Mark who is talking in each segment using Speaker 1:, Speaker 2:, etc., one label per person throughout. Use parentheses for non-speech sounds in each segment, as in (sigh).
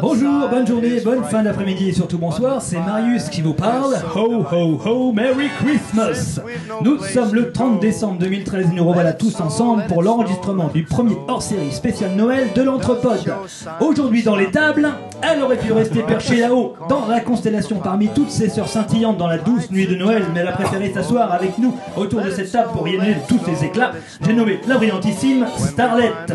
Speaker 1: bonne journée, bonne fin d'après-midi et surtout bonsoir. C'est Marius qui vous parle. Ho ho ho, Merry Christmas Nous sommes le 30 décembre 2013 et nous revoilà tous ensemble pour l'enregistrement du premier hors-série spécial Noël de l'Entrepode. Aujourd'hui dans les tables, elle aurait pu rester perchée là-haut, dans la constellation parmi toutes ses sœurs scintillantes dans la douce nuit de Noël, mais elle a préféré s'asseoir avec nous autour de cette table pour y émuler tous ses éclats. J'ai nommé la brillantissime Starlette.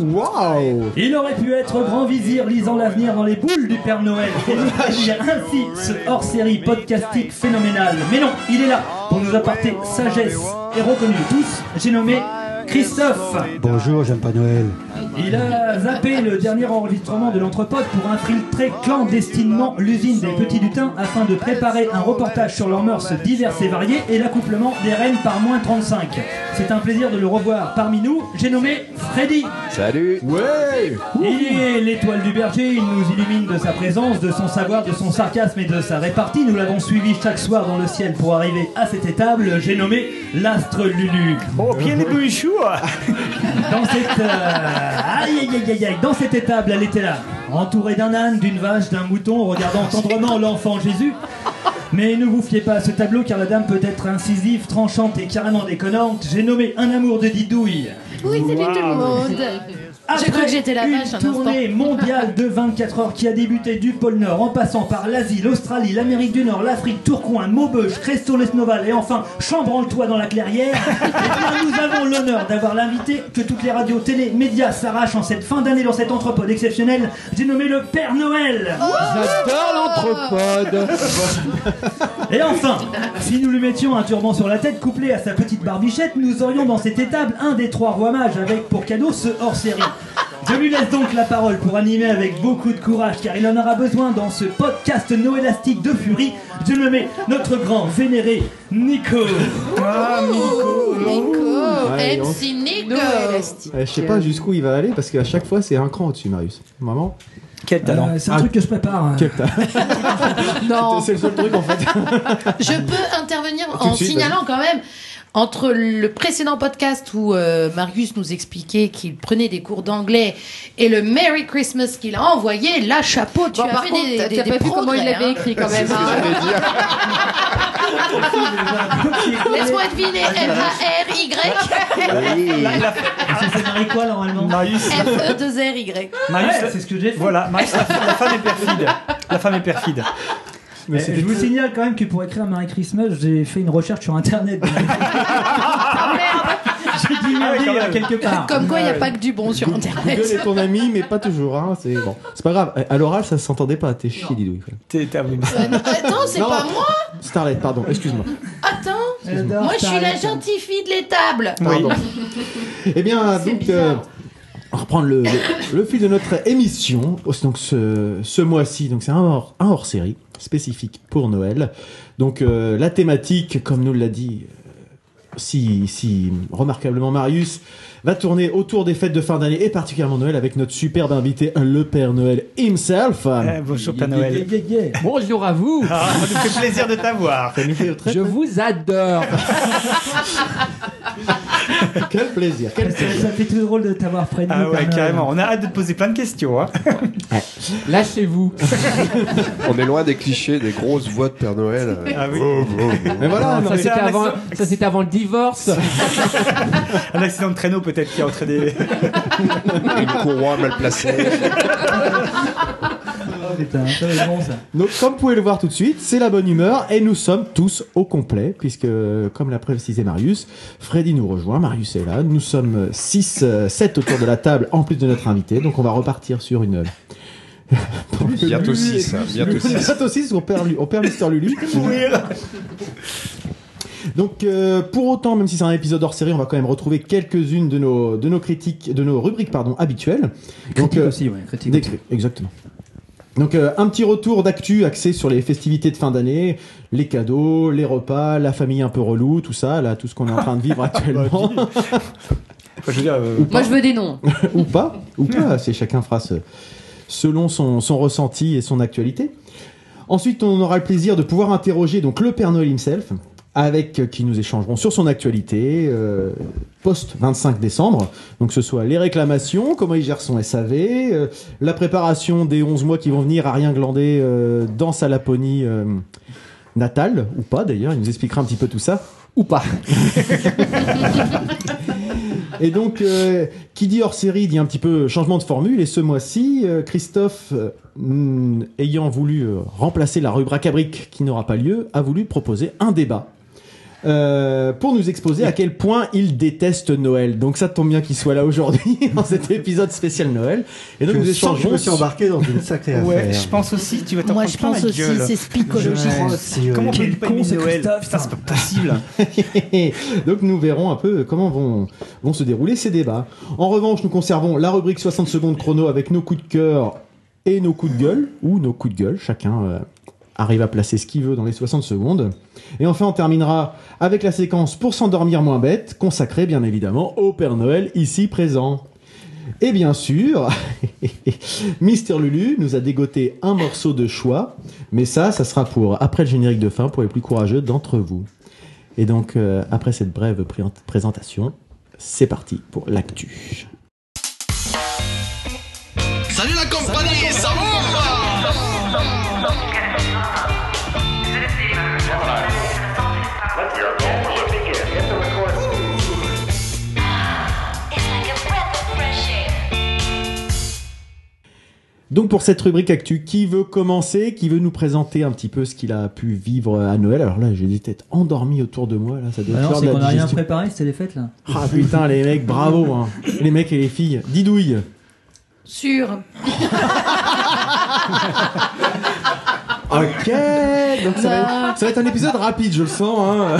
Speaker 2: Waouh
Speaker 1: Il aurait pu être grand vizir lisant l'avenir dans les boules du Père Noël et nous produire ainsi ce hors-série podcastique phénoménal. Mais non, il est là pour nous apporter sagesse et reconnu de tous. J'ai nommé Christophe.
Speaker 2: Bonjour, j'aime pas Noël.
Speaker 1: Il a zappé le dernier enregistrement de l'entrepôt pour infiltrer clandestinement l'usine des petits lutins afin de préparer un reportage sur leurs mœurs diverses et variées et l'accouplement des reines par moins 35. C'est un plaisir de le revoir parmi nous. J'ai nommé Freddy.
Speaker 3: Salut
Speaker 2: Ouais
Speaker 1: Il est l'étoile du berger, il nous illumine de sa présence, de son savoir, de son sarcasme et de sa répartie. Nous l'avons suivi chaque soir dans le ciel pour arriver à cette étable, j'ai nommé l'astre Lulu.
Speaker 4: Oh, bien les bouchous
Speaker 1: (laughs) Dans cette, euh, aïe, aïe, aïe, aïe, aïe. dans cette étable, elle était là, entourée d'un âne, d'une vache, d'un mouton,
Speaker 4: Ah,
Speaker 1: regardant tendrement l'enfant Jésus. Mais ne vous fiez pas à ce tableau car la dame peut être incisive, tranchante et carrément déconnante. J'ai nommé un amour de didouille.
Speaker 5: Oui, salut tout le monde J'ai cru que j'étais la
Speaker 1: une
Speaker 5: vache un (laughs)
Speaker 1: tournée mondiale de 24 heures qui a débuté du pôle Nord en passant par l'Asie, l'Australie, l'Amérique du Nord, l'Afrique, Tourcoing, Maubeuge, Cresto-Lesnoval et enfin Chambranle-toi dans la clairière. (laughs) Et bien, nous avons l'honneur d'avoir l'invité que toutes les radios, télé, médias s'arrachent en cette fin d'année dans cet entrepôt exceptionnel. J'ai nommé le Père Noël.
Speaker 2: J'adore l'anthropode
Speaker 1: Et enfin, si nous lui mettions un turban sur la tête couplé à sa petite barbichette, nous aurions dans cette étable un des trois rois mages avec pour cadeau ce hors-série. Je lui laisse donc la parole pour animer avec beaucoup de courage car il en aura besoin dans ce podcast noélastique de furie. Je le mets notre grand vénéré Nico.
Speaker 5: temps Nico
Speaker 2: Allez, on-
Speaker 5: MC Nico
Speaker 2: Eh, Je sais pas jusqu'où il va aller parce qu'à chaque fois c'est un cran au-dessus, Marius. Maman Euh,
Speaker 4: Quel talent
Speaker 1: c'est un truc que je prépare.
Speaker 2: (laughs)
Speaker 5: Non,
Speaker 2: hein. C'est le seul truc en fait.
Speaker 5: (laughs) je peux
Speaker 6: Ah,
Speaker 5: intervenir
Speaker 2: Tout de
Speaker 5: en
Speaker 2: suite,
Speaker 5: signalant quand même entre le précédent podcast où euh, Marius nous expliquait qu'il prenait des cours d'anglais et le Merry Christmas qu'il a envoyé, là, chapeau, tu
Speaker 6: Bon,
Speaker 5: as
Speaker 6: par
Speaker 5: fait
Speaker 6: contre,
Speaker 5: des,
Speaker 6: t'as
Speaker 5: des-
Speaker 6: pas
Speaker 5: des
Speaker 6: vu comment il
Speaker 5: progrès,
Speaker 6: l'avait
Speaker 5: hein.
Speaker 6: écrit quand même. hein.
Speaker 5: (laughs) Laisse-moi deviner,
Speaker 1: Bah
Speaker 5: M-A-R-Y
Speaker 1: Ça s'est marié quoi normalement
Speaker 4: Marius,
Speaker 5: E F-E-2-R-Y
Speaker 4: Marius,
Speaker 1: Ouais, c'est ce que j'ai fait.
Speaker 4: voilà, Marius, la, la femme est perfide. La femme est perfide.
Speaker 2: Mais
Speaker 1: Eh,
Speaker 2: c'était
Speaker 1: je vous
Speaker 2: tout.
Speaker 1: signale quand même que pour écrire un Merry Christmas, j'ai fait une recherche sur internet. j'ai dû
Speaker 2: Ah
Speaker 1: y aller,
Speaker 4: quand même.
Speaker 1: euh, quelque part.
Speaker 5: Comme quoi, il n'y a pas que du bon sur
Speaker 2: Google
Speaker 5: Internet
Speaker 2: est ton ami, mais pas toujours. Hein. C'est bon. C'est pas grave. À l'oral, ça s'entendait pas. T'es chier, Didouille. quand même.
Speaker 4: T'es t'es- oui, mais-
Speaker 5: Attends, c'est
Speaker 2: Non.
Speaker 5: pas moi
Speaker 2: Starlet, pardon. Excuse-moi.
Speaker 5: Attends
Speaker 1: J'adore
Speaker 5: Moi, je suis la
Speaker 1: Starlet.
Speaker 5: gentille fille de l'étable.
Speaker 2: (laughs) Pardon. eh bien,
Speaker 5: C'est
Speaker 2: donc,
Speaker 5: bizarre.
Speaker 2: euh, on reprend le, le, le fil de notre émission. Oh, c'est Donc, ce, ce mois-ci, donc c'est un hors, un hors série spécifique pour Noël. Donc, euh, la thématique, comme nous l'a dit euh, si, si remarquablement Marius, va tourner autour des fêtes de fin d'année et particulièrement Noël avec notre superbe invité, le Père Noël himself.
Speaker 4: Eh, bonjour Père Noël.
Speaker 1: Yeah, yeah, yeah.
Speaker 7: Bonjour à vous,
Speaker 4: Ah, ça nous fait plaisir de t'avoir.
Speaker 2: Ça nous fait très-
Speaker 7: je vous adore.
Speaker 2: (laughs) Quel plaisir, quel
Speaker 1: Ça,
Speaker 2: plaisir.
Speaker 1: ça fait tout drôle de t'avoir près de nous,
Speaker 4: Ah ouais,
Speaker 1: Bernard.
Speaker 4: carrément. On a hâte de te poser plein de questions. hein. (laughs)
Speaker 7: Lâchez-vous.
Speaker 3: Ah. On est loin des clichés, des grosses voix de Père Noël.
Speaker 4: Ah
Speaker 3: (laughs)
Speaker 4: oui.
Speaker 3: Oh, oh, oh.
Speaker 2: Mais voilà, non,
Speaker 7: ça
Speaker 2: mais-
Speaker 7: c'était
Speaker 4: c'est un
Speaker 7: avant,
Speaker 4: accent-
Speaker 7: ça, c'était avant le divorce.
Speaker 4: Un accident de traîneau peut-être qui a entraîné.
Speaker 3: (laughs) Une courroie mal placée.
Speaker 1: Oh, putain, ça c'est bon ça.
Speaker 2: Donc, comme vous pouvez le voir tout de suite, c'est la bonne humeur et nous sommes tous au complet puisque, euh, comme l'a précisé Marius, Freddy nous rejoint, Marius est là, nous sommes 6, 7 autour de la table en plus de notre invité, donc on va repartir sur une... euh, (laughs)
Speaker 3: Bientôt six, hein, bientôt six.
Speaker 2: Bientôt 6, on perd, Lu- on perd Mister Lulu.
Speaker 4: Mourir.
Speaker 2: Donc, euh, pour autant, même si c'est un épisode hors série, on va quand même retrouver quelques-unes de nos, de nos critiques, de nos rubriques, pardon, habituelles. Donc,
Speaker 1: Critique
Speaker 2: euh,
Speaker 1: aussi, ouais, critique.
Speaker 2: Des cris, exactement. Donc euh, un petit retour d'actu axé sur les festivités de fin d'année, les cadeaux, les repas, la famille un peu relou, tout ça, là, tout ce qu'on est en train de
Speaker 4: (laughs)
Speaker 2: vivre (laughs) actuellement,
Speaker 4: Bah, Je veux dire, euh,
Speaker 6: Moi, je veux des noms.
Speaker 2: (laughs) ou pas, ou pas, c'est chacun fera ce- selon son, son ressenti et son actualité. Ensuite, on aura le plaisir de pouvoir interroger donc le Père Noël himself, avec euh, qui nous échangerons sur son actualité, euh, post-25 décembre. Donc, que ce soit les réclamations, comment il gère son SAV, euh, la préparation des 11 mois qui vont venir à rien glander euh, dans sa Laponie euh, natale, ou pas d'ailleurs, il nous expliquera un petit peu tout ça, ou
Speaker 6: (laughs)
Speaker 2: pas. Et donc, euh, qui dit hors série dit un petit peu changement de formule. Et ce mois-ci, euh, Christophe, euh, mm, ayant voulu euh, remplacer la rubrique à briques qui n'aura pas lieu, a voulu proposer un débat. euh, pour nous exposer à quel point il déteste Noël. Donc ça tombe bien qu'il soit là aujourd'hui (laughs) dans cet épisode spécial Noël. Et donc nous
Speaker 6: je sens que je
Speaker 2: échangeons.
Speaker 6: me suis
Speaker 2: sur-
Speaker 6: embarqué dans une sacrée
Speaker 4: Ouais,
Speaker 6: affaire.
Speaker 4: je pense aussi, tu vas t'en
Speaker 5: Moi,
Speaker 4: prendre
Speaker 5: je
Speaker 4: plein
Speaker 5: pense
Speaker 4: la
Speaker 5: aussi,
Speaker 4: gueule.
Speaker 5: c'est psychologique.
Speaker 2: Eh,
Speaker 6: Je pense,
Speaker 4: Oh, Comment on
Speaker 8: Quel
Speaker 4: peut pas
Speaker 8: con,
Speaker 4: aimer
Speaker 8: c'est
Speaker 4: Noël
Speaker 8: Christophe.
Speaker 4: Putain, c'est pas possible.
Speaker 2: (laughs) Donc nous verrons un peu comment vont, vont se dérouler ces débats. En revanche, nous conservons la rubrique 60 secondes chrono avec nos coups de cœur et nos coups de gueule, ou nos coups de gueule, chacun euh, arrive à placer ce qu'il veut dans les 60 secondes. Et enfin, on terminera avec la séquence Pour s'endormir moins bête, consacrée bien évidemment au Père Noël ici présent. Et bien sûr, (laughs) Mister Lulu nous a dégoté un morceau de choix, mais ça, ça sera pour après le générique de fin pour les plus courageux d'entre vous. Et donc, euh, après cette brève pré- présentation, c'est parti pour l'actu.
Speaker 9: Salut la compagnie, ça va
Speaker 2: Donc, pour cette rubrique actu, qui veut commencer Qui veut nous présenter un petit peu ce qu'il a pu vivre à Noël Alors là, j'ai des têtes endormies autour de moi. Là, ça doit
Speaker 8: Bah
Speaker 2: être
Speaker 8: non,
Speaker 2: l'heure
Speaker 8: c'est
Speaker 2: de la
Speaker 8: qu'on a rien
Speaker 2: digestion.
Speaker 8: préparé, c'était les fêtes là.
Speaker 2: Ah putain, les mecs,
Speaker 8: (laughs)
Speaker 2: bravo hein. Les mecs et les filles, didouille (laughs)
Speaker 5: Sûr.
Speaker 2: Ok Donc, ça va, être, ça va être un épisode rapide, je le sens. Hein.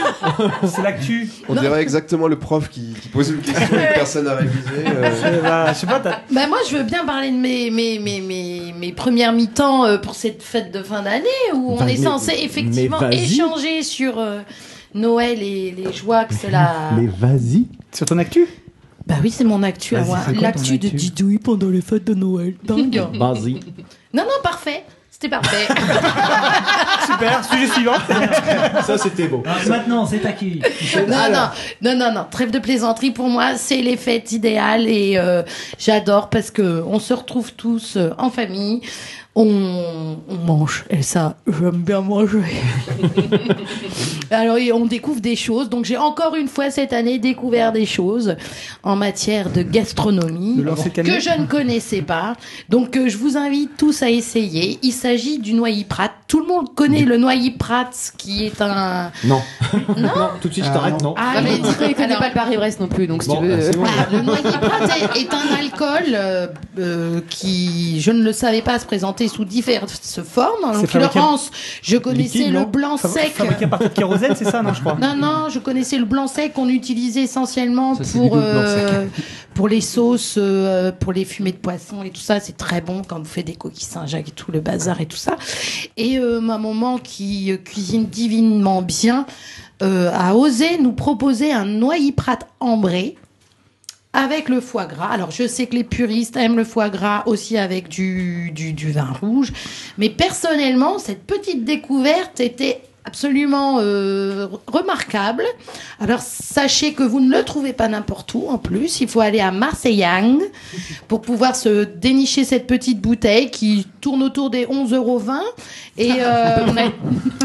Speaker 4: (laughs) C'est l'actu.
Speaker 3: On dirait exactement le prof qui, qui pose une question et personne n'a révisé. euh.
Speaker 4: Eh ben, je sais pas, t'as-
Speaker 5: Ben moi, je veux bien parler de mes, mes, mes, mes, mes premières mi-temps euh, pour cette fête de fin d'année où on
Speaker 2: Bah,
Speaker 5: est
Speaker 2: mais-
Speaker 5: censé effectivement
Speaker 2: mais vas-y.
Speaker 5: échanger sur euh, Noël et les joies que cela.
Speaker 2: Mais vas-y
Speaker 4: sur ton actu
Speaker 5: Bah oui, c'est mon actu à
Speaker 4: Vas-y,
Speaker 5: moi.
Speaker 4: c'est quoi ton
Speaker 5: L'actu de
Speaker 4: actu
Speaker 5: Didouille pendant les fêtes de Noël. Dingue.
Speaker 2: (laughs) Vas-y
Speaker 5: non, non, parfait. C'était parfait.
Speaker 4: Super, sujet suivant.
Speaker 2: (laughs) Ça, c'était beau.
Speaker 8: Alors, Ah, maintenant, c'est à qui
Speaker 5: (laughs) non, non, non, non, non. Trêve de plaisanterie pour moi, c'est les fêtes idéales et euh, j'adore parce que on se retrouve tous euh, en famille. On, on mange et ça j'aime bien manger. Alors et on découvre des choses donc j'ai encore une fois cette année découvert des choses en matière de gastronomie
Speaker 4: De lancer de
Speaker 5: que
Speaker 4: cannelle.
Speaker 5: je ne connaissais pas donc euh, je vous invite tous à essayer. Il s'agit du noyer prat. Tout le monde connaît le noyer prat qui est un
Speaker 2: Non. Non, Tout de suite, je
Speaker 4: Ah,
Speaker 2: t'arrête,
Speaker 4: non.
Speaker 2: non
Speaker 5: ah,
Speaker 10: Non, mais
Speaker 5: mais-
Speaker 10: dis-toi, il connaît
Speaker 5: Alors-
Speaker 10: pas le Paris-Brest non plus, donc si
Speaker 2: Bon,
Speaker 10: tu veux.
Speaker 2: bah, c'est
Speaker 10: euh,
Speaker 2: bon.
Speaker 6: Ah,
Speaker 5: Voilà, le noyer-prat est, est un alcool euh, euh, qui, je ne le savais pas, se présenter sous diverses formes. En
Speaker 4: C'est fabriqué-
Speaker 5: l'occurrence, je connaissais
Speaker 4: Liquide,
Speaker 5: le
Speaker 4: non
Speaker 5: blanc
Speaker 4: Fabri-
Speaker 5: sec.
Speaker 4: Fabriqué à partir de kérosène, c'est ça, non, je crois
Speaker 5: Non, non, je connaissais le blanc sec qu'on utilisait essentiellement
Speaker 7: Ça, c'est
Speaker 5: pour,
Speaker 7: du goût de blanc
Speaker 5: euh, pour les sauces, euh, pour les fumées de poisson et tout ça. C'est très bon quand vous faites des coquilles Saint-Jacques et tout le bazar et tout ça. Et euh, ma maman qui euh, cuisine divinement bien euh, a osé nous proposer un noyer prat ambré avec le foie gras. Alors, je sais que les puristes aiment le foie gras aussi avec du, du, du vin rouge, mais personnellement, cette petite découverte était absolument euh, remarquable. Alors, sachez que vous ne le trouvez pas n'importe où, en plus. Il faut aller à Marseillang pour pouvoir se dénicher cette petite bouteille qui tourne autour des 11,20 euros. Et euh,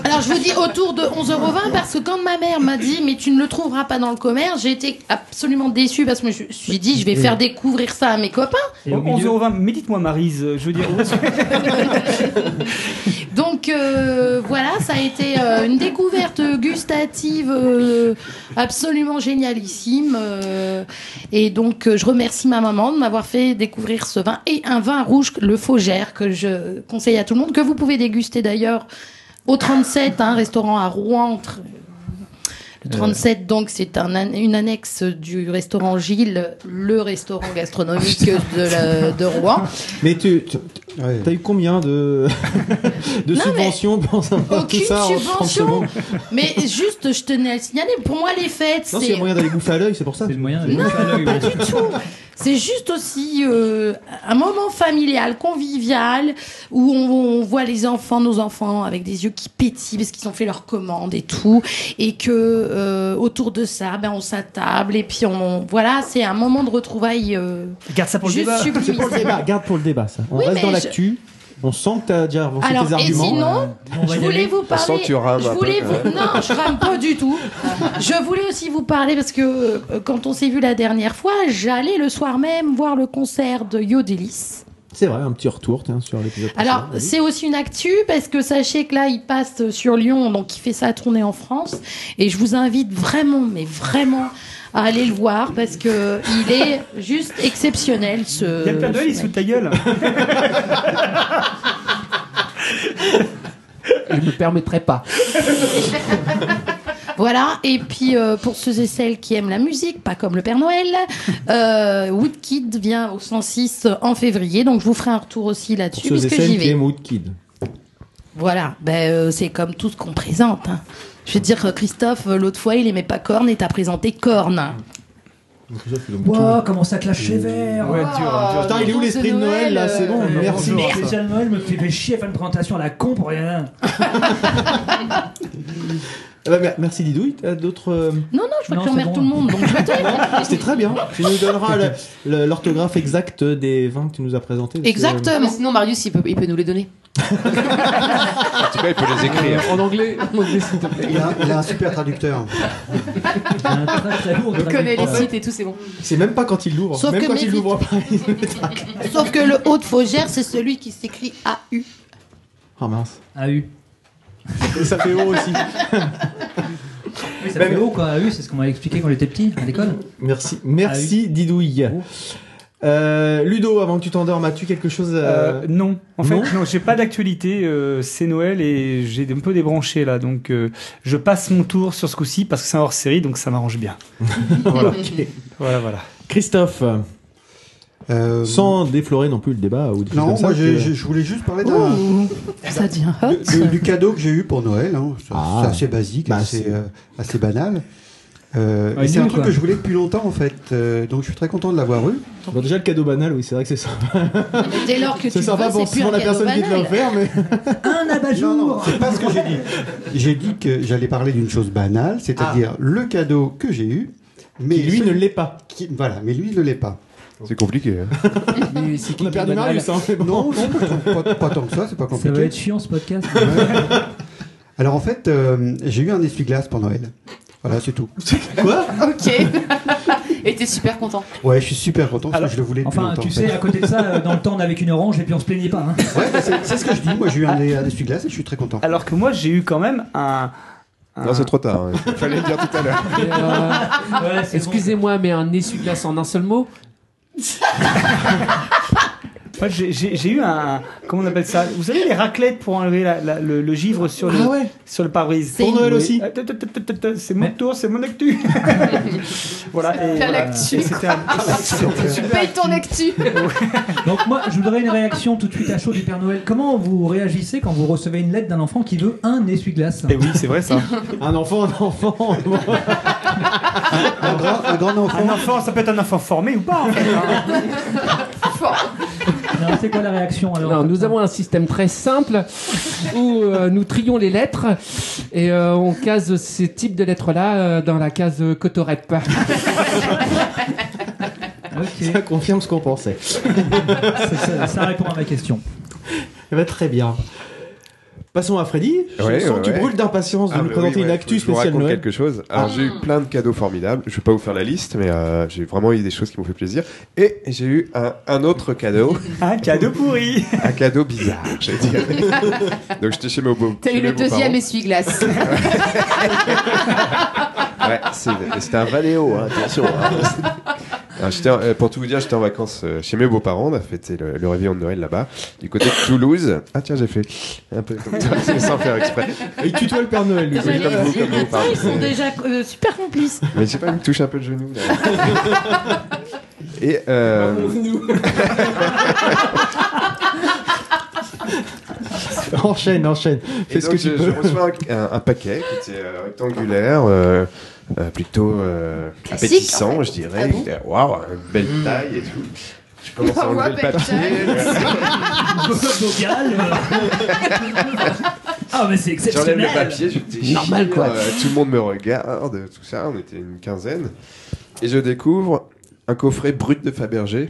Speaker 5: alors, je vous dis autour de 11,20 euros parce que quand ma mère m'a dit, mais tu ne le trouveras pas dans le commerce, j'ai été absolument déçue parce que je me suis dit, je vais faire découvrir ça à mes copains.
Speaker 8: Et au milieu-
Speaker 4: 11,20€. Mais dites-moi, Marise, euh, je veux dire, où est-ce que-
Speaker 5: Donc euh, voilà, ça a été euh, une découverte gustative euh, absolument génialissime. euh, et donc euh, je remercie ma maman de m'avoir fait découvrir ce vin et un vin rouge, le Faugère, que je conseille à tout le monde, que vous pouvez déguster d'ailleurs au 37, un restaurant à Rouen. tr- Le 37, donc, c'est un an- une annexe du restaurant Gilles, le restaurant gastronomique de, la- de Rouen.
Speaker 2: Mais tu, tu-
Speaker 6: Ouais.
Speaker 2: T'as eu combien de, (laughs) de
Speaker 5: Non,
Speaker 2: subventions pour savoir
Speaker 5: Aucune
Speaker 2: tout ça en 30
Speaker 5: subvention.
Speaker 2: secondes
Speaker 5: Mais juste, je tenais à le signaler, pour moi, les fêtes,
Speaker 2: Non, c'est
Speaker 5: c'est.
Speaker 2: moyen d'aller bouffer à l'œil, c'est pour ça.
Speaker 8: C'est le moyen d'aller bouffer à l'œil, ouais.
Speaker 5: Pas du tout. C'est juste aussi euh, un moment familial, convivial, où on, on voit les enfants, nos enfants, avec des yeux qui pétillent parce qu'ils ont fait leur commande et tout, et que euh, autour de ça, ben on s'attable et puis on voilà, c'est un moment de retrouvailles. euh,
Speaker 4: Garde ça pour le
Speaker 5: Juste
Speaker 4: débat.
Speaker 5: sublime.
Speaker 2: C'est pour le débat, garde pour le débat ça. On
Speaker 5: Oui,
Speaker 2: reste
Speaker 5: mais
Speaker 2: dans
Speaker 5: je-
Speaker 2: l'actu. On sent que t'as déjà avancé
Speaker 5: Alors
Speaker 2: tes
Speaker 5: et
Speaker 2: arguments.
Speaker 5: sinon,
Speaker 2: euh,
Speaker 8: On va
Speaker 5: je
Speaker 8: y
Speaker 5: voulais
Speaker 8: aller.
Speaker 5: vous
Speaker 3: On
Speaker 5: parler.
Speaker 3: sent que tu rames
Speaker 5: je
Speaker 3: un
Speaker 5: voulais
Speaker 3: peu,
Speaker 5: vous- Non, je rame pas du tout. Je voulais aussi vous parler parce que euh, quand on s'est vu la dernière fois, j'allais le soir même voir le concert de Yodelis.
Speaker 2: C'est vrai, un petit retour tiens, sur l'épisode.
Speaker 5: Alors,
Speaker 2: précédent.
Speaker 5: c'est aussi une actu parce que sachez que là, il passe sur Lyon, donc il fait sa tournée en France. Et je vous invite vraiment, mais vraiment, à aller le voir parce que il est juste exceptionnel. Ce,
Speaker 4: Il y a le plein
Speaker 5: ce
Speaker 4: d'œil, il se
Speaker 5: mec.
Speaker 4: fout de ta gueule.
Speaker 7: Je me permettrai pas.
Speaker 5: Voilà, et puis euh, pour ceux et celles qui aiment la musique, pas comme le Père Noël, euh, Woodkid vient au 106 en février, donc je vous ferai un retour aussi
Speaker 2: pour
Speaker 5: là-dessus,
Speaker 2: ceux et
Speaker 5: puisque
Speaker 2: celles
Speaker 5: j'y
Speaker 2: qui
Speaker 5: vais.
Speaker 2: aiment Woodkid.
Speaker 5: Voilà, ben, euh, c'est comme tout ce qu'on présente. hein. Je veux dire, euh, Christophe, euh, l'autre fois, il aimait pas Corne et t'as présenté Corne.
Speaker 8: Wow, comment ça clash les verts
Speaker 7: Ouais,
Speaker 4: hein,
Speaker 2: Putain, il est où l'esprit de Noël là C'est bon,
Speaker 5: euh,
Speaker 2: merci.
Speaker 8: Le spécial Noël me fait, fait chier à faire une présentation à la con pour rien.
Speaker 2: Ah bah, mer- merci Didouille, t'as d'autres. euh,
Speaker 5: Non, non, je vois
Speaker 8: Non,
Speaker 5: que
Speaker 8: c'est
Speaker 5: tu emmerdes
Speaker 8: bon.
Speaker 5: tout le monde, donc je vais (laughs)
Speaker 2: Ah, C'était très bien. Tu nous donneras le- le- l'orthographe exacte des vins que tu nous as présentés. parce que,
Speaker 6: Non, mais
Speaker 5: Exactement.
Speaker 6: sinon, Marius, il peut, il peut nous les donner.
Speaker 3: En tout cas, il peut les écrire.
Speaker 7: En anglais, en anglais, s'il te plaît.
Speaker 10: Il a, il a un super traducteur.
Speaker 8: Un très très lourd.
Speaker 6: Il connaît les
Speaker 2: Ouais.
Speaker 6: sites et tout, c'est bon.
Speaker 2: euh, C'est même pas quand il l'ouvre.
Speaker 5: Sauf
Speaker 2: Même
Speaker 5: que
Speaker 2: quand il
Speaker 5: Médite-
Speaker 2: l'ouvre pas.
Speaker 5: Sauf que le haut de Faugère, c'est celui qui s'écrit AU.
Speaker 2: Ah mince.
Speaker 8: A eu.
Speaker 2: Et ça fait haut aussi.
Speaker 8: Oui, ça fait haut quoi. A eu, c'est ce qu'on m'avait expliqué quand j'étais petit à l'école.
Speaker 2: Ben,
Speaker 8: Ah
Speaker 2: Merci, merci Didouille. Euh, Ludo, avant que tu t'endormes, as-tu quelque chose à-
Speaker 4: Euh, non, en fait,
Speaker 2: non
Speaker 4: non, j'ai pas d'actualité. euh, c'est Noël et j'ai un peu débranché là, donc euh, je passe mon tour sur ce coup-ci parce que c'est un hors-série, donc ça m'arrange bien.
Speaker 2: Voilà, ok.
Speaker 4: Voilà, voilà.
Speaker 2: Christophe,
Speaker 10: Euh,
Speaker 2: sans déflorer non plus le débat ou des choses
Speaker 10: Non,
Speaker 2: comme ça,
Speaker 10: moi, j'ai-
Speaker 2: tu-
Speaker 8: (laughs)
Speaker 10: j'ai- je voulais juste parler d'un.
Speaker 5: Ça devient hot.
Speaker 10: du, du cadeau que j'ai eu pour Noël. hein. C'est
Speaker 2: Ah.
Speaker 10: c'est assez basique,
Speaker 2: Bah,
Speaker 10: assez,
Speaker 2: c'est-
Speaker 10: euh, assez banal. Euh,
Speaker 4: Ouais,
Speaker 10: et c'est un
Speaker 4: nul,
Speaker 10: truc
Speaker 4: quoi.
Speaker 10: que je voulais depuis longtemps en fait, Euh, donc je suis très content de l'avoir eu.
Speaker 2: Bon, déjà le cadeau banal, oui, c'est vrai que c'est sympa.
Speaker 5: Dès lors que tu
Speaker 2: C'est
Speaker 5: le
Speaker 2: sympa
Speaker 5: vois,
Speaker 2: pour
Speaker 5: c'est plus
Speaker 2: souvent
Speaker 5: un
Speaker 2: la
Speaker 5: cadeau
Speaker 2: personne qui te l'a
Speaker 5: banal.
Speaker 2: offert, mais
Speaker 8: Un
Speaker 10: Non, non,
Speaker 8: abat-jour
Speaker 10: c'est pas ce que j'ai dit. J'ai dit que j'allais parler d'une chose banale, c'est-à-dire le cadeau que j'ai eu, mais
Speaker 2: Ah. lui
Speaker 10: ce-
Speaker 2: ne l'est pas.
Speaker 10: qui- voilà, mais lui ne l'est pas.
Speaker 3: C'est compliqué. hein.
Speaker 7: Mais c'est qui
Speaker 2: On a
Speaker 7: qui
Speaker 2: perdu
Speaker 7: est banal
Speaker 2: Marius, hein, mais bon.
Speaker 10: Non, non, je trouve pas, pas tant que ça, c'est pas
Speaker 8: Ça va
Speaker 10: compliqué.
Speaker 8: être chiant ce podcast.
Speaker 10: Alors en fait, euh, j'ai eu un essuie-glace pour Noël. Voilà, c'est tout.
Speaker 6: Ok. (laughs) et t'es super content.
Speaker 10: Ouais, je suis super content parce
Speaker 4: Alors,
Speaker 10: que je le voulais depuis
Speaker 8: Enfin,
Speaker 10: longtemps.
Speaker 8: tu
Speaker 10: en
Speaker 8: sais,
Speaker 10: fait.
Speaker 8: à côté de ça, euh, dans le temps, on avait qu'une orange et puis on se plaignait pas. hein.
Speaker 10: Ouais, bah, c'est c'est ce que je dis. Moi, j'ai eu un, un essuie-glace et je suis très content.
Speaker 4: Alors que moi, j'ai eu quand même un. un-
Speaker 3: Non, c'est trop
Speaker 4: (laughs)
Speaker 3: tard. hein. Il fallait le dire tout à l'heure.
Speaker 7: Mais, euh,
Speaker 3: (laughs)
Speaker 8: Ouais, c'est bon.
Speaker 7: Excusez-moi, mais un essuie-glace en un seul mot
Speaker 4: Moi, j'ai- j'ai j'ai eu un. Comment on appelle ça Vous savez les raclettes pour enlever la- la- le, le givre sur le,
Speaker 2: Ah ouais
Speaker 4: sur le pare-brise.
Speaker 5: C'est Pour
Speaker 2: Noël aussi.
Speaker 4: Ah, tut, tut, tut, tut, tut, C'est mon tour, c'est mon actu. voilà. et
Speaker 6: T'as
Speaker 4: voilà.
Speaker 6: l'actu,
Speaker 4: Et c'était (laughs) un-
Speaker 6: Tu payes ton actu.
Speaker 4: (laughs)
Speaker 8: Donc moi, je voudrais une réaction tout de suite à chaud du Père Noël. Comment vous réagissez quand vous recevez une lettre d'un enfant qui veut un essuie-glace
Speaker 4: Eh oui, c'est vrai ça.
Speaker 2: Un enfant, un enfant.
Speaker 10: un, grand, un grand enfant.
Speaker 4: Un enfant, ça peut être un enfant formé ou pas. en fait, hein.
Speaker 8: Non, C'est quoi la réaction alors
Speaker 7: Non, nous avons un système très simple où euh, nous trions les lettres et euh, on case ces types de lettres-là euh, dans la case euh, cotorep. (laughs)
Speaker 8: Ok,
Speaker 2: Ça confirme ce qu'on pensait.
Speaker 8: ça, ça- ça répond à ma question.
Speaker 2: Eh ben, très bien. Passons à Freddy. Je
Speaker 3: Ouais,
Speaker 2: sens
Speaker 3: ouais,
Speaker 2: que tu
Speaker 3: ouais.
Speaker 2: brûles d'impatience de
Speaker 3: Ah,
Speaker 2: nous
Speaker 3: bah
Speaker 2: présenter
Speaker 3: oui,
Speaker 2: une
Speaker 3: ouais,
Speaker 2: actu
Speaker 3: je vous
Speaker 2: spéciale
Speaker 3: raconte
Speaker 2: Noël. Ah.
Speaker 3: quelque chose. Alors j'ai eu plein de cadeaux formidables. Je vais pas vous faire la liste, mais euh, j'ai vraiment eu des choses qui m'ont fait plaisir. Et j'ai eu un, un autre cadeau,
Speaker 4: Un cadeau pourri.
Speaker 3: un cadeau bizarre, j'allais dire.
Speaker 2: (laughs)
Speaker 3: Donc j'étais chez mes beaux.
Speaker 6: T'as
Speaker 3: chez
Speaker 6: eu le
Speaker 3: mes beaux-parents.
Speaker 6: deuxième
Speaker 4: (laughs)
Speaker 6: essuie-glace.
Speaker 3: Ouais, c'est- c'était un Valéo, hein, attention. hein. Alors, j'étais en- euh, pour tout vous dire, j'étais en vacances euh, chez mes beaux-parents. On a fêté le, le réveillon de Noël là-bas, du côté de Toulouse. Ah tiens, j'ai fait un peu comme ça, c'est (laughs) sans faire exprès.
Speaker 2: Et tu tutoie le Père Noël, lui.
Speaker 3: Oui, comme vous, comme vous, pardon.
Speaker 5: Ils sont déjà euh, super complices.
Speaker 3: Mais je sais pas, il me touche un peu le genou. Là. Et euh,
Speaker 2: (laughs) enchaîne, enchaîne.
Speaker 3: Et
Speaker 2: Fais ce
Speaker 3: donc,
Speaker 2: que tu
Speaker 3: je,
Speaker 2: peux.
Speaker 3: je reçois un, un- un paquet qui était euh, rectangulaire, euh, euh, plutôt euh,
Speaker 5: Classique, en
Speaker 3: appétissant,
Speaker 5: fait.
Speaker 3: je
Speaker 5: Ah
Speaker 3: dirais.
Speaker 5: bon
Speaker 3: J'étais, Waouh, une belle taille et tout. Je commence à enlever le papier. (laughs)
Speaker 1: Bocal. ah, mais c'est
Speaker 3: J'enlève
Speaker 1: exceptionnel.
Speaker 3: le papier, je dis
Speaker 5: Normal, quoi.
Speaker 3: euh, tout le monde me regarde, tout ça. On était une quinzaine. Et je découvre un coffret brut de Fabergé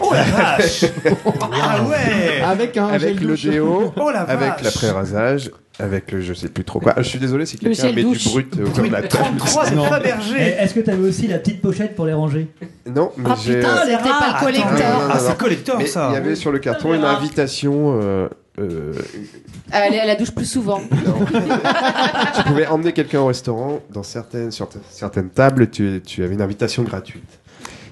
Speaker 1: Oh la vache Ah ouais
Speaker 2: Avec un
Speaker 3: avec
Speaker 2: gel
Speaker 3: le
Speaker 2: douche.
Speaker 3: déo,
Speaker 1: Oh la vache
Speaker 3: avec l'après-rasage, avec le je sais plus trop quoi. Ah, Je suis désolé si
Speaker 5: Le
Speaker 3: quelqu'un
Speaker 5: gel
Speaker 3: met
Speaker 5: douche.
Speaker 3: du brut au coin de la table.
Speaker 4: 33
Speaker 2: Non.
Speaker 1: Eh,
Speaker 4: Fabergé
Speaker 1: Est-ce que t'avais aussi la petite pochette pour les ranger
Speaker 3: Non, mais
Speaker 5: Ah
Speaker 3: j'ai.
Speaker 5: putain, c'était pas le
Speaker 3: non, non,
Speaker 1: Attends,
Speaker 5: collector.
Speaker 4: Ah, c'est
Speaker 3: non.
Speaker 4: collector
Speaker 3: Mais
Speaker 4: ça
Speaker 3: Il y avait sur le carton une invitation. euh, euh,
Speaker 6: À Ah, aller à la douche plus souvent.
Speaker 3: non. tu pouvais emmener quelqu'un au restaurant. Dans certaines, sur certaines tables, tu, tu avais une invitation gratuite.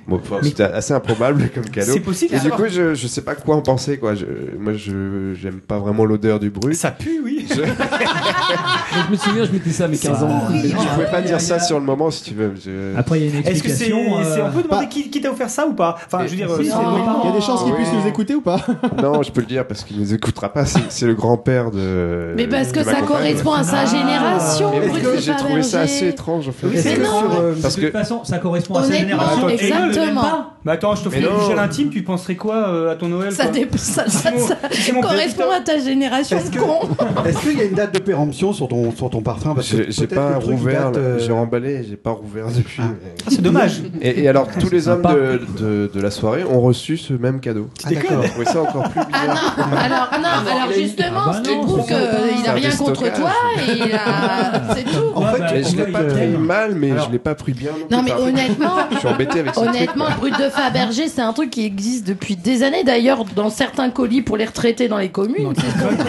Speaker 3: Bon, enfin, c'était assez improbable comme cadeau.
Speaker 4: C'est possible
Speaker 3: Et du
Speaker 4: alors
Speaker 3: coup, je, je sais pas quoi en penser. Quoi. Je, moi, je j'aime pas vraiment l'odeur du brut.
Speaker 4: Ça pue, oui
Speaker 3: Je, je
Speaker 7: Je me souviens, je m'étais ça à mes 15 ans.
Speaker 3: pouvais pas
Speaker 1: Ah,
Speaker 3: dire
Speaker 1: il y a-
Speaker 3: ça sur le moment si tu veux. Je-
Speaker 1: Après, il y a une
Speaker 4: Est-ce que c'est.
Speaker 1: explication.
Speaker 4: c'est-
Speaker 1: euh,
Speaker 4: On peut demander qui, qui t'a offert ça ou pas Enfin, je veux dire. euh,
Speaker 1: si,
Speaker 4: c'est-
Speaker 1: non.
Speaker 4: oui.
Speaker 2: Il y a des chances qu'il
Speaker 3: Oui.
Speaker 2: puisse nous écouter ou pas
Speaker 3: Non, je peux le dire parce qu'il nous écoutera pas. C'est c'est le grand-père de.
Speaker 5: Mais parce que
Speaker 3: de ma
Speaker 5: ça
Speaker 3: compagne.
Speaker 5: correspond à sa
Speaker 1: Ah.
Speaker 5: génération,
Speaker 3: Mais
Speaker 5: Bruce
Speaker 3: parce que j'ai trouvé ça
Speaker 5: Fabergé.
Speaker 3: assez étrange en fait.
Speaker 5: Oui,
Speaker 2: Est-ce
Speaker 5: mais
Speaker 2: que
Speaker 5: non.
Speaker 2: sur, euh,
Speaker 3: Parce
Speaker 1: De
Speaker 3: que
Speaker 1: toute façon, ça correspond à sa
Speaker 5: Honnêtement,
Speaker 1: génération. Et eux, ils aiment
Speaker 5: exactement.
Speaker 1: pas.
Speaker 4: Mais attends, je t'offrais
Speaker 3: Mais
Speaker 4: une
Speaker 3: non.
Speaker 4: gel intime, tu penserais quoi euh, à ton Noël
Speaker 5: Ça,
Speaker 4: quoi
Speaker 5: dé- ça, ça-
Speaker 4: mon-
Speaker 5: ça
Speaker 4: c'est mon
Speaker 5: correspond à ta génération,
Speaker 10: Est-ce que-
Speaker 5: con.
Speaker 3: (laughs)
Speaker 10: Est-ce qu'il y a une date de péremption sur ton, sur ton parfum Parce que
Speaker 3: j'ai j'ai
Speaker 10: peut-être
Speaker 3: pas
Speaker 10: le truc
Speaker 3: rouvert,
Speaker 10: date, euh,
Speaker 3: j'ai emballé, j'ai pas rouvert depuis.
Speaker 4: Ah, C'est dommage
Speaker 3: Et, et alors tous les hommes de, de- de la soirée ont reçu ce même cadeau.
Speaker 10: Ah, d'accord.
Speaker 3: J'ai trouvé ça encore plus bizarre.
Speaker 5: Alors, non, alors justement,
Speaker 1: Ah bah
Speaker 5: ce qui
Speaker 1: non,
Speaker 5: prouve
Speaker 1: c'est ça.
Speaker 5: qu'il
Speaker 3: C'est
Speaker 5: n'a
Speaker 3: un
Speaker 5: euh, rien contre
Speaker 3: déstockage.
Speaker 5: toi et il a- c'est tout.
Speaker 10: En
Speaker 1: Ouais,
Speaker 10: fait,
Speaker 1: bah,
Speaker 3: Mais je
Speaker 1: pourquoi
Speaker 3: l'ai
Speaker 1: il
Speaker 3: pas
Speaker 1: t'aime
Speaker 3: pris mal, mais
Speaker 10: Alors-
Speaker 3: je l'ai pas pris bien. plus.
Speaker 5: Non, mais
Speaker 3: Enfin,
Speaker 5: honnêtement,
Speaker 3: (laughs) Je suis embêté avec ce truc.
Speaker 5: Honnêtement, le brut de Fabergé, c'est un truc qui existe depuis des années. D'ailleurs, dans certains colis pour les retraités dans les communes, c'est ce qu'on
Speaker 3: Mais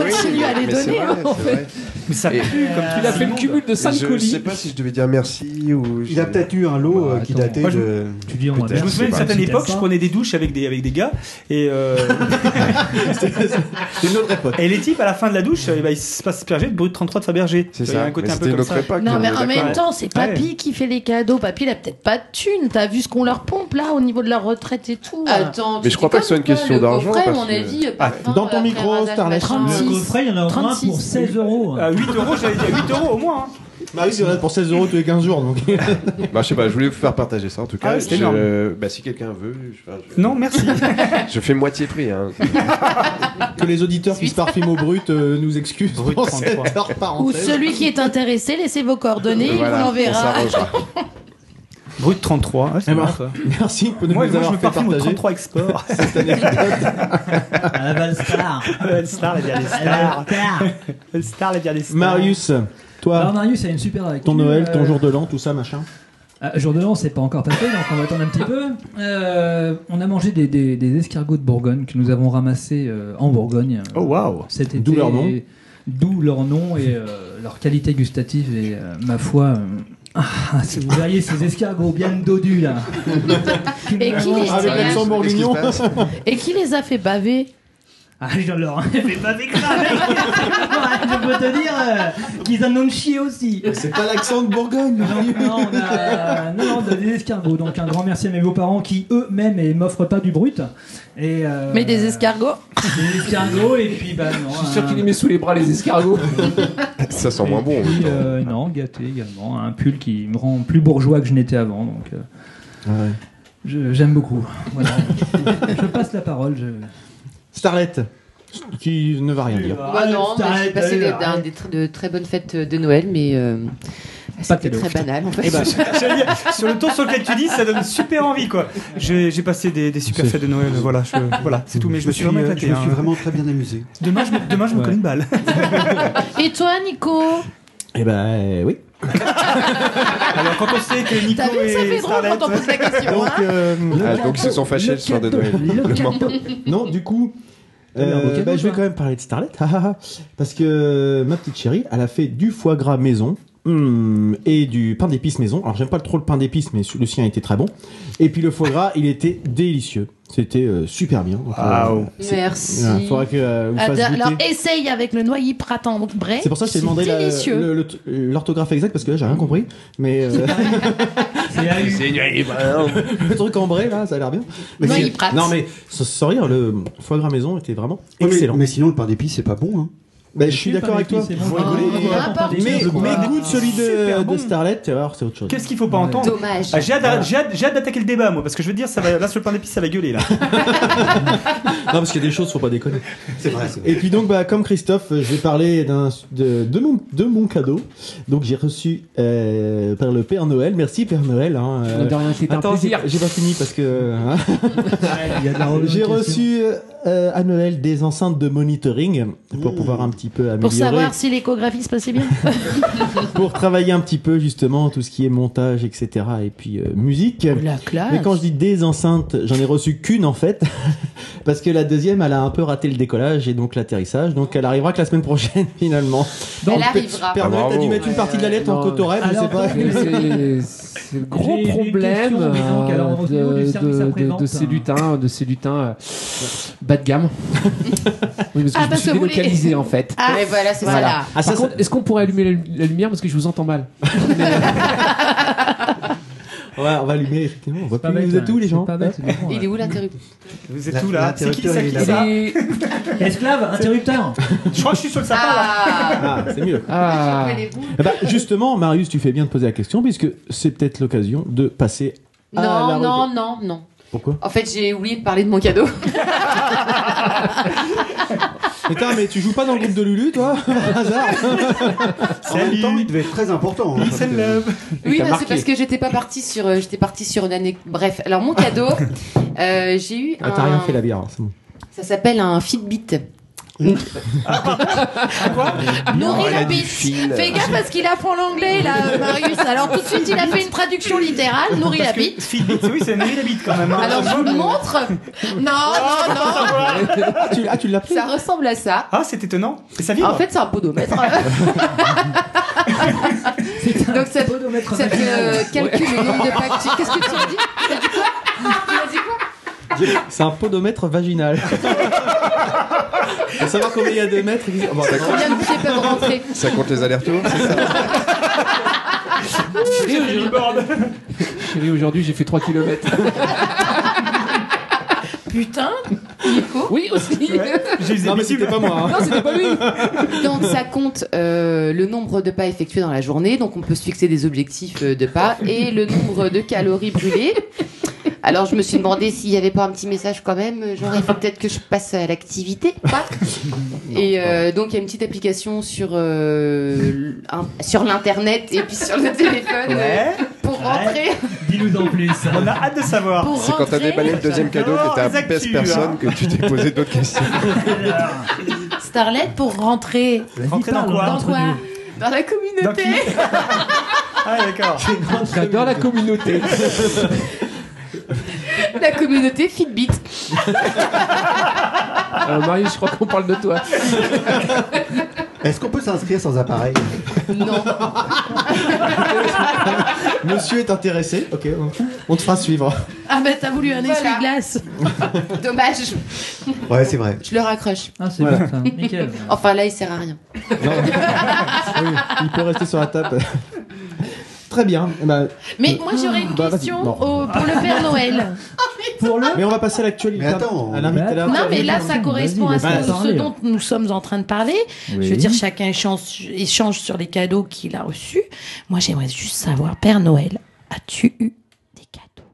Speaker 5: on
Speaker 3: oui,
Speaker 5: continue à les
Speaker 3: mais c'est
Speaker 5: donner.
Speaker 3: vrai,
Speaker 5: hein.
Speaker 3: c'est vrai.
Speaker 4: Mais ça
Speaker 3: Et-
Speaker 4: pue comme tu
Speaker 7: Il a fait le cumul de 5
Speaker 3: Euh, Je je
Speaker 7: colis.
Speaker 3: sais pas si je devais dire merci ou.
Speaker 10: Il a
Speaker 3: je- Bah,
Speaker 10: peut-être eu un lot euh, qui
Speaker 1: Attends,
Speaker 10: datait
Speaker 4: moi, je-
Speaker 10: de.
Speaker 1: Tu dis, on va
Speaker 3: Peut-être.
Speaker 4: Je me
Speaker 1: bien.
Speaker 4: souviens d'une
Speaker 3: Bah,
Speaker 4: certaine
Speaker 1: si t'aimes
Speaker 4: époque, je
Speaker 1: ça.
Speaker 4: prenais des douches avec des, avec des gars et,
Speaker 1: (laughs)
Speaker 4: euh, (laughs)
Speaker 2: C'est une autre époque.
Speaker 4: et les types à la fin de la douche, eh ben, ils se passent asperger de brut 33 de Fabergé.
Speaker 3: C'est
Speaker 4: Tu vois, il y a
Speaker 3: ça.
Speaker 4: un côté
Speaker 3: mais
Speaker 4: un
Speaker 3: C'était
Speaker 4: peu comme
Speaker 3: notre
Speaker 4: ça.
Speaker 3: époque.
Speaker 5: Non,
Speaker 3: on
Speaker 5: mais
Speaker 3: est
Speaker 5: en même
Speaker 3: d'accord.
Speaker 5: temps, c'est papy
Speaker 4: Ouais.
Speaker 5: qui fait les cadeaux. Papy, il a peut-être pas de thunes. T'as vu ce qu'on leur pompe là au niveau de leur retraite et tout. hein.
Speaker 6: Attends,
Speaker 3: Mais je crois pas que ce soit une question d'argent, parce
Speaker 6: on a
Speaker 3: que-
Speaker 6: dit.
Speaker 4: Ah,
Speaker 6: parfum,
Speaker 2: dans ton
Speaker 6: euh,
Speaker 2: micro,
Speaker 6: après rasage,
Speaker 2: Starlet.
Speaker 6: machin.
Speaker 1: Le
Speaker 5: 36.
Speaker 1: coffret, il y en a au moins
Speaker 5: 36.
Speaker 1: pour 16 euros.
Speaker 3: Ah,
Speaker 4: À 8 euros, j'allais dire 8 euros au moins. hein.
Speaker 2: Marie, c'est vrai pour 16 euros tous les 15 jours.
Speaker 3: (laughs)
Speaker 2: Donc.
Speaker 3: Bah, je sais pas, je voulais vous faire partager ça en tout cas.
Speaker 4: Ah, c'est
Speaker 3: Je-
Speaker 4: énorme.
Speaker 3: euh, bah, si quelqu'un veut, je, enfin, je-
Speaker 4: Non, merci.
Speaker 3: je fais moitié prix. Hein.
Speaker 2: que les auditeurs qui se parfument au brut euh, nous excusent
Speaker 4: Brut
Speaker 2: pour
Speaker 4: 33.
Speaker 2: cette heure
Speaker 5: Ou
Speaker 2: parenthèse.
Speaker 5: celui qui est intéressé, laissez vos coordonnées, il vous
Speaker 3: Euh, Voilà, on
Speaker 5: l'enverra. (laughs)
Speaker 3: s'arrangera.
Speaker 4: brut 33, ouais, c'est
Speaker 2: Eh ben,
Speaker 4: bon, ça.
Speaker 2: (laughs) Merci de nous
Speaker 4: Moi, moi, je
Speaker 2: avoir
Speaker 4: me
Speaker 2: fait
Speaker 4: parfume au
Speaker 2: partager.
Speaker 3: (laughs)
Speaker 4: 33 Export.
Speaker 1: (laughs) À la Valstar.
Speaker 4: Elle star, la bière des
Speaker 1: À la
Speaker 4: stars.
Speaker 1: Valstar.
Speaker 4: Elle star, la bière des stars.
Speaker 2: Marius,
Speaker 1: Alors,
Speaker 2: toi,
Speaker 1: Marius a une super actu,
Speaker 2: ton Noël, ton
Speaker 1: euh,
Speaker 2: jour de l'an, tout ça, machin.
Speaker 1: Ah, jour de l'an, c'est pas encore passé, donc on va attendre un petit peu. Euh, on a mangé des, des- des escargots de Bourgogne que nous avons ramassés euh, en Bourgogne. euh,
Speaker 4: Oh waouh.
Speaker 1: cet été.
Speaker 2: D'où leur nom.
Speaker 1: D'où leur nom et euh, leur qualité gustative et euh, ma foi. euh, (laughs) ah, si vous verriez ces escargots bien dodus là.
Speaker 5: Et qui les
Speaker 2: Avec
Speaker 5: tient
Speaker 2: l'accent bourguignon.
Speaker 3: Qu'est-ce qui se passe
Speaker 5: (laughs) Et qui les a fait baver
Speaker 1: Ah, je leur ai (laughs) fait pas des crames. Je peux te dire euh, qu'ils en ont chié aussi.
Speaker 2: C'est pas l'accent de Bourgogne. Marius.
Speaker 1: Non, on a, non, non, on a des escargots. Donc un grand merci à mes beaux-parents qui eux-mêmes eh, m'offrent pas du brut. Et, euh,
Speaker 5: Mais des escargots
Speaker 1: Des escargots et puis bah non.
Speaker 7: Je suis
Speaker 8: hein.
Speaker 7: sûr
Speaker 1: un-
Speaker 7: qu'il les met sous les bras, les escargots.
Speaker 3: Ça sent moins bon.
Speaker 1: Et
Speaker 3: en
Speaker 1: puis,
Speaker 3: même temps.
Speaker 1: euh, non, gâté également. Un pull qui me rend plus bourgeois que je n'étais avant. Donc euh,
Speaker 2: Ah Ouais.
Speaker 1: je- j'aime beaucoup.
Speaker 2: (laughs)
Speaker 1: Voilà. je passe la parole. Je...
Speaker 2: Starlet, qui ne va rien dire.
Speaker 6: Bah non, mais j'ai
Speaker 1: Arrête,
Speaker 6: passé des,
Speaker 1: arrête,
Speaker 6: d'un-
Speaker 1: arrête.
Speaker 6: des tr- de très bonnes fêtes de Noël, mais euh, c'était
Speaker 1: cadeau.
Speaker 6: très banal en fait.
Speaker 4: Eh ben,
Speaker 6: (laughs)
Speaker 4: J'allais dire, sur le ton sur lequel tu dis, ça donne super envie quoi. J'ai j'ai passé des, des super
Speaker 2: C'est-
Speaker 4: fêtes de Noël, voilà, je, voilà c'est tout. Mais je me suis
Speaker 10: euh,
Speaker 4: vraiment
Speaker 10: je
Speaker 4: éclaté.
Speaker 10: me suis
Speaker 4: hein.
Speaker 10: vraiment très bien amusé.
Speaker 4: Demain, je me, demain, je me
Speaker 1: Ouais.
Speaker 4: colle une balle.
Speaker 5: Et toi, Nico
Speaker 2: Eh ben, euh, oui.
Speaker 4: (laughs) Alors quand on sait que Nico
Speaker 5: T'as vu, ça
Speaker 4: et
Speaker 5: fait drôle
Speaker 4: Starlet,
Speaker 5: quand on pose la question.
Speaker 2: Donc,
Speaker 5: hein
Speaker 2: euh,
Speaker 3: Ah, donc ils se sont fâchés le soir de Noël.
Speaker 1: Le cadeau.
Speaker 2: non, du coup,
Speaker 1: Elle a un
Speaker 2: euh,
Speaker 1: beau cadeau,
Speaker 2: bah, je vais (laughs) euh,
Speaker 1: toi.
Speaker 2: quand même parler de Starlet. ah, ah, ah, parce que ma petite chérie, elle a fait du foie gras maison Hum, et du pain d'épices maison. Alors j'aime pas trop le pain d'épices, mais le sien était très bon. Et puis le foie gras, il était délicieux. C'était euh, super bien. Donc, euh,
Speaker 4: Waouh.
Speaker 2: c'est-
Speaker 5: Merci.
Speaker 2: Ouais, faudra que euh, vous fassiez
Speaker 5: Ada-
Speaker 2: goûter.
Speaker 5: Alors eh, essaye avec le noyer pratin en bray.
Speaker 2: C'est pour ça que j'ai demandé la-
Speaker 5: délicieux.
Speaker 2: le- le- l'orthographe exacte parce que là j'ai rien compris. Mais euh,
Speaker 8: C'est
Speaker 11: Ah,
Speaker 8: à une-
Speaker 2: (laughs) le truc en vrai là, ça a l'air bien. Mais
Speaker 5: Non,
Speaker 2: c'est-
Speaker 5: il prate.
Speaker 2: non, mais sans, sans rire, le foie gras maison était vraiment
Speaker 10: Ouais, mais-
Speaker 2: excellent.
Speaker 10: Mais sinon, le pain d'épices, c'est pas bon. Hein.
Speaker 2: Ben, je suis d'accord avec toi.
Speaker 8: C'est
Speaker 2: Vous
Speaker 8: bon.
Speaker 2: rigolez,
Speaker 6: Oh,
Speaker 8: Ah,
Speaker 2: mais-
Speaker 8: n'importe
Speaker 2: mais
Speaker 8: qui,
Speaker 2: mais
Speaker 8: je crois.
Speaker 2: goûte celui de,
Speaker 4: Super
Speaker 2: de
Speaker 4: bon.
Speaker 2: Starlet, tu vas voir, c'est autre chose.
Speaker 4: Qu'est-ce qu'il faut pas entendre
Speaker 6: Dommage.
Speaker 4: Ah, J'ai hâte, d'arr- j'ai hâte- j'ai hâte d'attaquer le débat, moi, parce que je veux dire, ça va, là, sur le pain d'épices, ça va gueuler, là.
Speaker 2: Non, parce qu'il y a des choses, faut pas déconner.
Speaker 10: (laughs) C'est vrai, c'est vrai.
Speaker 2: Et puis donc, bah, comme Christophe, euh, je vais parler d'un, de, de, mon, de mon cadeau. Donc j'ai reçu euh, par le Père Noël. Merci Père Noël. hein, euh,
Speaker 7: De rien, c'est un
Speaker 2: attends,
Speaker 7: plaisir.
Speaker 2: j'ai- J'ai pas fini parce que hein.
Speaker 8: Il y a de la
Speaker 2: (laughs) j'ai
Speaker 8: revendication.
Speaker 2: reçu euh, à Noël des enceintes de monitoring pour
Speaker 10: Mmh.
Speaker 2: pouvoir un petit peu améliorer
Speaker 5: Pour savoir si l'échographie se passait
Speaker 4: (laughs)
Speaker 5: bien.
Speaker 2: pour travailler un petit peu justement tout ce qui est montage, etc. Et puis euh, musique.
Speaker 5: La
Speaker 2: Mais
Speaker 5: classe.
Speaker 2: quand je dis des enceintes, j'en ai reçu qu'une en fait, (laughs) parce que la deuxième, elle a un peu raté le décollage et donc l'atterrissage, donc elle arrivera que la semaine prochaine (laughs) finalement.
Speaker 6: Elle
Speaker 2: Pe-
Speaker 6: arrivera.
Speaker 2: Père
Speaker 3: Ah,
Speaker 2: Noël, t'as dû
Speaker 3: bravo.
Speaker 2: mettre une partie de la lettre en
Speaker 7: Non,
Speaker 2: cotorette, je sais
Speaker 8: alors,
Speaker 2: pas.
Speaker 7: Mais c'est- C'est le gros
Speaker 8: J'ai une
Speaker 7: problème
Speaker 8: question, dis donc, alors, au niveau
Speaker 7: euh,
Speaker 8: du service
Speaker 7: de, de- de,
Speaker 8: après-vente,
Speaker 7: de ces
Speaker 8: hein.
Speaker 7: lutins, de ces lutins euh, bas de
Speaker 5: (laughs)
Speaker 7: gamme. oui, parce que
Speaker 5: Ah,
Speaker 7: je me
Speaker 5: parce
Speaker 7: suis
Speaker 5: que vous
Speaker 7: délocalisé en fait.
Speaker 5: Ah,
Speaker 6: Mais voilà, c'est
Speaker 7: Voilà.
Speaker 6: ça là.
Speaker 2: Ah, ça,
Speaker 7: Par contre, est-ce qu'on pourrait allumer la, la lumière parce que je vous
Speaker 5: (laughs)
Speaker 7: entends mal
Speaker 2: c'est- ouais, (laughs) on va allumer. effectivement, On voit
Speaker 8: Pas
Speaker 2: plus.
Speaker 8: bête,
Speaker 2: Vous êtes où
Speaker 8: ouais.
Speaker 2: les
Speaker 8: C'est
Speaker 2: gens
Speaker 8: pas
Speaker 2: (laughs)
Speaker 8: bête, c'est bon, ouais.
Speaker 6: Il est où l'interrupteur
Speaker 4: hein. Vous
Speaker 10: La-
Speaker 4: êtes où, là C'est qui,
Speaker 10: l'interrupteur,
Speaker 4: ça, qui
Speaker 10: il est
Speaker 4: ça
Speaker 7: Et-
Speaker 4: (laughs)
Speaker 8: Esclave, interrupteur.
Speaker 4: Je crois que je suis sur le sapin, là.
Speaker 6: Ah
Speaker 2: Ah,
Speaker 1: (laughs)
Speaker 2: c'est mieux.
Speaker 7: Ah,
Speaker 2: Eh ben, justement, Marius, tu fais bien de poser la question puisque c'est peut-être l'occasion de passer. à Ah, la
Speaker 6: Non, non,
Speaker 2: rubrique.
Speaker 6: non, non.
Speaker 2: Pourquoi
Speaker 6: En fait, j'ai oublié de parler de mon
Speaker 2: (laughs)
Speaker 6: cadeau.
Speaker 2: Putain, mais tu joues pas dans le groupe de Lulu, toi (laughs) Par hasard
Speaker 10: En même temps, il devait être très important. hein, parce que-
Speaker 6: Oui,
Speaker 2: t'as
Speaker 6: bah,
Speaker 2: marqué.
Speaker 6: c'est parce que j'étais pas partie sur, euh, j'étais partie sur une année. Bref, alors mon
Speaker 2: (laughs)
Speaker 6: cadeau, euh, j'ai eu
Speaker 2: Ah,
Speaker 6: un.
Speaker 2: t'as rien fait la bière, c'est bon.
Speaker 6: Ça s'appelle un Fitbit.
Speaker 2: Ah,
Speaker 5: (laughs) Nourris la bite.
Speaker 3: fil.
Speaker 5: Fais gaffe parce qu'il apprend l'anglais là,
Speaker 4: (laughs)
Speaker 5: euh, Marius. Alors tout de suite, il a fait une traduction littérale. Ah, Nourris la
Speaker 4: Parce que
Speaker 5: bite.
Speaker 4: Fitbit, oui, c'est nourrit la bite, quand même. hein.
Speaker 5: Alors je vous le montre. Non,
Speaker 4: (laughs)
Speaker 5: non, non.
Speaker 2: Ah, tu, ah, tu l'as pris
Speaker 6: Ça ressemble à ça.
Speaker 4: Ah, c'est étonnant. Et ça
Speaker 2: hein.
Speaker 4: vibre
Speaker 6: En fait, c'est un
Speaker 2: (laughs)
Speaker 6: podomètre. (laughs) Donc ça, ça te euh, calcule le nombre de factures. Qu'est-ce que tu as dit Tu as dit quoi Tu as dit quoi
Speaker 2: C'est un
Speaker 5: (laughs)
Speaker 2: podomètre vaginal. Pour savoir combien il y a de mètres. existe- Bon, d'accord.
Speaker 6: Combien de pieds peuvent rentrer
Speaker 3: Ça compte les allers-retours c'est ça
Speaker 4: (laughs)
Speaker 7: chérie, aujourd'hui- chérie, aujourd'hui j'ai fait 3 km.
Speaker 5: (laughs) Putain.
Speaker 7: Oui, aussi.
Speaker 4: J'ai eu
Speaker 7: (laughs)
Speaker 4: des
Speaker 2: non, mais
Speaker 4: bitumes.
Speaker 2: c'était pas moi. hein.
Speaker 7: Non, c'était pas lui.
Speaker 6: Donc ça compte euh, le nombre de pas effectués dans la journée, donc on peut se fixer des objectifs euh, de pas et le nombre de calories brûlées. Alors je me suis demandé s'il n'y avait pas un petit message quand même, euh, genre il faut peut-être que je passe à l'activité, pas Et euh, donc il y a une petite application sur euh, l- un- sur l'internet et puis sur le téléphone euh,
Speaker 4: Ouais.
Speaker 6: pour rentrer.
Speaker 8: Dis-nous en plus.
Speaker 4: On a hâte de savoir.
Speaker 5: Pour
Speaker 3: C'est quand t'as
Speaker 5: rentrer.
Speaker 3: déballé le deuxième cadeau que t'es
Speaker 4: J'adore les
Speaker 3: à best
Speaker 4: actus, hein.
Speaker 3: personne que tu t'es posé d'autres questions.
Speaker 5: Starlet pour rentrer.
Speaker 4: Rentrer dans quoi
Speaker 5: Dans quoi
Speaker 6: Dans la
Speaker 4: Dans
Speaker 6: communauté.
Speaker 4: qui Ah, d'accord.
Speaker 7: J'adore la communauté.
Speaker 6: La communauté Fitbit.
Speaker 7: Euh, Marius, je crois qu'on parle de toi.
Speaker 10: (laughs) Est-ce qu'on peut s'inscrire sans appareil
Speaker 6: Non.
Speaker 2: (laughs) Monsieur est intéressé. Ok, on- on te fera suivre.
Speaker 5: Ah ben t'as voulu un
Speaker 6: Voilà.
Speaker 5: essuie-glace.
Speaker 6: (laughs) Dommage.
Speaker 10: Ouais, c'est vrai.
Speaker 6: Je le raccroche.
Speaker 8: Ah, c'est bon,
Speaker 6: (laughs)
Speaker 8: ça. Nickel.
Speaker 6: Enfin là il sert à rien.
Speaker 2: Non. Oui, il peut rester sur la table. Très bien. Eh ben,
Speaker 5: Mais moi j'aurais une
Speaker 2: Bah, vas-y.
Speaker 5: question Oh,
Speaker 2: Non.
Speaker 5: au- pour le Père Noël.
Speaker 8: Pour le.
Speaker 2: mais on va passer à l'actualité.
Speaker 10: Mais attends.
Speaker 2: à l'invité là.
Speaker 5: Non mais là ça
Speaker 8: Vas-y,
Speaker 5: correspond à ce,
Speaker 8: vas-y,
Speaker 5: ce
Speaker 8: parlez.
Speaker 5: dont nous sommes en train de parler. Je veux dire chacun échange, échange sur les cadeaux qu'il a reçus. Moi j'aimerais juste savoir Père Noël, as-tu eu des cadeaux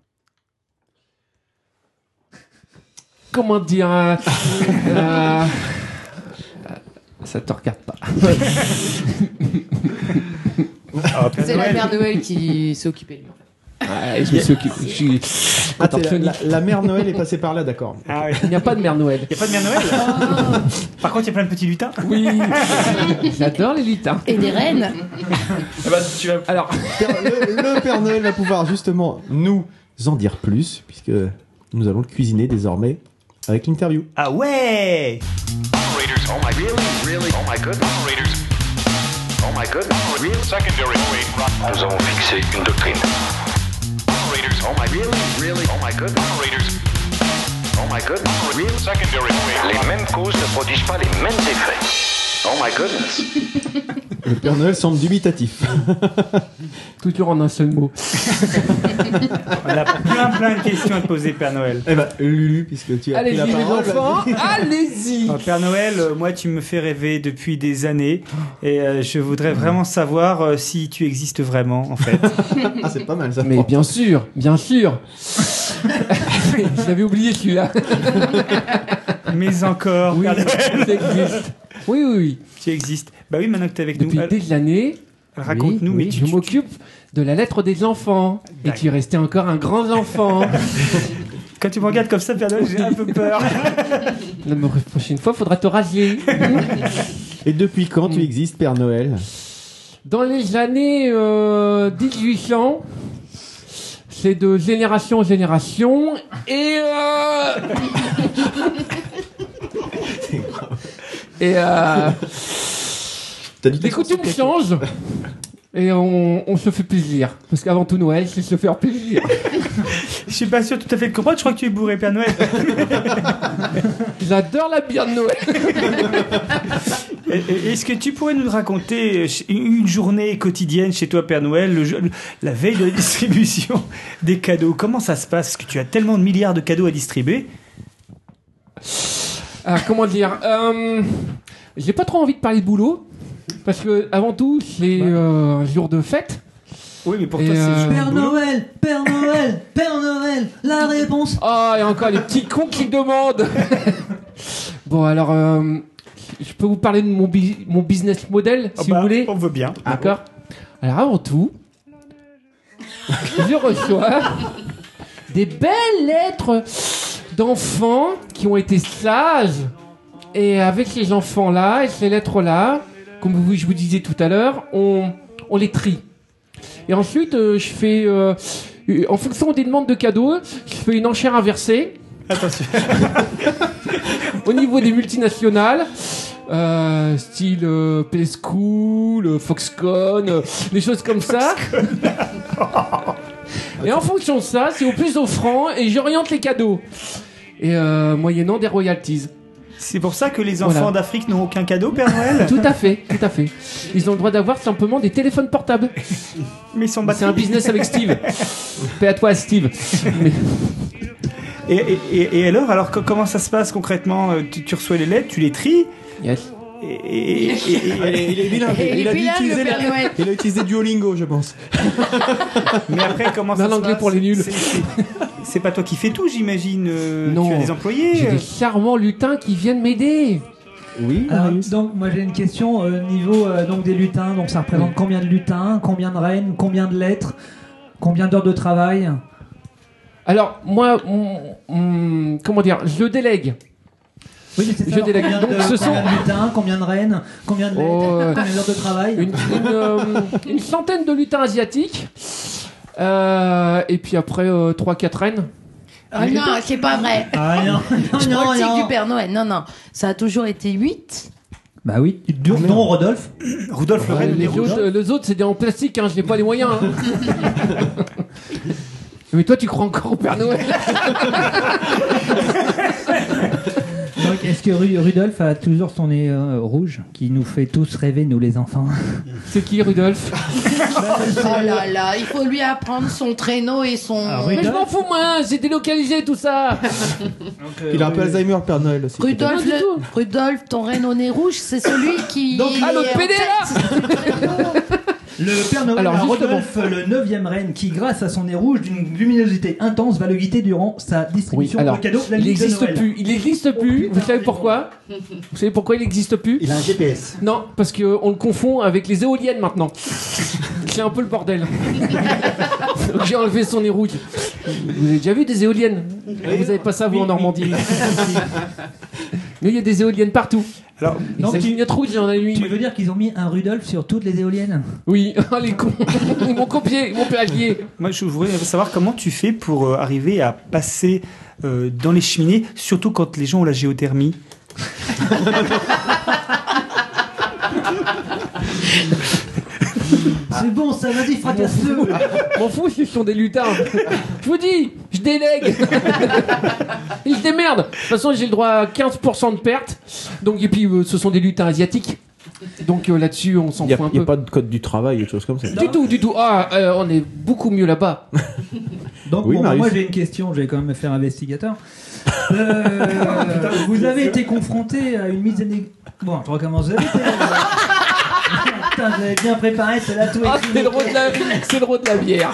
Speaker 7: Comment dire euh, euh, Ça te regarde
Speaker 4: Ah,
Speaker 7: pas.
Speaker 6: C'est la Père Noël qui s'est occupée de moi.
Speaker 7: Ouais, je me suis occupé- je suis
Speaker 2: Ah, t'es la, la,
Speaker 7: contorsionniste.
Speaker 2: la mère Noël est passée par là, d'accord.
Speaker 4: Ah, ouais.
Speaker 7: Il n'y a pas de mère Noël.
Speaker 4: Y a pas de mère Noël Par contre, il y a plein de petits lutins. (laughs) Eh
Speaker 7: Oui, j'adore les lutins.
Speaker 5: Oh. Et des reines
Speaker 4: ben,
Speaker 7: Alors,
Speaker 2: Père- le, le Père Noël va pouvoir justement nous en dire plus, puisque nous allons le cuisiner désormais avec l'interview.
Speaker 4: Ah ouais
Speaker 9: Operators, oh my, really, really, oh my goodness. Operators, oh my
Speaker 12: Nous avons fixé une doctrine. Oh Les mêmes causes ne produisent pas les mêmes effets. Oh my goodness.
Speaker 2: Le Père Noël
Speaker 7: (laughs)
Speaker 2: semble dubitatif.
Speaker 7: Tout dure en un seul mot.
Speaker 4: On a plein plein de questions à te poser, Père Noël.
Speaker 2: Eh ben, Lulu, puisque tu as
Speaker 7: Allez-y
Speaker 2: pris la
Speaker 7: les
Speaker 2: parole.
Speaker 7: enfants, allez-y
Speaker 4: Oh, Père Noël, euh, moi tu me fais rêver depuis des années et euh, je voudrais vraiment savoir euh, si tu existes vraiment en fait.
Speaker 2: (laughs) Ah, c'est pas mal ça.
Speaker 7: Mais bien sûr, bien sûr (laughs) Je l'avais oublié celui-là.
Speaker 4: Mais encore,
Speaker 7: Oui,
Speaker 4: Père Noël,
Speaker 7: ça existe. (laughs) Oui, oui, oui.
Speaker 4: tu existes. Bah oui, maintenant que t'es avec
Speaker 7: Depuis
Speaker 4: nous,
Speaker 7: le début de l'année,
Speaker 4: alors, raconte-nous.
Speaker 7: oui,
Speaker 4: mais
Speaker 7: oui,
Speaker 4: tu-
Speaker 7: je
Speaker 4: tu-
Speaker 7: m'occupe de la lettre des enfants. Et tu restais encore un grand enfant.
Speaker 4: (laughs) Quand tu me regardes comme ça, Père Noël, j'ai un peu peur.
Speaker 7: (laughs) La prochaine fois, faudra te
Speaker 4: (laughs)
Speaker 7: raser.
Speaker 2: Et depuis quand tu existes, Père Noël
Speaker 7: Dans les années euh, 1800, c'est de génération en génération. Et.
Speaker 2: (laughs)
Speaker 7: euh, et. euh,
Speaker 2: T'as dit
Speaker 7: les coutumes changent. Et on, on se fait plaisir. Parce qu'avant tout Noël, c'est se faire plaisir.
Speaker 4: (laughs) Je suis pas sûr tout à fait de comprendre, je crois que tu es bourré,
Speaker 2: (laughs)
Speaker 4: Père Noël.
Speaker 7: J'adore la bière de Noël.
Speaker 4: Et- et- Est-ce que tu pourrais nous raconter euh, une journée quotidienne chez toi, Père Noël, le jour- le- la veille de la distribution des cadeaux Comment ça se passe Parce que tu as tellement de milliards de cadeaux à distribuer.
Speaker 7: Ah, comment dire euh, J'ai pas trop envie de parler de boulot. Parce que, avant tout, c'est euh, un jour de fête.
Speaker 4: Oui, mais pour
Speaker 7: Et,
Speaker 4: toi, c'est
Speaker 7: euh,
Speaker 4: le
Speaker 1: Père
Speaker 4: boulot.
Speaker 1: Noël, Père Noël, Père Noël, la réponse.
Speaker 7: Ah, et encore les petits cons qui
Speaker 1: (laughs)
Speaker 7: demandent Bon, alors, euh, je peux vous parler de mon, bi- mon business model,
Speaker 4: Ah
Speaker 7: si
Speaker 4: bah,
Speaker 7: vous voulez
Speaker 4: On veut bien.
Speaker 7: D'accord Alors, avant tout, je reçois des belles lettres d'enfants qui ont été sages. Et avec ces enfants-là et ces lettres-là, comme vous- je vous disais tout à l'heure, on, on les trie. Et ensuite, euh, je fais, euh, euh, en fonction des demandes de cadeaux, je fais une enchère inversée
Speaker 4: Attention.
Speaker 7: au niveau des multinationales. euh, style euh, PS Cool, euh, Foxconn, euh, des choses comme ça. et en fonction de ça, c'est au plus offrant et j'oriente les cadeaux. Et euh, moyennant des royalties.
Speaker 4: C'est pour ça que les enfants
Speaker 7: Voilà.
Speaker 4: d'Afrique n'ont aucun cadeau, Père Noël
Speaker 7: Tout à fait, tout à fait. Ils ont le droit d'avoir simplement des téléphones portables.
Speaker 4: Mais ils sont
Speaker 7: C'est un
Speaker 4: battus.
Speaker 7: business avec Steve. Paix à toi, Steve. Mais-
Speaker 4: Et, et- et- et alors, alors co- comment ça se passe concrètement Euh, tu, tu reçois les lettres, tu les tries
Speaker 7: Yes.
Speaker 4: et, et- et- et-
Speaker 2: est bilingue.
Speaker 5: Et il est bilingue, le Père Noël.
Speaker 2: il a utilisé Duolingo, je pense.
Speaker 4: (laughs) Mais après, comment ça
Speaker 7: Mal
Speaker 4: se
Speaker 7: anglais
Speaker 4: passe
Speaker 7: pour les nuls.
Speaker 4: C'est- c'est- C'est pas toi qui fais tout, j'imagine. euh,
Speaker 7: Non.
Speaker 4: Tu as des employés.
Speaker 7: J'ai
Speaker 4: euh.
Speaker 7: des Ah. charmants lutins qui viennent m'aider.
Speaker 2: Oui,
Speaker 1: Alors,
Speaker 2: Marius.
Speaker 1: donc moi j'ai une question euh, niveau euh, donc des lutins donc ça représente
Speaker 7: Oui.
Speaker 1: combien de lutins combien de reines combien de lettres combien d'heures de travail
Speaker 7: Alors, moi, mm, mm, comment dire, je délègue.
Speaker 1: oui mais c'est
Speaker 7: Je
Speaker 1: ça alors,
Speaker 7: délague.
Speaker 1: combien,
Speaker 7: Donc,
Speaker 1: de,
Speaker 7: ce sont-
Speaker 1: combien de lutins combien de reines combien de lettres
Speaker 7: Oh, euh,
Speaker 1: combien d'heures de travail
Speaker 7: Une, une, euh, une centaine de lutins asiatiques. Euh, et puis après, 3-4 reines.
Speaker 5: Ah non, c'est pas vrai.
Speaker 1: ah non
Speaker 5: (laughs) Je
Speaker 1: non
Speaker 5: prends le
Speaker 1: non,
Speaker 5: titre
Speaker 1: non.
Speaker 5: du Père Noël. Non, non. Ça a toujours été 8.
Speaker 1: bah oui non, non (coughs) Rodolphe
Speaker 4: Rudolf le
Speaker 7: Euh,
Speaker 4: Reine,
Speaker 7: les,
Speaker 4: numéro
Speaker 7: autres, euh, les autres, c'est des en plastique, hein, j'ai pas les moyens.
Speaker 1: (laughs)
Speaker 7: hein. euh, Mais toi, tu crois encore au Père Noël
Speaker 1: (laughs) donc est-ce que Ru- Rudolph a toujours son nez euh, rouge qui nous fait tous rêver nous les enfants
Speaker 7: (laughs) C'est qui, Rudolf
Speaker 1: Bah,
Speaker 5: Oh là là, il faut lui apprendre son traîneau et son.
Speaker 1: Ah, oui.
Speaker 7: Mais je m'en fous, moi, j'ai délocalisé tout (laughs) ça.
Speaker 4: Euh,
Speaker 2: Il a un peu Alzheimer, Père Noël aussi.
Speaker 5: Rudolf,
Speaker 7: Pas du
Speaker 5: le-
Speaker 7: tout.
Speaker 5: Rudolph, ton reine nez rouge, c'est celui qui.
Speaker 7: Donc, ah, notre
Speaker 5: est en
Speaker 7: PD,
Speaker 5: tête.
Speaker 1: Le Père Noël
Speaker 7: Alors,
Speaker 1: a
Speaker 7: justement.
Speaker 1: Rodolphe, le neuvième reine, qui, grâce à son nez rouge d'une luminosité intense, va le guider durant sa distribution
Speaker 7: Oui, alors,
Speaker 1: de cadeaux la
Speaker 7: Il
Speaker 1: nuit de
Speaker 7: n'existe
Speaker 1: Noël.
Speaker 7: plus, il n'existe plus. Vous savez pourquoi Vous savez pourquoi il n'existe plus
Speaker 10: Il a un GPS.
Speaker 7: Non, parce que on le confond avec les éoliennes maintenant. C'est un peu le bordel. Donc j'ai enlevé son nez rouge. Vous avez déjà vu des éoliennes Vous avez pas ça vous en Normandie Mais il y a des éoliennes partout.
Speaker 4: Alors,
Speaker 1: Non,
Speaker 7: Non,
Speaker 1: tu-
Speaker 7: une lunette rouge, j'en ai
Speaker 1: Tu
Speaker 7: une.
Speaker 1: veux dire qu'ils ont mis un Rudolph sur toutes les éoliennes
Speaker 7: Oui, (laughs) ah, les cons. (laughs) Ils m'ont copié, ils m'ont plagié.
Speaker 4: moi, je voudrais savoir comment tu fais pour euh, arriver à passer euh, dans les cheminées, surtout quand les gens ont la géothermie.
Speaker 1: Ah. C'est bon, ça, vas-y, fracasse-le.
Speaker 7: M'en fous s'ils sont des lutins. Ah. Je vous dis, je délègue. Ils se démerdent. De toute façon, j'ai le droit à 15% de perte. Donc, et puis, euh, ce sont des lutins asiatiques. Donc euh, là-dessus, on s'en
Speaker 2: Il n'y
Speaker 7: fout
Speaker 2: a,
Speaker 7: un
Speaker 2: y a
Speaker 7: peu.
Speaker 2: pas de code du travail ou de choses comme ça.
Speaker 7: Du tout, du tout. Ah, euh, on est beaucoup mieux là-bas.
Speaker 1: Donc,
Speaker 2: Oui,
Speaker 1: bon, bah,
Speaker 2: Marius.
Speaker 1: moi j'ai une question, je vais quand même me faire investigateur. Euh, vous avez été confronté à une mise en ég- Bon, je recommence. Vous avez été- Putain, j'avais bien préparé, c'est là tout
Speaker 7: Ah,
Speaker 1: écrit.
Speaker 7: c'est le rôle de la, c'est le rôle de la bière.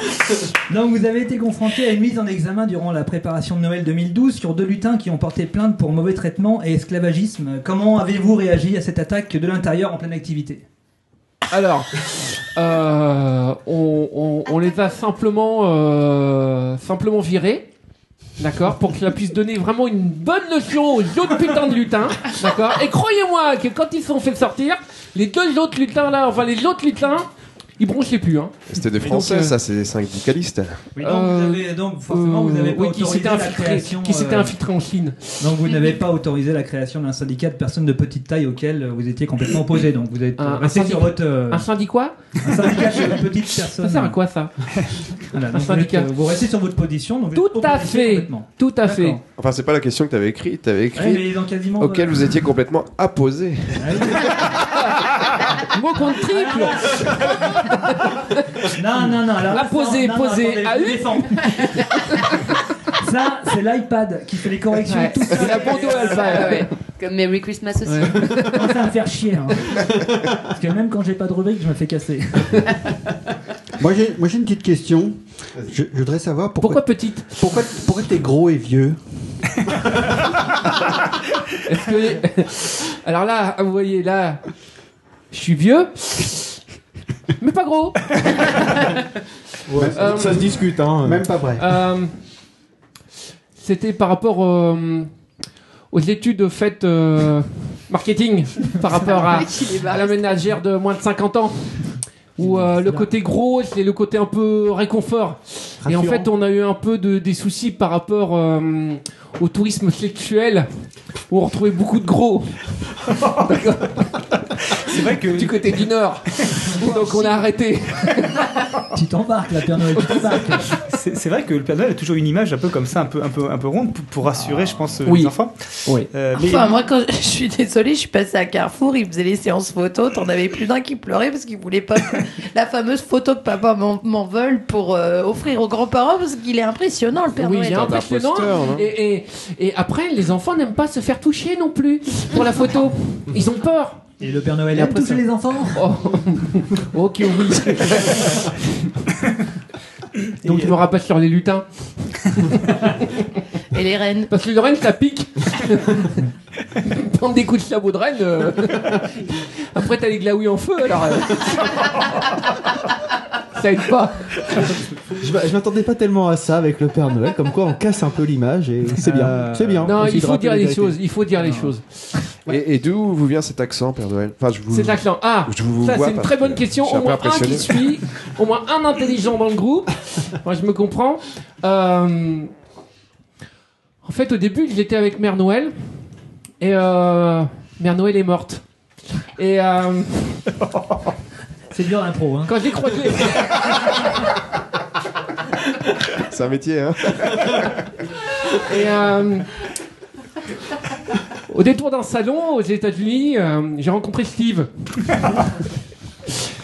Speaker 1: Donc vous avez été confronté à une mise en examen durant la préparation de Noël 2012 sur deux lutins qui ont porté plainte pour mauvais traitement et esclavagisme. Comment avez-vous réagi à cette attaque de l'intérieur en pleine activité
Speaker 7: Alors, euh, on, on- on les a simplement, euh, simplement virés. D'accord Pour que cela puisse donner vraiment une bonne notion aux autres putains de lutins. D'accord Et croyez-moi que quand ils se sont fait sortir, les deux autres lutins là, enfin les autres lutins, ils bronchaient plus. Hein.
Speaker 3: C'était des Français,
Speaker 7: Donc, euh,
Speaker 3: ça, c'est des cinq vocalistes.
Speaker 1: Oui, donc, vous avez, donc forcément vous n'avez pas
Speaker 7: euh, oui, qui
Speaker 1: autorisé
Speaker 7: s'était
Speaker 1: la
Speaker 7: infiltré-
Speaker 1: création,
Speaker 7: qui s'était
Speaker 1: euh,
Speaker 7: infiltré en Chine.
Speaker 1: Donc vous n'avez pas autorisé la création d'un syndicat de personnes de petite taille auquel euh, vous étiez complètement opposé. Donc vous êtes euh,
Speaker 7: Un, un
Speaker 1: resté
Speaker 7: syndic-
Speaker 1: sur votre euh,
Speaker 7: un syndic quoi
Speaker 1: un syndicat de petites
Speaker 7: Ça
Speaker 1: personnes.
Speaker 7: sert à quoi ça
Speaker 1: Voilà,
Speaker 7: Un
Speaker 1: donc vous, êtes,
Speaker 7: syndicat.
Speaker 1: euh, vous restez sur votre position. Donc vous
Speaker 7: Tout
Speaker 1: êtes
Speaker 7: à
Speaker 1: opposé
Speaker 7: fait,
Speaker 1: complètement.
Speaker 7: tout à fait.
Speaker 1: D'accord.
Speaker 3: Enfin, c'est pas la question que t'avais écrite. T'avais
Speaker 1: Ouais, mais
Speaker 3: écrit
Speaker 1: ils ont quasiment. euh,
Speaker 3: auquel vous étiez complètement
Speaker 1: (laughs)
Speaker 3: apposé.
Speaker 7: (laughs) Mot contre triple.
Speaker 1: (laughs) Non, non, non. Alors,
Speaker 7: La
Speaker 1: ça,
Speaker 7: poser,
Speaker 1: non, non,
Speaker 7: poser,
Speaker 1: attendez,
Speaker 7: à
Speaker 1: je
Speaker 7: une.
Speaker 1: défends. Ça, c'est l'iPad qui fait les corrections.
Speaker 7: Ouais,
Speaker 1: tout ça.
Speaker 7: c'est la bande au alpha, ouais.
Speaker 6: Comme Merry Christmas aussi. (laughs)
Speaker 7: (laughs)
Speaker 1: Oh, Ça va me faire chier. hein. Parce que même quand j'ai pas de rubrique, je me fais casser.
Speaker 10: Moi, j'ai moi, j'ai une petite question. Je, je voudrais savoir pourquoi,
Speaker 7: Pourquoi petite
Speaker 10: pourquoi, pourquoi t'es gros et vieux.
Speaker 7: Est-ce que- (laughs) Alors là, vous voyez, là, je suis vieux, mais pas gros.
Speaker 2: (laughs) Ouais, ça,
Speaker 7: Euh,
Speaker 2: ça se discute. Hein.
Speaker 10: Même pas vrai.
Speaker 7: Euh, C'était par rapport euh, aux études faites euh, marketing, par rapport à,
Speaker 6: Il est
Speaker 7: à
Speaker 6: barré.
Speaker 7: la ménagère de moins de 50 ans. Où euh, le côté gros, c'est le côté un peu réconfort. Et en
Speaker 2: Rassurant.
Speaker 7: fait, on a eu un peu de, des soucis par rapport euh, au tourisme sexuel, où on retrouvait beaucoup de gros.
Speaker 4: (laughs) C'est vrai que
Speaker 7: du côté du
Speaker 4: (laughs)
Speaker 7: nord. Donc on a arrêté.
Speaker 1: (laughs) Tu t'embarques, la Père Noël, tu t'embarques.
Speaker 4: (laughs) c'est c'est vrai que le Père Noël a toujours une image un peu comme ça, un peu un peu un peu ronde pour, pour rassurer, je pense, euh,
Speaker 7: Ah. Oui.
Speaker 4: les enfants.
Speaker 7: Oui.
Speaker 4: Euh, mais
Speaker 5: Enfin, moi, quand je suis désolée, je suis passée à Carrefour, ils faisaient les séances photos. T'en avais plus d'un qui pleurait parce qu'il voulait
Speaker 7: (laughs)
Speaker 5: pas que la fameuse photo que papa m'en m'en veulent pour euh, offrir aux grands-parents parce qu'il est impressionnant, le Père
Speaker 7: Oui, il
Speaker 5: Noël.
Speaker 7: est impressionnant.
Speaker 2: imposteur, non
Speaker 7: Et, et, et après, les enfants n'aiment pas se faire toucher non plus pour la photo. Ils ont peur.
Speaker 1: Et le Père Noël aime
Speaker 7: après,
Speaker 1: toucher
Speaker 7: ça-
Speaker 1: les enfants
Speaker 7: Oh. ok, oui.
Speaker 1: (laughs)
Speaker 7: Donc je me rapace sur les lutins.
Speaker 5: Et les reines.
Speaker 7: Parce que le renne, ça pique. (laughs) Prendre des coups de sabot de renne.
Speaker 5: (laughs)
Speaker 7: euh, Après, t'as les glaouilles en feu, alors. euh, Ça aide pas.
Speaker 2: Je, m'a- je m'attendais pas tellement à ça avec le Père Noël, comme quoi on casse un peu l'image et c'est bien. C'est bien.
Speaker 7: Non,
Speaker 2: Aussi
Speaker 7: il
Speaker 2: de
Speaker 7: faut
Speaker 2: rappeler
Speaker 7: dire
Speaker 2: la
Speaker 7: les
Speaker 2: vérité.
Speaker 7: choses. Il faut dire les choses.
Speaker 3: Et, et d'où vous vient cet accent, Père Noël Enfin, je vous.
Speaker 7: C'est l'accent. Ah,
Speaker 3: Je vous
Speaker 7: ça
Speaker 3: vois
Speaker 7: c'est une
Speaker 3: parce
Speaker 7: très
Speaker 3: que
Speaker 7: bonne question.
Speaker 3: je suis
Speaker 7: Au
Speaker 3: un peu
Speaker 7: moins un qui
Speaker 3: impressionné.
Speaker 7: suit, au moins un intelligent dans le groupe. Moi je me comprends. Euh, En fait, au début, j'étais avec Mère Noël et euh, Mère Noël est morte. Et euh,
Speaker 1: C'est dur l'impro. Hein.
Speaker 7: quand j'ai croisé,
Speaker 3: (laughs) C'est un métier,
Speaker 7: (laughs)
Speaker 3: hein
Speaker 7: et, euh, au détour d'un salon aux États-Unis, euh, j'ai rencontré Steve.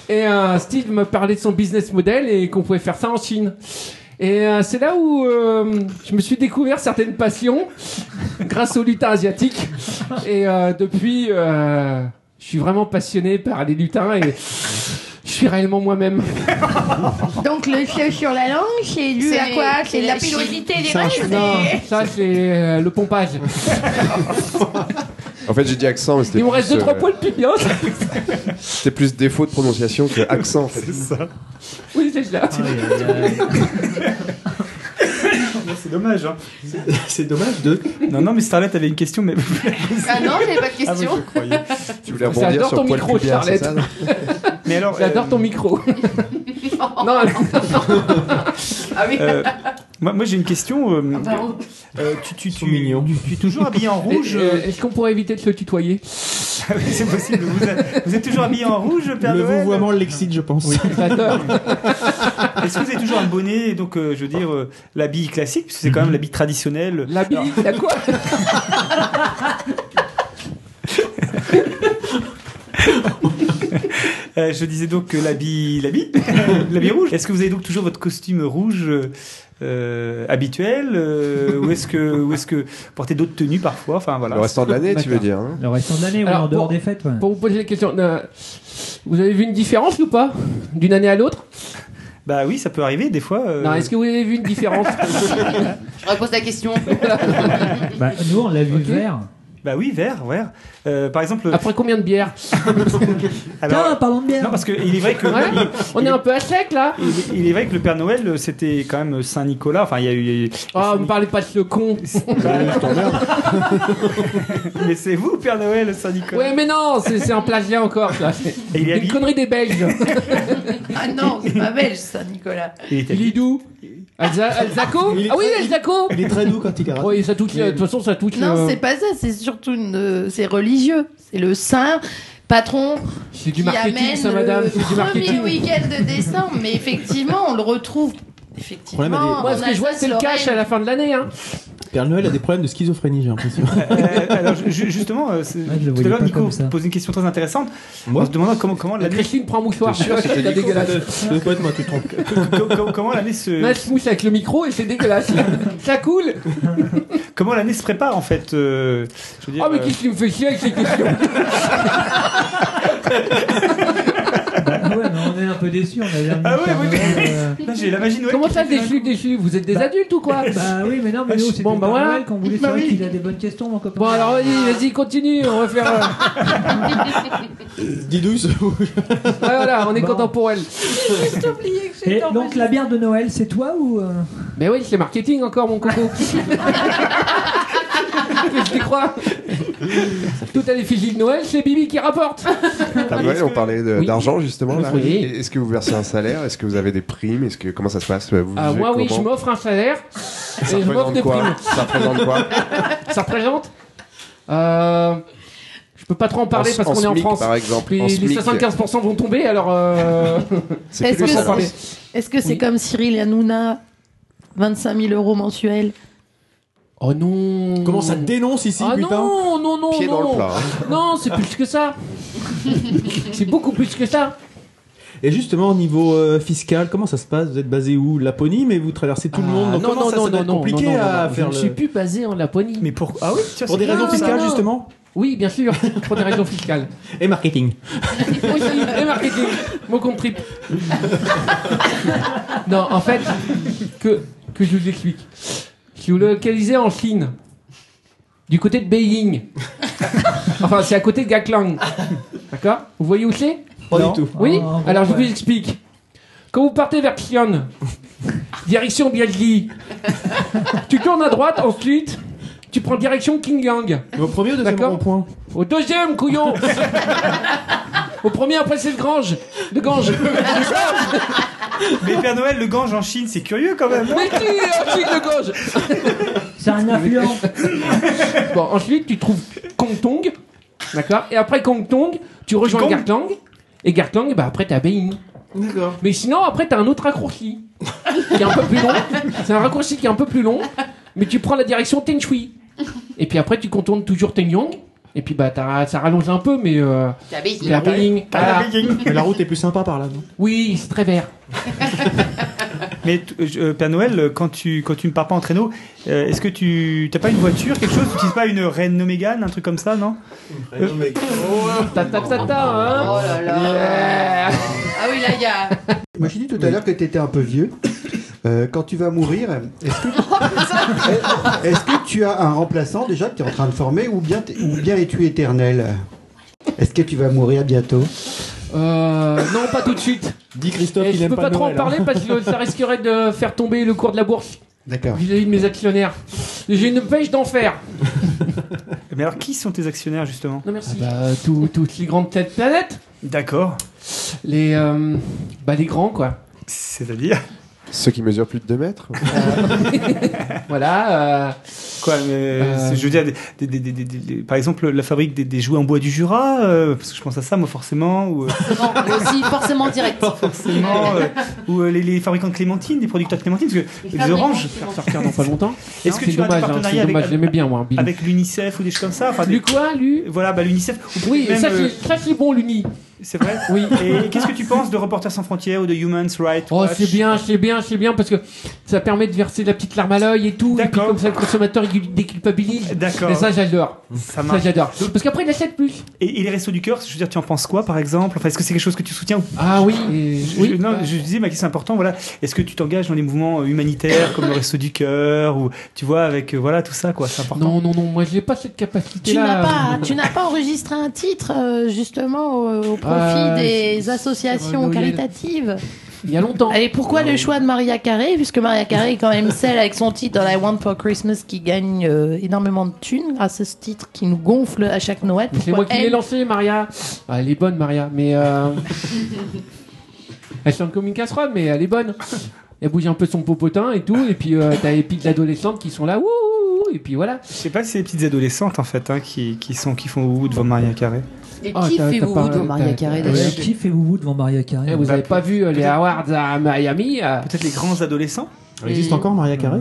Speaker 7: Et euh, Steve m'a parlé de son business model et qu'on pouvait faire ça en Chine. Et euh, c'est là où euh, je me suis découvert certaines passions grâce aux lutins asiatiques. Et euh, depuis, euh, je suis vraiment passionné par les lutins et je suis réellement moi-même.
Speaker 5: Donc, le cheveu sur la langue, c'est dû
Speaker 6: C'est
Speaker 5: à quoi C'est de la
Speaker 6: la Chine.
Speaker 5: pilosité des
Speaker 2: Ça,
Speaker 5: reines
Speaker 7: Non, ça c'est euh, le pompage.
Speaker 3: En fait, j'ai dit accent, mais c'était
Speaker 7: Il me
Speaker 3: plus,
Speaker 7: reste deux
Speaker 3: euh,
Speaker 7: trois poils plus bien.
Speaker 3: C'était plus défaut de prononciation que
Speaker 1: (laughs)
Speaker 3: accent. en fait.
Speaker 7: Oui, c'est ça.
Speaker 4: (laughs) c'est dommage. Hein.
Speaker 2: (laughs) C'est dommage de.
Speaker 4: Non, non, mais Starlet avait une question, mais (laughs)
Speaker 6: Ah non, j'avais pas de question.
Speaker 3: Tu voulais rebondir
Speaker 7: J'adore
Speaker 3: sur
Speaker 7: ton
Speaker 3: poil
Speaker 7: micro,
Speaker 3: pubien, c'est ça
Speaker 4: mais alors.
Speaker 7: J'adore
Speaker 3: (laughs)
Speaker 4: euh,
Speaker 7: ton micro. non,
Speaker 3: Ah
Speaker 4: Euh, moi, moi, j'ai une question. euh, euh, tu, tu, tu, tu- tu es toujours habillé en rouge.
Speaker 7: Ah, (laughs) Et-
Speaker 4: euh, Ah
Speaker 7: Est-ce qu'on pourrait éviter de se tutoyer
Speaker 4: C'est possible. Vous êtes, vous êtes toujours habillé en rouge, Père
Speaker 2: Le
Speaker 4: Noël
Speaker 2: vouvoiement l'excite, je pense.
Speaker 4: (laughs) Est-ce que vous avez toujours un bonnet Donc, euh, je veux dire, euh, l'habit classique, parce que c'est quand même l'habit traditionnel.
Speaker 7: Mhm. L'habit La quoi
Speaker 4: (laughs) Euh, je disais donc que l'habit, l'habit, (laughs) l'habit rouge. Est-ce que vous avez donc toujours votre costume rouge euh, euh, habituel euh, ou est-ce que ou est-ce que vous portez d'autres tenues parfois Enfin voilà.
Speaker 3: Le restant de l'année, tu veux dire. hein
Speaker 1: Le restant de l'année, ou
Speaker 7: Alors,
Speaker 1: en dehors
Speaker 7: pour-
Speaker 1: des fêtes. ouais.
Speaker 7: Pour vous poser la question, euh, vous avez vu une différence ou pas D'une année à l'autre
Speaker 4: Bah oui, ça peut arriver des fois. euh,
Speaker 7: Non, est-ce que vous avez vu une différence
Speaker 6: Je repose la question.
Speaker 1: Bah, nous, on l'a vu
Speaker 7: Ok.
Speaker 1: vert.
Speaker 4: Bah oui, vert, vert. Euh, par exemple.
Speaker 7: Après combien de
Speaker 4: (laughs)
Speaker 7: bières
Speaker 4: alors-
Speaker 1: Tiens, parlons de bière.
Speaker 4: non parce que il est vrai que
Speaker 7: Ouais.
Speaker 4: il-
Speaker 7: On est un peu à sec là
Speaker 4: il, il est vrai que le Père Noël euh, c'était quand même Saint Nicolas. Enfin il y a eu.
Speaker 7: Ah, vous me parlez pas de ce
Speaker 4: (laughs)
Speaker 7: con
Speaker 4: Ah, Mais c'est vous Père Noël Saint Nicolas.
Speaker 7: Ouais, mais non, c'est c'est un plagiat encore ça
Speaker 4: Et il est
Speaker 7: Une
Speaker 4: habillé.
Speaker 7: connerie des Belges
Speaker 5: Ah non, c'est pas belge, ça, Nicolas.
Speaker 4: Il est
Speaker 7: Il
Speaker 4: habillé-
Speaker 7: est doux
Speaker 2: (laughs)
Speaker 7: Alza- Alzaco
Speaker 2: Il est
Speaker 7: Ah oui,
Speaker 2: très-
Speaker 7: Alzaco
Speaker 2: Il est très doux quand il est
Speaker 7: Oui, ça touche. euh, De toute façon, ça touche.
Speaker 5: Non,
Speaker 7: euh,
Speaker 5: c'est pas ça, c'est surtout une. euh, C'est religieux. C'est le saint patron
Speaker 7: C'est
Speaker 5: qui
Speaker 7: du marketing,
Speaker 5: amène
Speaker 7: ça,
Speaker 5: le
Speaker 7: madame. C'est du
Speaker 5: premier
Speaker 7: marketing.
Speaker 5: week-end de décembre. Mais effectivement, on le retrouve. Effectivement.
Speaker 2: Problème, elle est-
Speaker 7: Moi, ce
Speaker 5: en
Speaker 7: que je vois, c'est le cash à
Speaker 5: Alsace-Lorraine.
Speaker 7: la fin de l'année.
Speaker 4: (laughs)
Speaker 7: Hein.
Speaker 2: Père Noël a des problèmes de schizophrénie, j'ai l'impression.
Speaker 4: Euh, alors ju- ju- justement, euh, c'est-
Speaker 1: Ouais,
Speaker 4: tout
Speaker 1: je le
Speaker 4: à
Speaker 1: voyais
Speaker 4: l'heure
Speaker 1: pas
Speaker 4: Nico
Speaker 1: comme ça.
Speaker 4: pose une question très intéressante.
Speaker 2: Moi
Speaker 4: en se demandant comment comment
Speaker 7: La
Speaker 4: l'année
Speaker 7: Christine prend un mouchoir.
Speaker 3: T'es sûr,
Speaker 7: (laughs)
Speaker 3: c'était
Speaker 7: C'est
Speaker 3: Nico,
Speaker 7: dégueulasse.
Speaker 2: Ça doit pas être moi, tu te trompes.
Speaker 4: comment- comment l'année
Speaker 7: Là,
Speaker 4: se
Speaker 7: elle se mouche avec le micro et c'est dégueulasse.
Speaker 4: (laughs)
Speaker 7: ça coule.
Speaker 4: comment l'année se prépare en fait. euh, je veux dire,
Speaker 7: Oh, mais
Speaker 4: euh,
Speaker 7: qu'est-ce qui me fait chier avec ces questions
Speaker 1: Ah ouais, mais on est un peu déçus. On avait un
Speaker 4: Ah ouais,
Speaker 1: Père
Speaker 4: oui,
Speaker 1: Noël,
Speaker 4: mais- (laughs)
Speaker 1: euh,
Speaker 4: Là, j'ai la magie de Noël
Speaker 7: Comment
Speaker 4: qui
Speaker 7: ça,
Speaker 4: fait
Speaker 7: déçu, déçu Vous êtes des
Speaker 1: Bah-
Speaker 7: adultes ou
Speaker 4: (laughs)
Speaker 7: quoi
Speaker 1: Bah oui, mais non, mais nous, c'était
Speaker 7: Bon, bah
Speaker 1: Père
Speaker 7: voilà.
Speaker 1: Noël qu'on voulait. C'est
Speaker 4: Bah
Speaker 1: vrai
Speaker 4: oui.
Speaker 1: qu'il a des bonnes questions, mon copain.
Speaker 7: Bon, alors vas-y, vas-y, continue. On va faire.
Speaker 5: (laughs)
Speaker 7: euh, (laughs)
Speaker 2: Dis douce.
Speaker 7: ouais, Bah, voilà, on est
Speaker 1: Bon.
Speaker 7: content pour elle.
Speaker 5: J'ai oublié que
Speaker 1: Et
Speaker 7: Ah,
Speaker 5: j'étais en
Speaker 1: donc, la bière de Noël, c'est toi ou. euh,
Speaker 7: Mais oui, c'est marketing encore, mon
Speaker 1: (laughs)
Speaker 7: coco. Mais je t'y crois. Tout à l'effigie de Noël, c'est Bibi qui rapporte.
Speaker 3: Père Noël, on parlait de-
Speaker 7: Oui.
Speaker 3: d'argent justement. là.
Speaker 7: Oui.
Speaker 3: Et- Est-ce que vous versez un salaire Est-ce que vous avez des primes Est-ce que comment ça se passe Vous
Speaker 7: Ah,
Speaker 3: vivez
Speaker 7: moi, oui, je
Speaker 3: comment
Speaker 7: m'offre un salaire
Speaker 3: Ça
Speaker 7: et je m'offre
Speaker 3: représente
Speaker 7: des primes.
Speaker 3: quoi Ça représente quoi
Speaker 7: (laughs) Ça représente euh, Je peux pas trop en parler
Speaker 3: En-
Speaker 7: parce
Speaker 3: en
Speaker 7: qu'on est en
Speaker 3: SMIC,
Speaker 7: France.
Speaker 3: par exemple,
Speaker 7: Les,
Speaker 3: en
Speaker 7: les
Speaker 3: SMIC.
Speaker 7: 75% vont tomber, alors euh,
Speaker 3: (laughs) C'est
Speaker 5: Est-ce
Speaker 7: je peux
Speaker 3: plus
Speaker 7: pas
Speaker 5: que
Speaker 7: en parler.
Speaker 5: c'est- Est-ce que c'est
Speaker 7: Oui.
Speaker 5: comme Cyril Hanouna 25 000 euros mensuels
Speaker 7: Oh non
Speaker 2: Comment ça te dénonce ici,
Speaker 7: Ah
Speaker 2: putain
Speaker 7: non, non, non,
Speaker 3: pied
Speaker 7: non.
Speaker 3: dans le plat. hein.
Speaker 7: Non, c'est plus que ça. (laughs) c'est beaucoup plus que ça.
Speaker 2: Et justement, au niveau euh, fiscal, comment ça se passe Vous êtes basé où Laponie, mais vous traversez tout le monde.
Speaker 7: Ah,
Speaker 2: Donc comment ça, ça doit être compliqué
Speaker 7: non, non,
Speaker 2: à
Speaker 7: non, Je
Speaker 2: faire
Speaker 7: ne
Speaker 2: le-
Speaker 7: suis plus basé en Laponie.
Speaker 4: Mais pour ah oui tiens,
Speaker 2: Pour
Speaker 4: c'est
Speaker 2: des raisons
Speaker 4: bien,
Speaker 2: fiscales,
Speaker 7: non.
Speaker 2: justement
Speaker 7: Oui, bien
Speaker 2: (laughs)
Speaker 7: sûr, pour des raisons fiscales.
Speaker 2: Et marketing.
Speaker 7: Aussi, et marketing, mon compte
Speaker 2: (laughs)
Speaker 7: trip. non, en fait, que, que je vous explique. Si vous localisez en Chine, du côté de Beijing,
Speaker 2: (laughs)
Speaker 7: enfin, c'est à côté de Gaklang. D'accord Vous voyez où c'est
Speaker 2: Pas
Speaker 1: Non.
Speaker 2: du tout.
Speaker 7: Oui
Speaker 1: Ah, bon,
Speaker 7: Alors, je
Speaker 1: ouais.
Speaker 7: vous explique. Quand vous partez vers Xi'an, direction Bialgi, tu tournes à droite, ensuite, tu prends direction Qingyang.
Speaker 2: Mais au premier ou deuxième
Speaker 7: D'accord.
Speaker 2: rond-point
Speaker 7: Au deuxième,
Speaker 2: (laughs)
Speaker 7: couillon Au premier, après, c'est le Grange. Le Gange.
Speaker 4: Mais Père Noël, le Gange en Chine, c'est curieux quand même. hein.
Speaker 7: Mais qui est ensuite le Gange
Speaker 1: C'est un affluent.
Speaker 7: Bon, ensuite, tu trouves Kong Tong. D'accord Et après Kong Tong, tu rejoins
Speaker 4: Kong.
Speaker 7: Gartlang. Et Gartlang, bah après, t'es à Beijing.
Speaker 2: D'accord.
Speaker 7: Mais sinon, après, t'as un autre raccourci. qui est un peu plus long. C'est un raccourci qui est un peu plus long. Mais tu prends la direction Tenchui. Et puis après, tu contournes toujours Tengyong. Et puis, bah, t'as- ça rallonge un peu, mais euh,
Speaker 6: T'as
Speaker 7: t'es à Beijing. Voilà.
Speaker 4: Ah, Beijing.
Speaker 2: Mais la route est plus sympa par là, non
Speaker 7: Oui, c'est très vert.
Speaker 4: Mais t- euh, je- euh, Père Noël, euh, quand tu quand tu ne pars pas en traîneau, euh, est-ce que tu t'as pas une voiture, quelque chose, tu n'utilises pas une Renault Mégane, un truc comme ça, non Euh,
Speaker 7: Ta ta ta ta, hein.
Speaker 6: Oh là là. Ah oui, là, il y a.
Speaker 10: Moi, j'ai dit tout à l'heure que tu étais un peu vieux. Euh, quand tu vas mourir, est-ce que, est-ce que tu as un remplaçant déjà que tu es en train de former ou bien, t'es- ou bien es-tu éternel Est-ce que tu vas mourir bientôt
Speaker 7: Euh, non, pas tout de suite.
Speaker 2: Dis Christophe,
Speaker 7: Et
Speaker 2: il
Speaker 7: je
Speaker 2: aime
Speaker 7: peux
Speaker 2: pas
Speaker 7: pas trop en
Speaker 2: Noël, hein.
Speaker 7: parler parce que ça risquerait de faire tomber le cours de la bourse
Speaker 10: D'accord.
Speaker 7: vis-à-vis de mes actionnaires. J'ai une pêche d'enfer.
Speaker 4: Mais alors qui sont tes actionnaires justement
Speaker 7: Non merci. bah, tout- toutes les grandes têtes planètes,
Speaker 4: D'accord.
Speaker 7: les euh, bah les grands quoi.
Speaker 4: C'est-à-dire
Speaker 3: Ceux qui mesurent plus de 2 mètres
Speaker 7: Voilà.
Speaker 4: Quoi, mais, euh, c'est- je veux dire, des- des- des- des- des- des- par exemple, la fabrique des, des jouets en bois du Jura, euh, parce que je pense à ça, moi, forcément, ou, euh, (laughs)
Speaker 5: Non, mais aussi forcément
Speaker 1: (laughs)
Speaker 5: direct.
Speaker 4: forcément, euh, ou, euh, les, les fabricants de clémentines, des producteurs de clémentines, parce que
Speaker 5: Les
Speaker 4: des oranges.
Speaker 5: fabricants de
Speaker 7: sortir dans pas longtemps.
Speaker 4: Est-ce que
Speaker 7: C'est
Speaker 4: tu as des
Speaker 7: dommage, hein,
Speaker 4: partenariats
Speaker 7: c'est
Speaker 4: avec-
Speaker 7: dommage, j'aimais bien, moi, un Bill.
Speaker 4: Avec l'UNICEF ou des choses comme ça enfin, des-
Speaker 7: Lu quoi, lu
Speaker 4: Voilà, bah, l'UNICEF. ou
Speaker 7: Oui,
Speaker 4: même,
Speaker 7: ça
Speaker 4: euh,
Speaker 7: c'est- ça, c'est bon, l'uni.
Speaker 4: C'est vrai
Speaker 7: Oui.
Speaker 4: Et qu'est-ce que tu penses de Reporters sans frontières ou de Human Rights
Speaker 7: Oh,
Speaker 4: Watch
Speaker 7: c'est bien, c'est bien, c'est bien, parce que ça permet de verser de la petite larme à l'œil et tout. Et puis comme ça, le consommateur il déculpabilise.
Speaker 4: D'accord.
Speaker 7: Et ça, j'adore.
Speaker 4: Ça
Speaker 7: Ça,
Speaker 4: marche.
Speaker 7: j'adore. Parce qu'après, il achète plus.
Speaker 4: Et, et les restos du cœur, je veux dire, tu en penses quoi, par exemple Enfin, est-ce que c'est quelque chose que tu soutiens ou
Speaker 7: Ah oui.
Speaker 4: Je, je- non, je disais ma question importante. Voilà, est-ce que tu t'engages dans les mouvements euh, humanitaires comme le resto du cœur ou tu vois avec euh, voilà tout ça quoi, c'est important.
Speaker 7: Non, non, non, moi j'ai pas cette capacité
Speaker 5: Tu n'as pas,
Speaker 7: là.
Speaker 5: tu n'as pas enregistré un titre euh, justement au, au profit
Speaker 7: Ah,
Speaker 5: des associations
Speaker 7: Noël.
Speaker 5: caritatives.
Speaker 7: Il y a longtemps.
Speaker 5: Et pourquoi le choix de Maria Carré Puisque Maria Carré est quand
Speaker 7: (laughs)
Speaker 5: même celle avec son titre dans I Want for Christmas qui gagne euh, énormément de thunes grâce à ce titre qui nous gonfle à chaque Noël.
Speaker 7: C'est
Speaker 5: Pourquoi
Speaker 7: moi qui l'ai
Speaker 5: elle
Speaker 7: lancé, Maria. Ah, elle est bonne, Maria, mais. euh, (laughs) elle chante comme une casserole, mais elle est bonne. Elle bouge un peu son popotin et tout, et puis euh, t'as les petites adolescentes qui sont là, ouh, ouh, ouh, et puis voilà.
Speaker 4: Je sais pas si c'est les petites adolescentes en fait hein, qui, qui sont qui font ouh devant Maria Carré.
Speaker 6: Et
Speaker 7: Ah,
Speaker 6: qui
Speaker 7: t'as-
Speaker 6: fait
Speaker 7: t'as
Speaker 6: vous
Speaker 7: pas-
Speaker 6: devant Maria
Speaker 7: t'as-
Speaker 6: Carré
Speaker 7: t'as-
Speaker 6: d'ailleurs
Speaker 7: ouais.
Speaker 1: Qui fait vous devant Maria Carré
Speaker 7: Eh, vous avez pas vu euh, les awards à Miami euh,
Speaker 4: Peut-être les grands adolescents.
Speaker 2: Elle existe
Speaker 6: Mm.
Speaker 2: encore, Maria Carré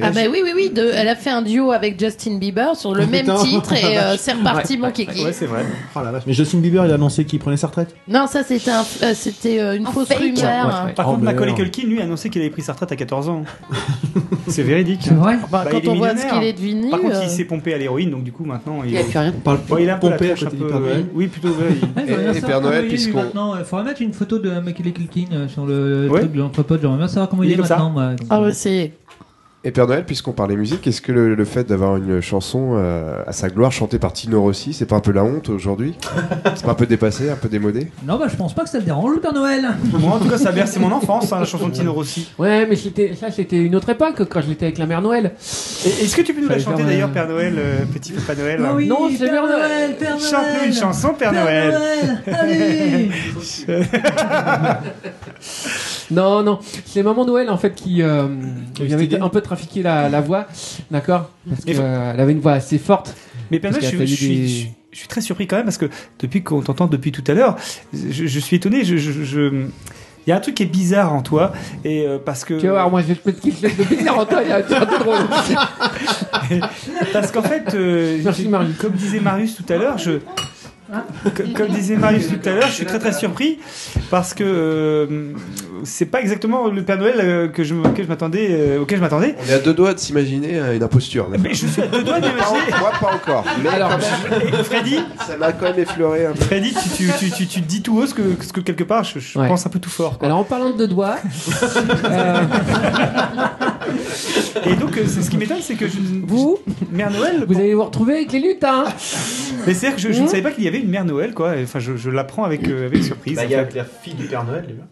Speaker 5: Ah ben oui oui oui, de- elle a fait un duo avec Justin Bieber sur
Speaker 7: Ah,
Speaker 5: le
Speaker 2: Oh,
Speaker 5: même
Speaker 2: putain.
Speaker 5: titre
Speaker 7: (laughs)
Speaker 5: et euh, c'est reparti mon kiki.
Speaker 4: Ouais, c'est vrai.
Speaker 2: Oh la vache, mais Justin Bieber, il a annoncé qu'il prenait sa retraite.
Speaker 5: Non ça c'était un- euh, c'était euh, une
Speaker 6: Un
Speaker 5: fausse
Speaker 6: fake.
Speaker 5: rumeur.
Speaker 7: Ouais,
Speaker 5: hein.
Speaker 7: ouais.
Speaker 4: Par
Speaker 2: Oh,
Speaker 4: contre,
Speaker 2: mais
Speaker 4: Macaulay
Speaker 2: non.
Speaker 4: Culkin lui a annoncé qu'il avait pris sa retraite à
Speaker 2: (laughs)
Speaker 4: 14 ans. c'est véridique.
Speaker 1: C'est vrai
Speaker 5: Bah,
Speaker 4: Bah, il
Speaker 5: quand
Speaker 4: est
Speaker 5: on voit ce
Speaker 4: millionnaire.
Speaker 5: qu'il est devenu.
Speaker 4: Par contre,
Speaker 5: euh,
Speaker 4: il s'est pompé à l'héroïne, donc du coup maintenant il.
Speaker 6: Il n'y a plus rien.
Speaker 2: On parle
Speaker 4: Ouais, il a un peu la
Speaker 2: pompé à
Speaker 4: tronche un
Speaker 2: côté du
Speaker 4: peu-
Speaker 2: Père Noël.
Speaker 4: Oui, plutôt. ouais, il-
Speaker 1: Ouais,
Speaker 3: Et-
Speaker 1: j'aimerais bien
Speaker 3: et
Speaker 1: savoir
Speaker 3: Père
Speaker 1: comment
Speaker 3: Noël,
Speaker 1: il est
Speaker 3: puisqu'on-
Speaker 1: maintenant. Euh, faudrait mettre une photo de Michael Culkin euh, sur le
Speaker 4: Ouais.
Speaker 1: truc de l'entrepôt. J'aimerais bien savoir comment il,
Speaker 4: Il est
Speaker 1: est
Speaker 4: comme ça.
Speaker 1: maintenant. moi, comme ça.
Speaker 5: Ah ouais, c'est
Speaker 3: Et Père Noël, puisqu'on parlait musique, est-ce que le, le fait d'avoir une chanson euh, à sa gloire chantée par Tino Rossi, c'est pas un peu la honte aujourd'hui C'est pas un peu dépassé, un peu démodé
Speaker 1: Non, bah je pense pas que ça le dérange, le Père Noël.
Speaker 4: (laughs) Moi, en tout cas, ça berce mon enfance, hein, la chanson de Tino Rossi.
Speaker 7: Ouais, mais c'était ça, c'était une autre époque quand je l'étais avec la mère Noël.
Speaker 4: Et- Est-ce que tu peux nous la
Speaker 7: Fallait
Speaker 4: chanter
Speaker 7: faire,
Speaker 4: d'ailleurs,
Speaker 7: euh,
Speaker 4: Père Noël, euh, petit Papa Noël
Speaker 1: Ah
Speaker 7: Non, Oh, c'est Père Noël,
Speaker 1: Père Noël.
Speaker 4: Chante-nous une chanson, Père Noël.
Speaker 1: Allez
Speaker 7: (laughs) Non, non, c'est maman Noël en fait qui euh, lui avait
Speaker 2: Stylé.
Speaker 7: un peu trafiqué la, la voix, d'accord, parce
Speaker 4: Mais-
Speaker 7: qu'elle avait une voix assez forte.
Speaker 4: Mais Père Noël,
Speaker 7: Parce
Speaker 4: je,
Speaker 7: qu'il
Speaker 4: suis-
Speaker 7: a
Speaker 4: je
Speaker 7: fallu
Speaker 4: suis,
Speaker 7: des-
Speaker 4: je, je suis très surpris quand même parce que depuis qu'on t'entend depuis tout à l'heure, je, je suis étonné. Je, je- je- Il y a un truc qui est bizarre en toi et euh, parce que
Speaker 7: Tu vas voir, moi je vais te mettre quelque chose de bizarre en toi, il y a un truc drôle.
Speaker 4: parce qu'en fait, euh,
Speaker 7: Merci,
Speaker 4: j'ai-
Speaker 7: Marius.
Speaker 4: comme disait Marius tout à l'heure, je
Speaker 7: Hein
Speaker 4: comme, comme disait Marius tout à l'heure, je suis très très surpris parce que euh, c'est pas exactement le Père Noël euh, que je, que je m'attendais euh, auquel je m'attendais.
Speaker 3: On est à deux doigts de s'imaginer euh, une imposture. là.
Speaker 4: Mais je suis à deux doigts d'imaginer.
Speaker 3: Pas- Moi, pas encore. Mais
Speaker 4: Ah,
Speaker 7: Alors,
Speaker 4: Freddy,
Speaker 3: (laughs) ça m'a quand même effleuré un peu.
Speaker 4: Freddy, tu, tu, tu, tu, tu dis tout haut ce que, ce que quelque part, je, je
Speaker 7: Ouais.
Speaker 4: pense un peu tout fort. quoi.
Speaker 7: alors en parlant de deux doigts, euh,
Speaker 4: Et donc, euh, c'est- ce qui m'étonne, c'est que je,
Speaker 7: vous,
Speaker 4: Mère Noël.
Speaker 7: vous allez vous retrouver avec les hein. lutins.
Speaker 4: Mais c'est-à-dire que je,
Speaker 7: Hmm
Speaker 4: je ne savais pas qu'il y avait une Mère Noël, quoi. Enfin, je, je l'apprends avec, euh, avec surprise.
Speaker 3: Bah,
Speaker 4: en fait.
Speaker 2: la fille du Père Noël, les gars.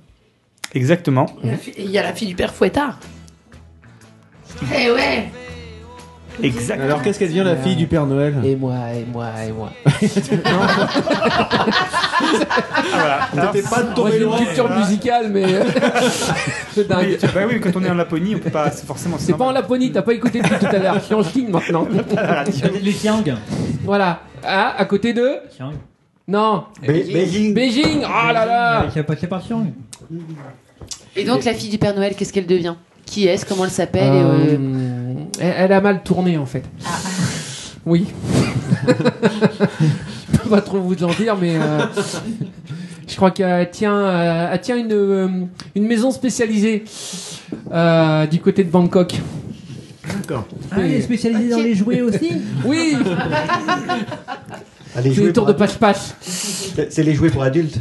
Speaker 4: Exactement.
Speaker 5: il y a la fi- il y a la fille du père Fouettard. Eh ouais.
Speaker 4: Exact.
Speaker 2: Alors, qu'est-ce qu'elle devient, la fille du Père Noël
Speaker 7: Mmh. Et moi, et moi, et
Speaker 2: (laughs)
Speaker 7: moi.
Speaker 4: Ah, voilà.
Speaker 2: T'es pas
Speaker 7: Moi j'ai une culture musicale,
Speaker 4: euh,
Speaker 7: mais c'est
Speaker 4: Mais,
Speaker 7: dingue.
Speaker 4: bah oui, quand on est en Laponie, on peut pas. C'est forcément.
Speaker 7: C'est pas en Laponie, t'as pas écouté depuis tout à
Speaker 4: (laughs)
Speaker 7: l'heure, je suis en Chine maintenant.
Speaker 1: Côté de Luciang.
Speaker 7: (laughs) Voilà, ah, à côté de... Non, Beijing, ah là là
Speaker 1: Il a pas par Chiang.
Speaker 6: Et donc la fille du Père Noël, qu'est-ce qu'elle devient Qui est-ce Comment elle s'appelle et,
Speaker 7: Euh,
Speaker 6: euh,
Speaker 7: elle, elle a mal tourné en fait. (laughs) Oui. (laughs) Je peux pas trop vous en dire, mais euh, je crois qu'elle tient, euh, elle tient une, euh, une maison spécialisée euh, du côté de Bangkok.
Speaker 2: D'accord.
Speaker 1: Ah, il est spécialisé dans les jouets aussi (laughs)
Speaker 7: Oui,
Speaker 10: Ah, les
Speaker 7: c'est
Speaker 10: jouets
Speaker 7: les tours
Speaker 10: pour
Speaker 7: de passe-passe.
Speaker 10: ad- C'est les jouets pour adultes.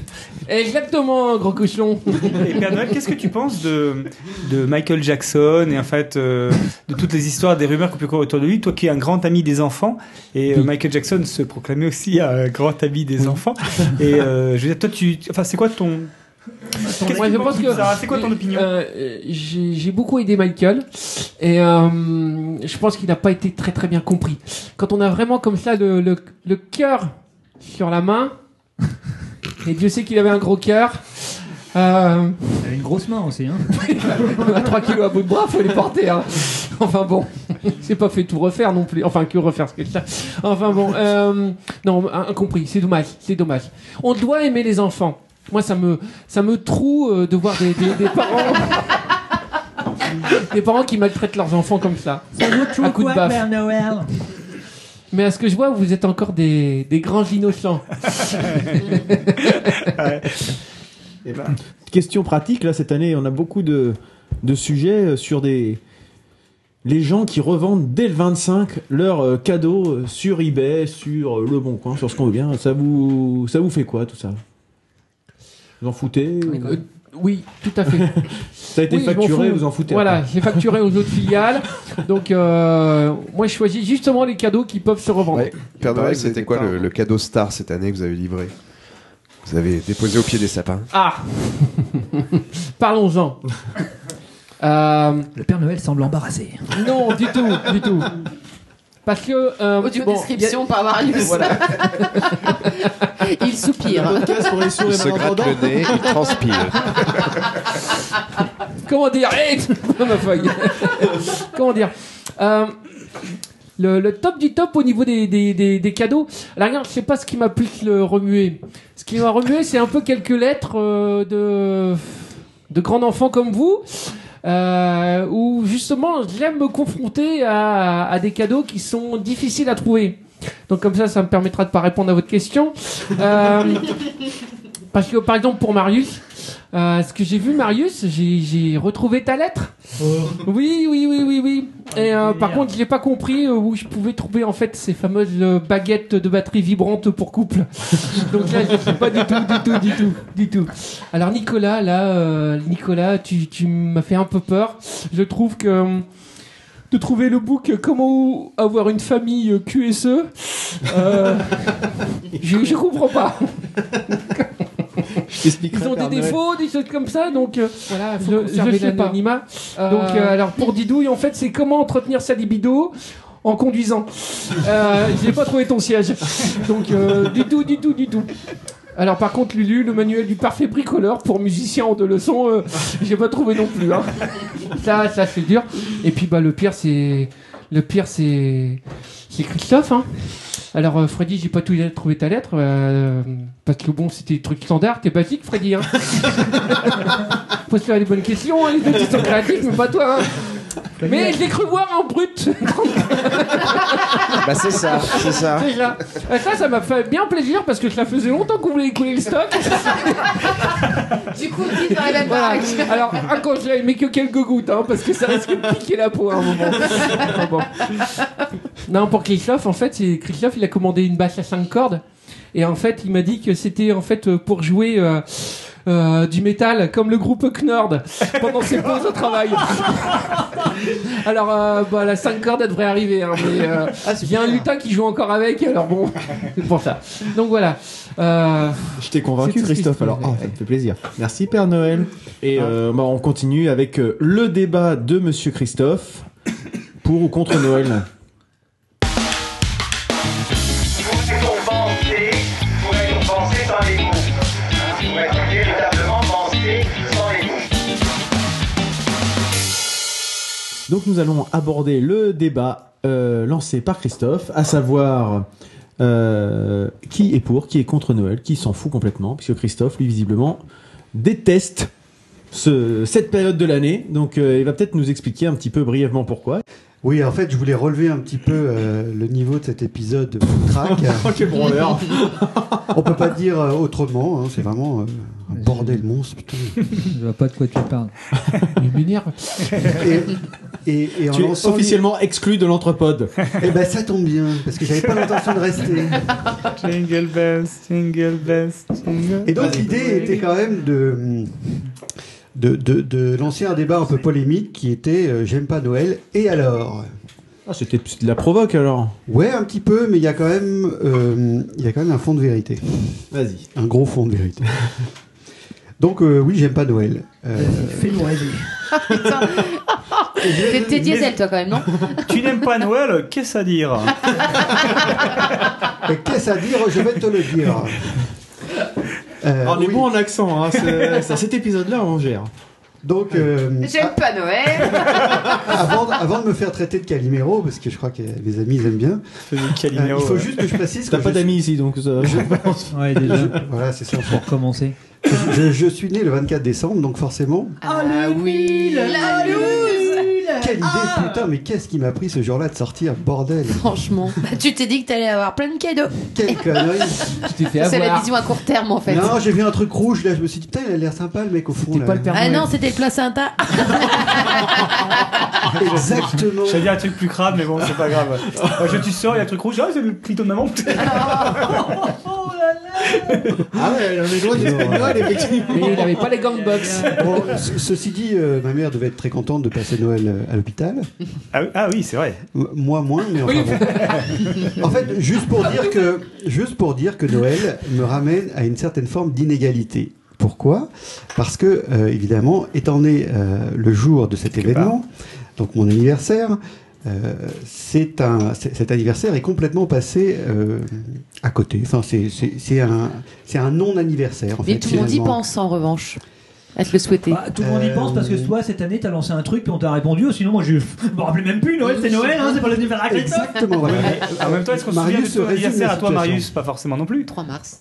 Speaker 7: Exactement, gros
Speaker 10: (laughs)
Speaker 7: cochon.
Speaker 4: Et Père Noël, qu'est-ce que tu penses de, de Michael Jackson et en fait euh, de toutes les histoires, des rumeurs qu'on peut courir autour de lui Toi qui es un grand ami des enfants et euh,
Speaker 7: Oui.
Speaker 4: Michael Jackson se proclamait aussi un grand ami des enfants. Et euh, je veux dire, toi, tu. Enfin, c'est quoi ton. Qu'est-ce
Speaker 7: Moi,
Speaker 4: qui-
Speaker 7: je pense que-
Speaker 4: Sarah, c'est quoi ton opinion
Speaker 7: Euh, euh, J'ai j'ai beaucoup aidé Michael et euh, je pense qu'il n'a pas été très très bien compris. Quand on a vraiment comme ça le, le, le (laughs) cœur euh, sur la main, et Dieu sait qu'il avait un gros cœur,
Speaker 1: Elle a une grosse main aussi. Hein.
Speaker 7: 3 kilos (laughs) à bout de bras, faut les porter. hein. Enfin bon, c'est pas fait tout refaire non plus. Enfin, que refaire ce que ça. Enfin bon, euh, non, un- incompris. C'est dommage, c'est dommage. On doit aimer les enfants. Moi, ça me, ça me troue euh, de voir des, des- des parents. (laughs) Des parents qui maltraitent leurs enfants comme ça. À coups de baffe.
Speaker 1: Noël
Speaker 7: Mais à ce que je vois, vous êtes encore des, des grands innocents. (laughs)
Speaker 2: Question pratique, là, cette année, on a beaucoup de, de sujets euh, sur des. Les gens qui revendent dès le 25 leurs euh, cadeaux euh, sur eBay, sur euh, Le Bon Coin, sur ce qu'on veut bien, ça vous, ça vous fait quoi tout ça Vous en foutez ou-
Speaker 7: Euh, oui, tout à fait.
Speaker 2: Ça a été
Speaker 7: Oui, je m'en
Speaker 2: facturé,
Speaker 7: fous.
Speaker 2: vous en foutez
Speaker 7: Voilà,
Speaker 2: après.
Speaker 7: j'ai facturé aux autres
Speaker 2: (laughs)
Speaker 7: filiales. Donc, euh, moi, je choisis justement les cadeaux qui peuvent se revendre.
Speaker 3: Père
Speaker 4: Bah
Speaker 3: Noël, c'était quoi le, le cadeau star cette année que vous avez livré Vous avez déposé au pied des sapins
Speaker 7: Ah (laughs) Parlons-en. Euh,
Speaker 1: Le Père Noël semble embarrassé.
Speaker 7: non, du tout, du tout. Parce que. Euh,
Speaker 6: Audio
Speaker 7: bon,
Speaker 6: description
Speaker 7: y a-
Speaker 6: par Marius.
Speaker 7: Voilà.
Speaker 6: Il soupire.
Speaker 3: Il se gratte le nez, il transpire.
Speaker 7: Comment dire Hey Dans (laughs) ma feuille. Comment dire Euh, le, le top du top au niveau des, des, des, des cadeaux. Là, regarde, je sais pas ce qui m'a plus le remué. Ce qui m'a remué, c'est un peu quelques lettres euh, de, de grands enfants comme vous. Euh, où justement j'aime me confronter à, à des cadeaux qui sont difficiles à trouver. Donc comme ça, ça me permettra de pas répondre à votre question. Euh, parce que par exemple pour Marius, euh, ce que j'ai vu Marius, j'ai j'ai retrouvé ta lettre. Oui, oui, oui, oui, oui. Et euh, par contre, j'ai pas compris euh, où je pouvais trouver en fait ces fameuses euh, baguettes de batterie vibrantes pour couple. (laughs) Donc là, je sais pas du tout, du tout, du tout, du tout. Alors Nicolas, là, euh, Nicolas, tu, tu m'as fait un peu peur. Je trouve que euh, de trouver le book euh, comment avoir une famille euh, QSE, euh, je, je comprends pas. Ils ont des défauts, des choses comme ça, donc euh,
Speaker 6: Voilà,
Speaker 7: je, je sais pas. Donc euh, alors pour Didouille, en fait, c'est comment entretenir sa libido en conduisant. Euh, J'ai pas trouvé ton siège. Donc euh, du tout, du tout, du tout. Alors par contre, Lulu, le manuel du parfait bricoleur pour musicien en deux leçons, euh, j'ai pas trouvé non plus. hein. Ça, ça c'est dur. Et puis bah le pire, c'est le pire, c'est c'est Christophe. hein. Alors euh, Freddy, j'ai pas tout trouvé ta lettre euh, parce que bon, c'était des trucs standards, t'es basique, Freddy. Hein. Faut se faire les bonnes questions, hein, les autres ils sont créatifs, mais pas toi. hein. Mais je l'ai cru voir en brut. (laughs)
Speaker 3: bah c'est ça, c'est ça.
Speaker 7: C'est ça. Euh, Ça, ça m'a fait bien plaisir parce que ça faisait longtemps qu'on voulait écouler
Speaker 6: (laughs)
Speaker 7: le stock.
Speaker 6: Du coup, dis dans la même
Speaker 7: Voilà.
Speaker 6: baraque.
Speaker 7: Alors, un congelé, mais que quelques gouttes, hein, parce que ça risque de piquer la peau à un moment. Enfin, bon. Non, pour Christophe, en fait, c'est Christophe, il a commandé une basse à 5 cordes. Et en fait, il m'a dit que c'était en fait euh, pour jouer euh, euh, du métal, comme le groupe Knord, pendant ses pauses au travail. (laughs) alors, euh, bah, la 5 cordes, elle devrait arriver. Hein, mais euh,
Speaker 4: Ah,
Speaker 7: il y a un lutin qui joue encore avec, alors bon, c'est pour ça. Donc voilà. Euh,
Speaker 2: Je t'ai convaincu,
Speaker 7: C'est tout ce
Speaker 2: Christophe.
Speaker 7: qui se Ah.
Speaker 2: Alors,
Speaker 7: faisait.
Speaker 2: Ah, ça me fait plaisir. Merci, Père Noël. Et euh, bah, on continue avec euh, le débat de Monsieur Christophe pour ou contre Noël.
Speaker 9: Compenser, pour être pensé sans les mots. Pour être véritablement pensé sans les mots.
Speaker 2: Donc, nous allons aborder le débat euh, lancé par Christophe, à savoir euh, qui est pour, qui est contre Noël, qui s'en fout complètement, puisque Christophe, lui, visiblement, déteste ce- cette période de l'année. Donc, euh, il va peut-être nous expliquer un petit peu brièvement pourquoi.
Speaker 10: Oui, en fait, je voulais relever un petit peu euh, le niveau de cet épisode de
Speaker 4: (laughs)
Speaker 10: Track.
Speaker 2: Oh, quel branleur
Speaker 10: (laughs) On peut pas dire euh, autrement, hein, c'est vraiment euh, un bordel monstre. putain.
Speaker 1: (laughs) Je vois pas de quoi tu
Speaker 10: (laughs)
Speaker 1: parles.
Speaker 7: il m'énerve.
Speaker 10: Et, et, et en
Speaker 2: Tu es
Speaker 10: lançant l'idée-
Speaker 2: officiellement exclu de l'anthropode.
Speaker 10: Eh ben ça tombe bien, parce que j'avais pas l'intention de rester.
Speaker 4: (laughs) Jingle bells, jingle bells, jingle
Speaker 10: Et donc l'idée était quand même de, de, de, de lancer un débat un peu polémique qui était euh, j'aime pas Noël, et alors
Speaker 2: Ah, c'était c'était de la provoque alors.
Speaker 10: Ouais, un petit peu, mais il y, a quand même, euh, il y a quand même un fond de vérité.
Speaker 2: Vas-y.
Speaker 10: Un gros fond de vérité. Donc euh, oui, j'aime pas Noël. Euh,
Speaker 1: Fais-nous rêver.
Speaker 6: T'es t'es diesel, toi, quand même, non
Speaker 4: Tu n'aimes pas Noël Qu'est-ce
Speaker 10: (laughs)
Speaker 4: à dire (laughs)
Speaker 10: Mais qu'est-ce à dire Je vais te le dire.
Speaker 2: on est
Speaker 10: Euh, oui.
Speaker 2: bon en accent, hein, c'est- c'est à cet épisode-là on gère.
Speaker 10: Donc, euh,
Speaker 6: J'aime pas Noël.
Speaker 10: avant, avant de me faire traiter de Calimero, parce que je crois que les amis ils aiment bien, euh,
Speaker 4: Calimero,
Speaker 10: il faut
Speaker 4: ouais.
Speaker 10: juste que je précise
Speaker 2: T'as
Speaker 10: que
Speaker 2: pas
Speaker 10: je
Speaker 2: d'amis ici donc ça-
Speaker 7: (laughs)
Speaker 2: je pense.
Speaker 1: Ouais, déjà.
Speaker 10: Voilà, c'est ça.
Speaker 1: Pour commencer.
Speaker 10: Je, je suis né le 24 décembre, donc forcément.
Speaker 6: Ah oui, la loose.
Speaker 10: Quelle idée,
Speaker 5: Ah.
Speaker 10: putain, mais qu'est-ce qui m'a pris ce jour-là de sortir, bordel
Speaker 5: Franchement, Bah, tu t'es dit que t'allais avoir plein de cadeaux.
Speaker 10: Quelle (laughs) connerie
Speaker 5: (laughs)
Speaker 7: Tu t'es fait
Speaker 6: C'est la
Speaker 7: avoir.
Speaker 6: vision à court terme en fait.
Speaker 10: Non, j'ai vu un truc rouge là, je me suis dit, putain, il a l'air sympa le mec au fond.
Speaker 7: T'es
Speaker 10: Là.
Speaker 7: pas le père
Speaker 5: Ah
Speaker 7: Noël.
Speaker 5: non, c'était le placenta. Ah.
Speaker 10: Exactement
Speaker 4: J'allais dire un truc plus crade, mais bon, c'est pas grave. Moi, je tu sors, il y a un truc rouge, ah, c'est le clito
Speaker 10: (laughs)
Speaker 4: de maman.
Speaker 2: Ah ouais, on est loin du spectacle effectivement.
Speaker 7: Mais il n'avait pas les gangbox.
Speaker 10: Bon, ce- ceci dit, euh, ma mère devait être très contente de passer Noël euh, à l'hôpital.
Speaker 4: ah, oui- ah oui, c'est vrai.
Speaker 10: M- Moi moins, mais enfin bon. En fait, juste pour dire que juste pour dire que Noël me ramène à une certaine forme d'inégalité. Pourquoi Parce que euh, évidemment, étant né euh, le jour de cet événement, donc mon anniversaire, euh, c'est un c'est- cet anniversaire est complètement passé euh, à côté. Enfin, c'est c'est c'est un c'est un non anniversaire. En
Speaker 6: Mais
Speaker 10: fait,
Speaker 6: tout le monde y
Speaker 10: finalement.
Speaker 6: pense en revanche. À te le souhaiter.
Speaker 1: Bah, tout le monde y pense parce que toi cette année t'as lancé un truc puis on t'a répondu oh, sinon moi je (laughs) me rappelais même plus Noël c'est Noël hein, c'est pas l'anniversaire à Christophe
Speaker 10: Exactement. Voilà.
Speaker 4: En même temps, est-ce qu'on se souvient de
Speaker 10: Marius
Speaker 4: ton
Speaker 10: résume
Speaker 4: anniversaire
Speaker 10: la
Speaker 4: à toi,
Speaker 10: situation.
Speaker 4: Marius Pas forcément non plus.
Speaker 6: 3 mars.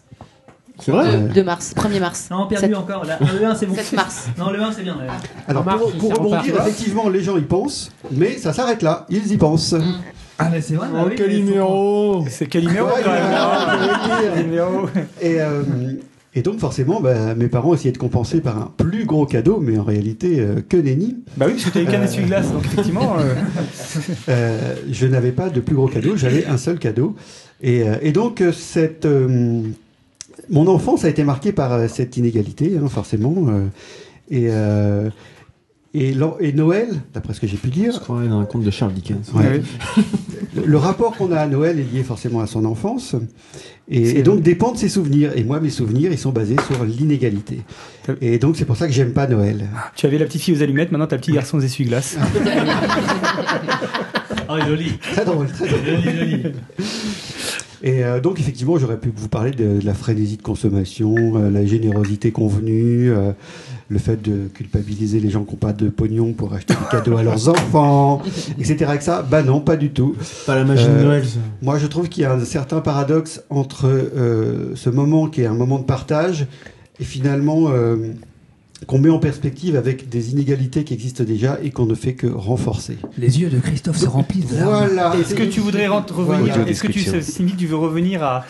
Speaker 2: C'est vrai.
Speaker 6: 2 mars. 1er mars.
Speaker 1: non perdu
Speaker 6: Sept-
Speaker 1: encore là, le 1 c'est bon
Speaker 6: 7 mars.
Speaker 1: non le 1 c'est bien là. Ah,
Speaker 10: Alors
Speaker 7: On marche,
Speaker 10: pour, pour
Speaker 7: on
Speaker 10: rebondir,
Speaker 7: part.
Speaker 10: effectivement, les gens y pensent, mais ça s'arrête là. Ils y pensent.
Speaker 1: ah mais c'est vrai bah
Speaker 2: Oh
Speaker 1: oui, mais
Speaker 2: Calimero.
Speaker 4: Mm. C'est Calimero
Speaker 10: Ouais,
Speaker 4: oh, quand même.
Speaker 10: voilà,
Speaker 4: hein. (laughs)
Speaker 10: je voulais dire.
Speaker 4: Calimero.
Speaker 10: (laughs) Et, euh, et donc forcément, bah, mes parents essayaient de compenser par un plus gros cadeau, mais en réalité, euh, que nenni.
Speaker 4: Bah oui, parce que t'as eu qu'un
Speaker 10: Euh.
Speaker 4: essuie-glace, donc effectivement.
Speaker 10: (laughs)
Speaker 4: euh,
Speaker 10: Euh, je n'avais pas de plus gros cadeau, j'avais un seul cadeau. Et, euh, et donc, euh, cette, euh, mon enfance a été marquée par euh, cette inégalité, hein, forcément. euh, et, euh, et, l'an- et Noël, d'après ce que j'ai pu
Speaker 2: On
Speaker 10: dire,
Speaker 2: se croirait dans un conte de Charles Dickens.
Speaker 10: Ouais. Le- Le rapport qu'on a à Noël est lié forcément à son enfance et, et donc dépend de ses souvenirs. Et moi, mes souvenirs, ils sont basés sur l'inégalité. Et donc, c'est pour ça que j'aime pas Noël.
Speaker 4: Tu avais la petite fille aux allumettes, maintenant t'as le petit garçon aux
Speaker 10: (laughs)
Speaker 4: essuie-glaces.
Speaker 1: oh joli
Speaker 10: Très drôle, très drôle.
Speaker 1: joli joli
Speaker 10: (laughs) Et euh, donc, effectivement, j'aurais pu vous parler de, de la frénésie de consommation, euh, la générosité convenue, euh, le fait de culpabiliser les gens qui n'ont pas de pognon pour acheter des cadeaux
Speaker 2: (laughs)
Speaker 10: à leurs enfants, etc. Et que ça, bah non, pas du tout.
Speaker 2: Pas la magie de
Speaker 10: Euh,
Speaker 2: Noël. ça.
Speaker 10: Moi, je trouve qu'il y a un certain paradoxe entre euh, ce moment qui est un moment de partage et finalement euh, qu'on met en perspective avec des inégalités qui existent déjà et qu'on ne fait que renforcer.
Speaker 1: les yeux de Christophe se remplissent de larmes
Speaker 10: Voilà.
Speaker 4: Est-ce que tu voudrais rent-
Speaker 3: Audio
Speaker 4: revenir Est-ce que tu,
Speaker 3: description.
Speaker 4: Cindy, tu veux revenir à,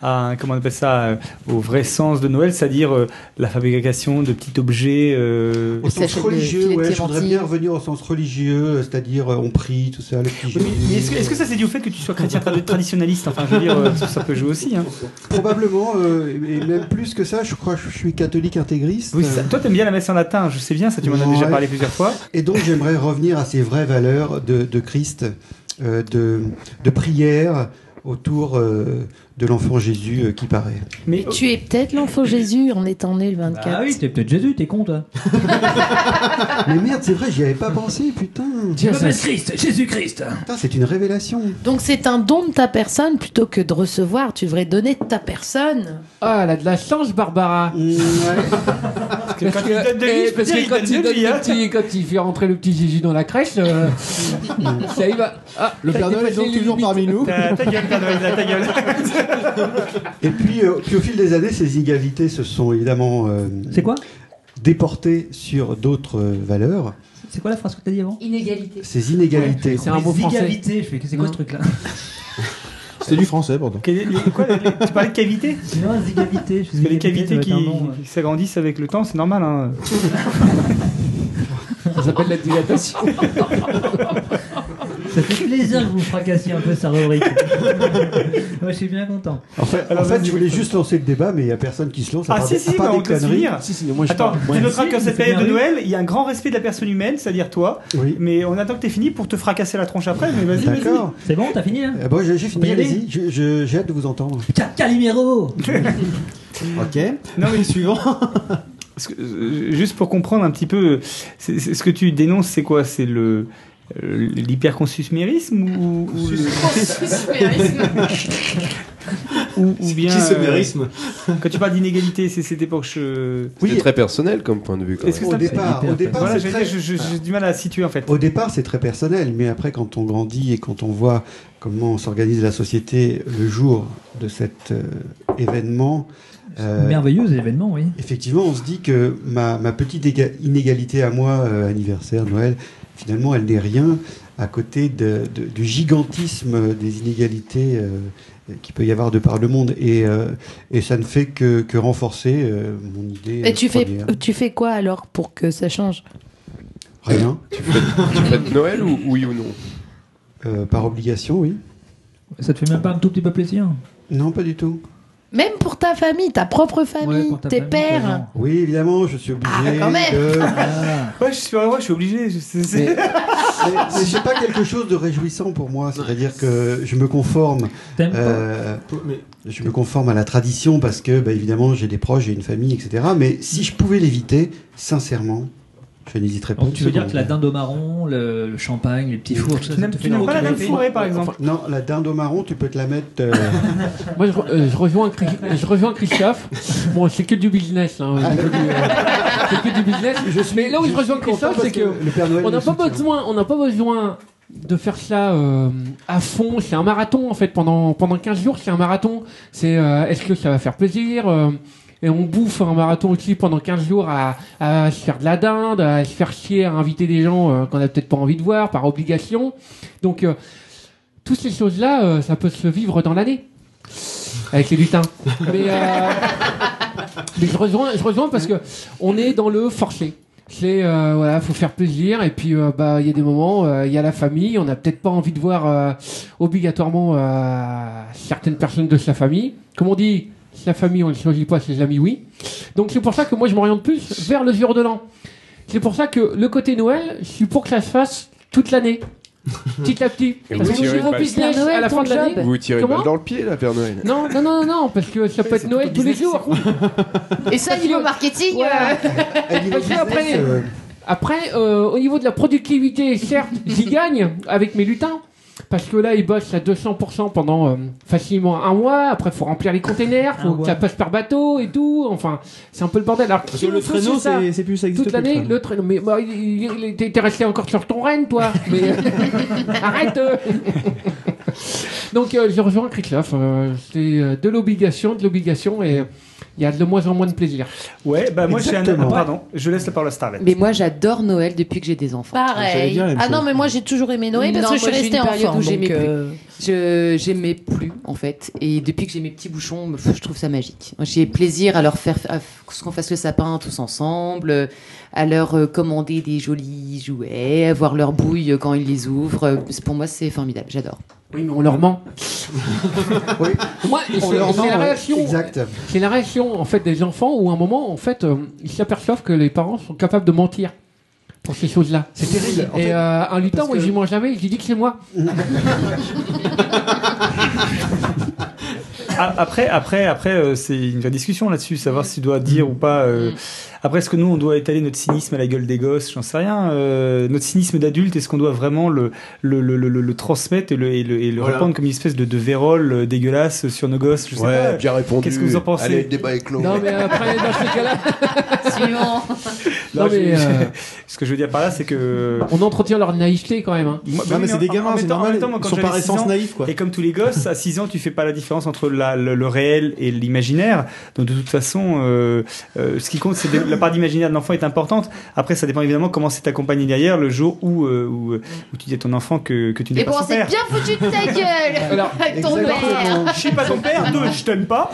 Speaker 4: à un- comment on appelle ça, euh, au vrai sens de Noël, c'est-à-dire euh, la fabrication de petits objets euh,
Speaker 10: Au
Speaker 6: Ça
Speaker 10: sens
Speaker 6: fait le
Speaker 10: religieux,
Speaker 6: filet
Speaker 10: ouais, je
Speaker 6: Clémentine.
Speaker 10: voudrais bien revenir au sens religieux, euh, c'est-à-dire euh, on prie, tout ça, le petit
Speaker 4: Oui, mais- mais
Speaker 10: Jésus.
Speaker 4: Est-ce que, est-ce que ça c'est dû au fait que tu sois chrétien trad- traditionnaliste Enfin, je veux dire, euh, ça peut jouer aussi. Hein.
Speaker 10: Probablement, euh, et même plus que ça, je crois que je suis catholique intégriste.
Speaker 1: Euh,
Speaker 10: euh,
Speaker 4: Oui, ça- toi, t'aimes bien la messe en latin, je sais bien, ça tu m'en as déjà
Speaker 10: Ouais.
Speaker 4: parlé plusieurs fois.
Speaker 10: Et donc j'aimerais revenir à ces vraies valeurs de, de Christ, euh, de, de prière autour euh, de l'enfant Jésus euh, qui paraît.
Speaker 7: oh.
Speaker 4: Mais
Speaker 5: Tu es peut-être l'enfant Jésus en étant né le 24.
Speaker 7: Bah
Speaker 1: ah oui t'es peut-être Jésus t'es con toi
Speaker 10: (laughs) Mais merde, c'est vrai, j'y avais pas pensé, putain.
Speaker 7: Tiens, ça-
Speaker 1: Christ Jésus Christ
Speaker 10: Putain, c'est une révélation.
Speaker 5: Donc c'est un don de ta personne plutôt que de recevoir. Tu devrais donner de ta personne.
Speaker 7: Ah, elle a de la chance, Barbara.
Speaker 10: Mm,
Speaker 4: parce que quand tu donnes de
Speaker 7: eh,
Speaker 4: lui,
Speaker 7: parce que
Speaker 4: il
Speaker 7: quand
Speaker 4: donne
Speaker 7: il
Speaker 4: de
Speaker 7: donne
Speaker 4: lui,
Speaker 7: le
Speaker 4: hein.
Speaker 7: petit- quand il fait rentrer le petit Jésus dans la crèche,
Speaker 4: (laughs)
Speaker 7: euh, ça y va. Ah,
Speaker 2: Le Père Noël est donc toujours parmi nous.
Speaker 4: Ta ta gueule, Père Noël, là, ta gueule.
Speaker 10: Et puis, euh, puis au fil des années, ces inégalités se sont évidemment euh,
Speaker 1: c'est quoi
Speaker 10: déportées sur d'autres euh, valeurs.
Speaker 1: c'est quoi la phrase que t'as dit avant
Speaker 6: Inégalité.
Speaker 10: Ces inégalités.
Speaker 7: C'est un mot
Speaker 1: Les
Speaker 7: français.
Speaker 1: égalités, je fais que c'est quoi ce truc là
Speaker 2: C'est du français, pardon.
Speaker 4: Quel est- les- quoi, les- les- Tu parlais de cavité
Speaker 1: (laughs) non les égalités je
Speaker 4: Parce que les cavités qui qui s'agrandissent avec le temps, c'est normal. Hein.
Speaker 7: Ça s'appelle la dilatation.
Speaker 1: Ça fait plaisir que vous fracassiez un peu sa (laughs) rubrique. Moi, je suis bien content.
Speaker 10: En fait, en fait, je voulais juste lancer le débat, mais il n'y a personne qui se lance. à
Speaker 4: Ah
Speaker 10: part
Speaker 4: si,
Speaker 10: des- à
Speaker 4: si, mais
Speaker 10: part
Speaker 4: on
Speaker 10: des
Speaker 4: peut se
Speaker 10: conneries.
Speaker 4: finir.
Speaker 2: Si, si, mais moi je
Speaker 4: Attends,
Speaker 2: parle.
Speaker 4: tu noteras qu'en
Speaker 1: si,
Speaker 4: cette
Speaker 1: c'est
Speaker 4: période de
Speaker 1: bien
Speaker 4: Noël, il y a un grand respect de la personne humaine, c'est-à-dire toi,
Speaker 10: Oui.
Speaker 4: mais on attend que t'aies fini pour te fracasser la tronche après, mais vas-y, vas-y.
Speaker 10: D'accord.
Speaker 1: C'est bon, t'as fini là
Speaker 10: Eh bon, j'ai j'ai
Speaker 1: peut
Speaker 10: fini,
Speaker 1: y aller
Speaker 10: allez-y. Je- je- J'ai hâte de vous entendre.
Speaker 1: Putain, Calimero
Speaker 2: Ok.
Speaker 4: Non, mais-
Speaker 2: suivant.
Speaker 4: (laughs) Parce que, euh, juste pour comprendre un petit peu, c'est- c'est- ce que tu dénonces, c'est quoi C'est le euh, l'hyperconsumérisme (laughs) ou, ou le- ou, ou bien.
Speaker 2: Kissomérisme.
Speaker 4: euh, quand tu parles d'inégalité, c'est cette époque. Je...
Speaker 3: C'est très personnel comme point de vue. quand
Speaker 4: Est-ce que
Speaker 3: même.
Speaker 4: ça
Speaker 10: Au
Speaker 4: me-
Speaker 10: départ, Ah, au départ,
Speaker 4: Voilà,
Speaker 10: c'est
Speaker 4: j'ai
Speaker 10: très-
Speaker 4: j'ai- j'ai- j'ai du mal à situer en fait.
Speaker 10: Au départ, c'est très personnel, mais après, quand on grandit et quand on voit comment s'organise la société le jour de cet euh, événement, euh,
Speaker 1: Merveilleux événement, oui.
Speaker 10: effectivement, on se dit que ma, ma petite éga- inégalité à moi, euh, anniversaire, Noël, finalement, elle n'est rien à côté de- de- du gigantisme des inégalités euh, qu'il peut y avoir de par le monde. Et, euh, et ça ne fait que, que renforcer euh, mon idée.
Speaker 5: Et tu
Speaker 10: euh,
Speaker 5: fais,
Speaker 10: première.
Speaker 5: tu fais quoi alors pour que ça change
Speaker 10: Rien.
Speaker 3: Tu fêtes, tu fêtes Noël ou oui ou non
Speaker 10: Euh, par obligation, oui.
Speaker 1: Ça te fait même pas un tout petit peu plaisir
Speaker 10: Non, pas du tout.
Speaker 5: Même pour ta famille, ta propre famille,
Speaker 1: pour ta
Speaker 5: tes
Speaker 1: famille,
Speaker 5: pères.
Speaker 1: t'as raison.
Speaker 10: Oui, évidemment, je suis obligé.
Speaker 5: Ah, quand même.
Speaker 10: de-
Speaker 1: Ah. (laughs)
Speaker 4: Ouais, je suis, ouais, je suis obligé. je- c'est- c'est-
Speaker 2: Mais-
Speaker 10: (laughs) Mais, mais c'est pas quelque chose de réjouissant pour moi. C'est-à-dire que je me conforme.
Speaker 1: T'aimes
Speaker 10: euh,
Speaker 2: Mais-
Speaker 10: je me conforme à la tradition parce que, bah, évidemment, j'ai des proches, j'ai une famille, etc. Mais si je pouvais l'éviter, sincèrement, je n'hésiterais pas.
Speaker 1: Donc tu veux
Speaker 10: une
Speaker 1: dire que la
Speaker 10: seconde.
Speaker 1: dinde au marron, le, le champagne, les petits fours, tout ça,
Speaker 4: Tu
Speaker 1: ça
Speaker 4: n'aimes
Speaker 1: te fait
Speaker 4: tu n'aimes pas la dinde
Speaker 1: envie.
Speaker 4: fourrée par
Speaker 1: (laughs)
Speaker 4: exemple
Speaker 10: Non, la dinde au marron, tu peux te la mettre. (laughs) euh,
Speaker 7: Moi, je, re- euh, je rejoins, Chris- je rejoins Christophe. Bon, c'est que du business. hein, au niveau du, euh, c'est que du business. Mais là où je,
Speaker 10: suis
Speaker 7: rejoins
Speaker 10: content
Speaker 7: Christophe,
Speaker 10: parce
Speaker 7: c'est
Speaker 10: (laughs)
Speaker 7: que
Speaker 10: le Père Noël
Speaker 7: on
Speaker 10: me
Speaker 7: n'a pas
Speaker 10: soutient.
Speaker 7: besoin, on n'a pas besoin de faire ça euh, à fond. C'est un marathon en fait pendant pendant 15 jours. C'est un marathon. C'est euh, est-ce que ça va faire plaisir euh, Et on bouffe un marathon aussi pendant 15 jours à, à se faire de la dinde, à se faire chier, à inviter des gens euh, qu'on n'a peut-être pas envie de voir par obligation. Donc euh, toutes ces choses là, ça peut se vivre dans l'année avec les lutins. Mais, euh, mais je rejoins, je rejoins parce que on est dans le forcé. C'est euh, voilà, faut faire plaisir et puis euh, bah il y a des moments, euh, il y a la famille, on n'a peut-être pas envie de voir euh, obligatoirement euh, certaines personnes de sa famille. Comme on dit, sa famille on ne choisit pas, ses amis oui. Donc c'est pour ça que moi je m'oriente plus vers le jour de l'an. C'est pour ça que le côté Noël, je suis pour que ça se fasse toute l'année, petit à petit.
Speaker 3: Et
Speaker 7: Parce
Speaker 3: vous
Speaker 7: que
Speaker 3: tirez
Speaker 7: vos
Speaker 3: pas-
Speaker 7: business
Speaker 5: Père Noël,
Speaker 7: à la fin
Speaker 5: ton
Speaker 7: de l'année,
Speaker 5: job.
Speaker 3: Vous tirez
Speaker 7: Comment
Speaker 3: balle dans le pied là, Père Noël.
Speaker 7: non, non, non, non, non, parce que ça peut être Noël tous les jours.
Speaker 6: Et ça, niveau marketing,
Speaker 7: Ouais.
Speaker 6: euh,
Speaker 10: Elle dit,
Speaker 7: Parce que après-
Speaker 10: euh,
Speaker 7: Après, euh, au niveau de la productivité, certes, j'y gagne avec mes lutins. Parce que là, ils bossent à 200% pendant euh, facilement un mois. Après, faut remplir les containers,
Speaker 1: Un
Speaker 7: faut que
Speaker 1: mois.
Speaker 7: ça passe par bateau et tout. Enfin, c'est un peu le bordel. Alors,
Speaker 2: Parce
Speaker 7: si
Speaker 2: que le
Speaker 7: on faisait
Speaker 2: traîneau,
Speaker 7: ça
Speaker 2: c'est c'est plus ça existe
Speaker 7: toute
Speaker 2: plus,
Speaker 7: l'année,
Speaker 2: ça.
Speaker 7: le traîneau. Mais bah, il- il- il- t'es t'es resté encore sur ton renne, toi. Mais
Speaker 5: (laughs)
Speaker 7: arrête. euh. (laughs) Donc, euh, je rejoins Christophe. euh, c'est euh, de l'obligation, de l'obligation, et euh, il y a de moins en moins de plaisir.
Speaker 4: Ouais, bah moi j'ai un.
Speaker 10: Exactement.
Speaker 4: ah, Pardon, je laisse la parole à Starlet.
Speaker 6: Mais moi, j'adore Noël depuis que j'ai des
Speaker 5: Bah,
Speaker 6: enfants.
Speaker 5: Pareil.
Speaker 2: dire la même
Speaker 5: Ah non,
Speaker 2: chose.
Speaker 5: mais moi j'ai toujours aimé Noël parce
Speaker 6: Non,
Speaker 5: que je suis
Speaker 6: moi, j'ai
Speaker 5: restée
Speaker 6: une période
Speaker 5: enfant.
Speaker 6: où j'aimais
Speaker 5: donc,
Speaker 6: plus.
Speaker 5: euh,
Speaker 6: Je j'aimais plus en fait, et depuis que j'ai mes petits bouchons, me- je trouve ça magique. J'ai plaisir à leur faire à f- qu'on fasse le sapin tous ensemble, euh, à leur euh, commander des jolis jouets, à voir leur bouille euh, quand ils les ouvrent. Euh, c'est- Pour moi, c'est formidable. J'adore.
Speaker 7: Oui, mais on
Speaker 6: (laughs)
Speaker 7: leur ment.
Speaker 10: Oui.
Speaker 7: Moi, et
Speaker 10: on
Speaker 7: c'est-
Speaker 10: leur
Speaker 7: c'est
Speaker 10: ment,
Speaker 7: la
Speaker 10: ouais.
Speaker 7: réaction.
Speaker 10: Exact.
Speaker 7: C'est la réaction en fait des enfants où à un moment en fait euh, ils s'aperçoivent que les parents sont capables de mentir pour ces choses-là.
Speaker 10: C'est terrible. En
Speaker 7: Et
Speaker 10: fait,
Speaker 7: euh, un lutin,
Speaker 10: parce
Speaker 7: moi
Speaker 10: que-
Speaker 7: j'y mange jamais, je lui dis que c'est moi.
Speaker 4: Ah, Après, après, après, euh, c'est une vraie discussion là-dessus, savoir si tu dois dire ou pas. euh, Après, est-ce que nous, on doit étaler notre cynisme à la gueule des gosses J'en sais rien. euh, notre cynisme d'adulte, est-ce qu'on doit vraiment le, le, le, le, le- le transmettre et le, et le, et le
Speaker 2: Voilà.
Speaker 4: répandre comme une espèce de, de vérole euh, dégueulasse sur nos gosses Je sais pas.
Speaker 3: bien répondu.
Speaker 4: Qu'est-ce que vous en pensez
Speaker 3: Allez, le débat est clos.
Speaker 7: Non (laughs) mais euh, après dans ces cas-là,
Speaker 6: Suivant.
Speaker 4: Non,
Speaker 7: non,
Speaker 4: j'ai-
Speaker 7: mais, euh,
Speaker 4: (laughs) Ce que je veux dire par là, c'est que.
Speaker 7: (laughs) on entretient leur naïveté quand même. hein.
Speaker 4: Moi- bah
Speaker 2: Non,
Speaker 4: oui,
Speaker 2: mais c'est des
Speaker 4: en- en
Speaker 2: gamins,
Speaker 4: même
Speaker 2: c'est
Speaker 4: temps- en
Speaker 2: normal.
Speaker 4: même temps, moi,
Speaker 2: Ils
Speaker 4: quand
Speaker 2: sont
Speaker 4: j'avais
Speaker 2: par
Speaker 4: six
Speaker 2: essence
Speaker 4: ans,
Speaker 2: naïfs, quoi.
Speaker 4: Et comme tous les gosses, à 6 ans, tu fais pas la différence entre la- le, le réel et l'imaginaire. Donc de toute façon, euh, euh, ce qui compte, c'est de- la part d'imaginaire de l'enfant est importante. Après, ça dépend évidemment comment c'est accompagné derrière le jour où, euh, où, où tu dis à ton enfant que, que tu n'es
Speaker 6: Et bon,
Speaker 4: pas son
Speaker 6: c'est
Speaker 4: père.
Speaker 6: bien foutu de ta
Speaker 4: (laughs)
Speaker 6: gueule
Speaker 7: Alors,
Speaker 6: avec ton père.
Speaker 10: Exactement.
Speaker 4: Je suis pas ton père, deux, je t'aime pas.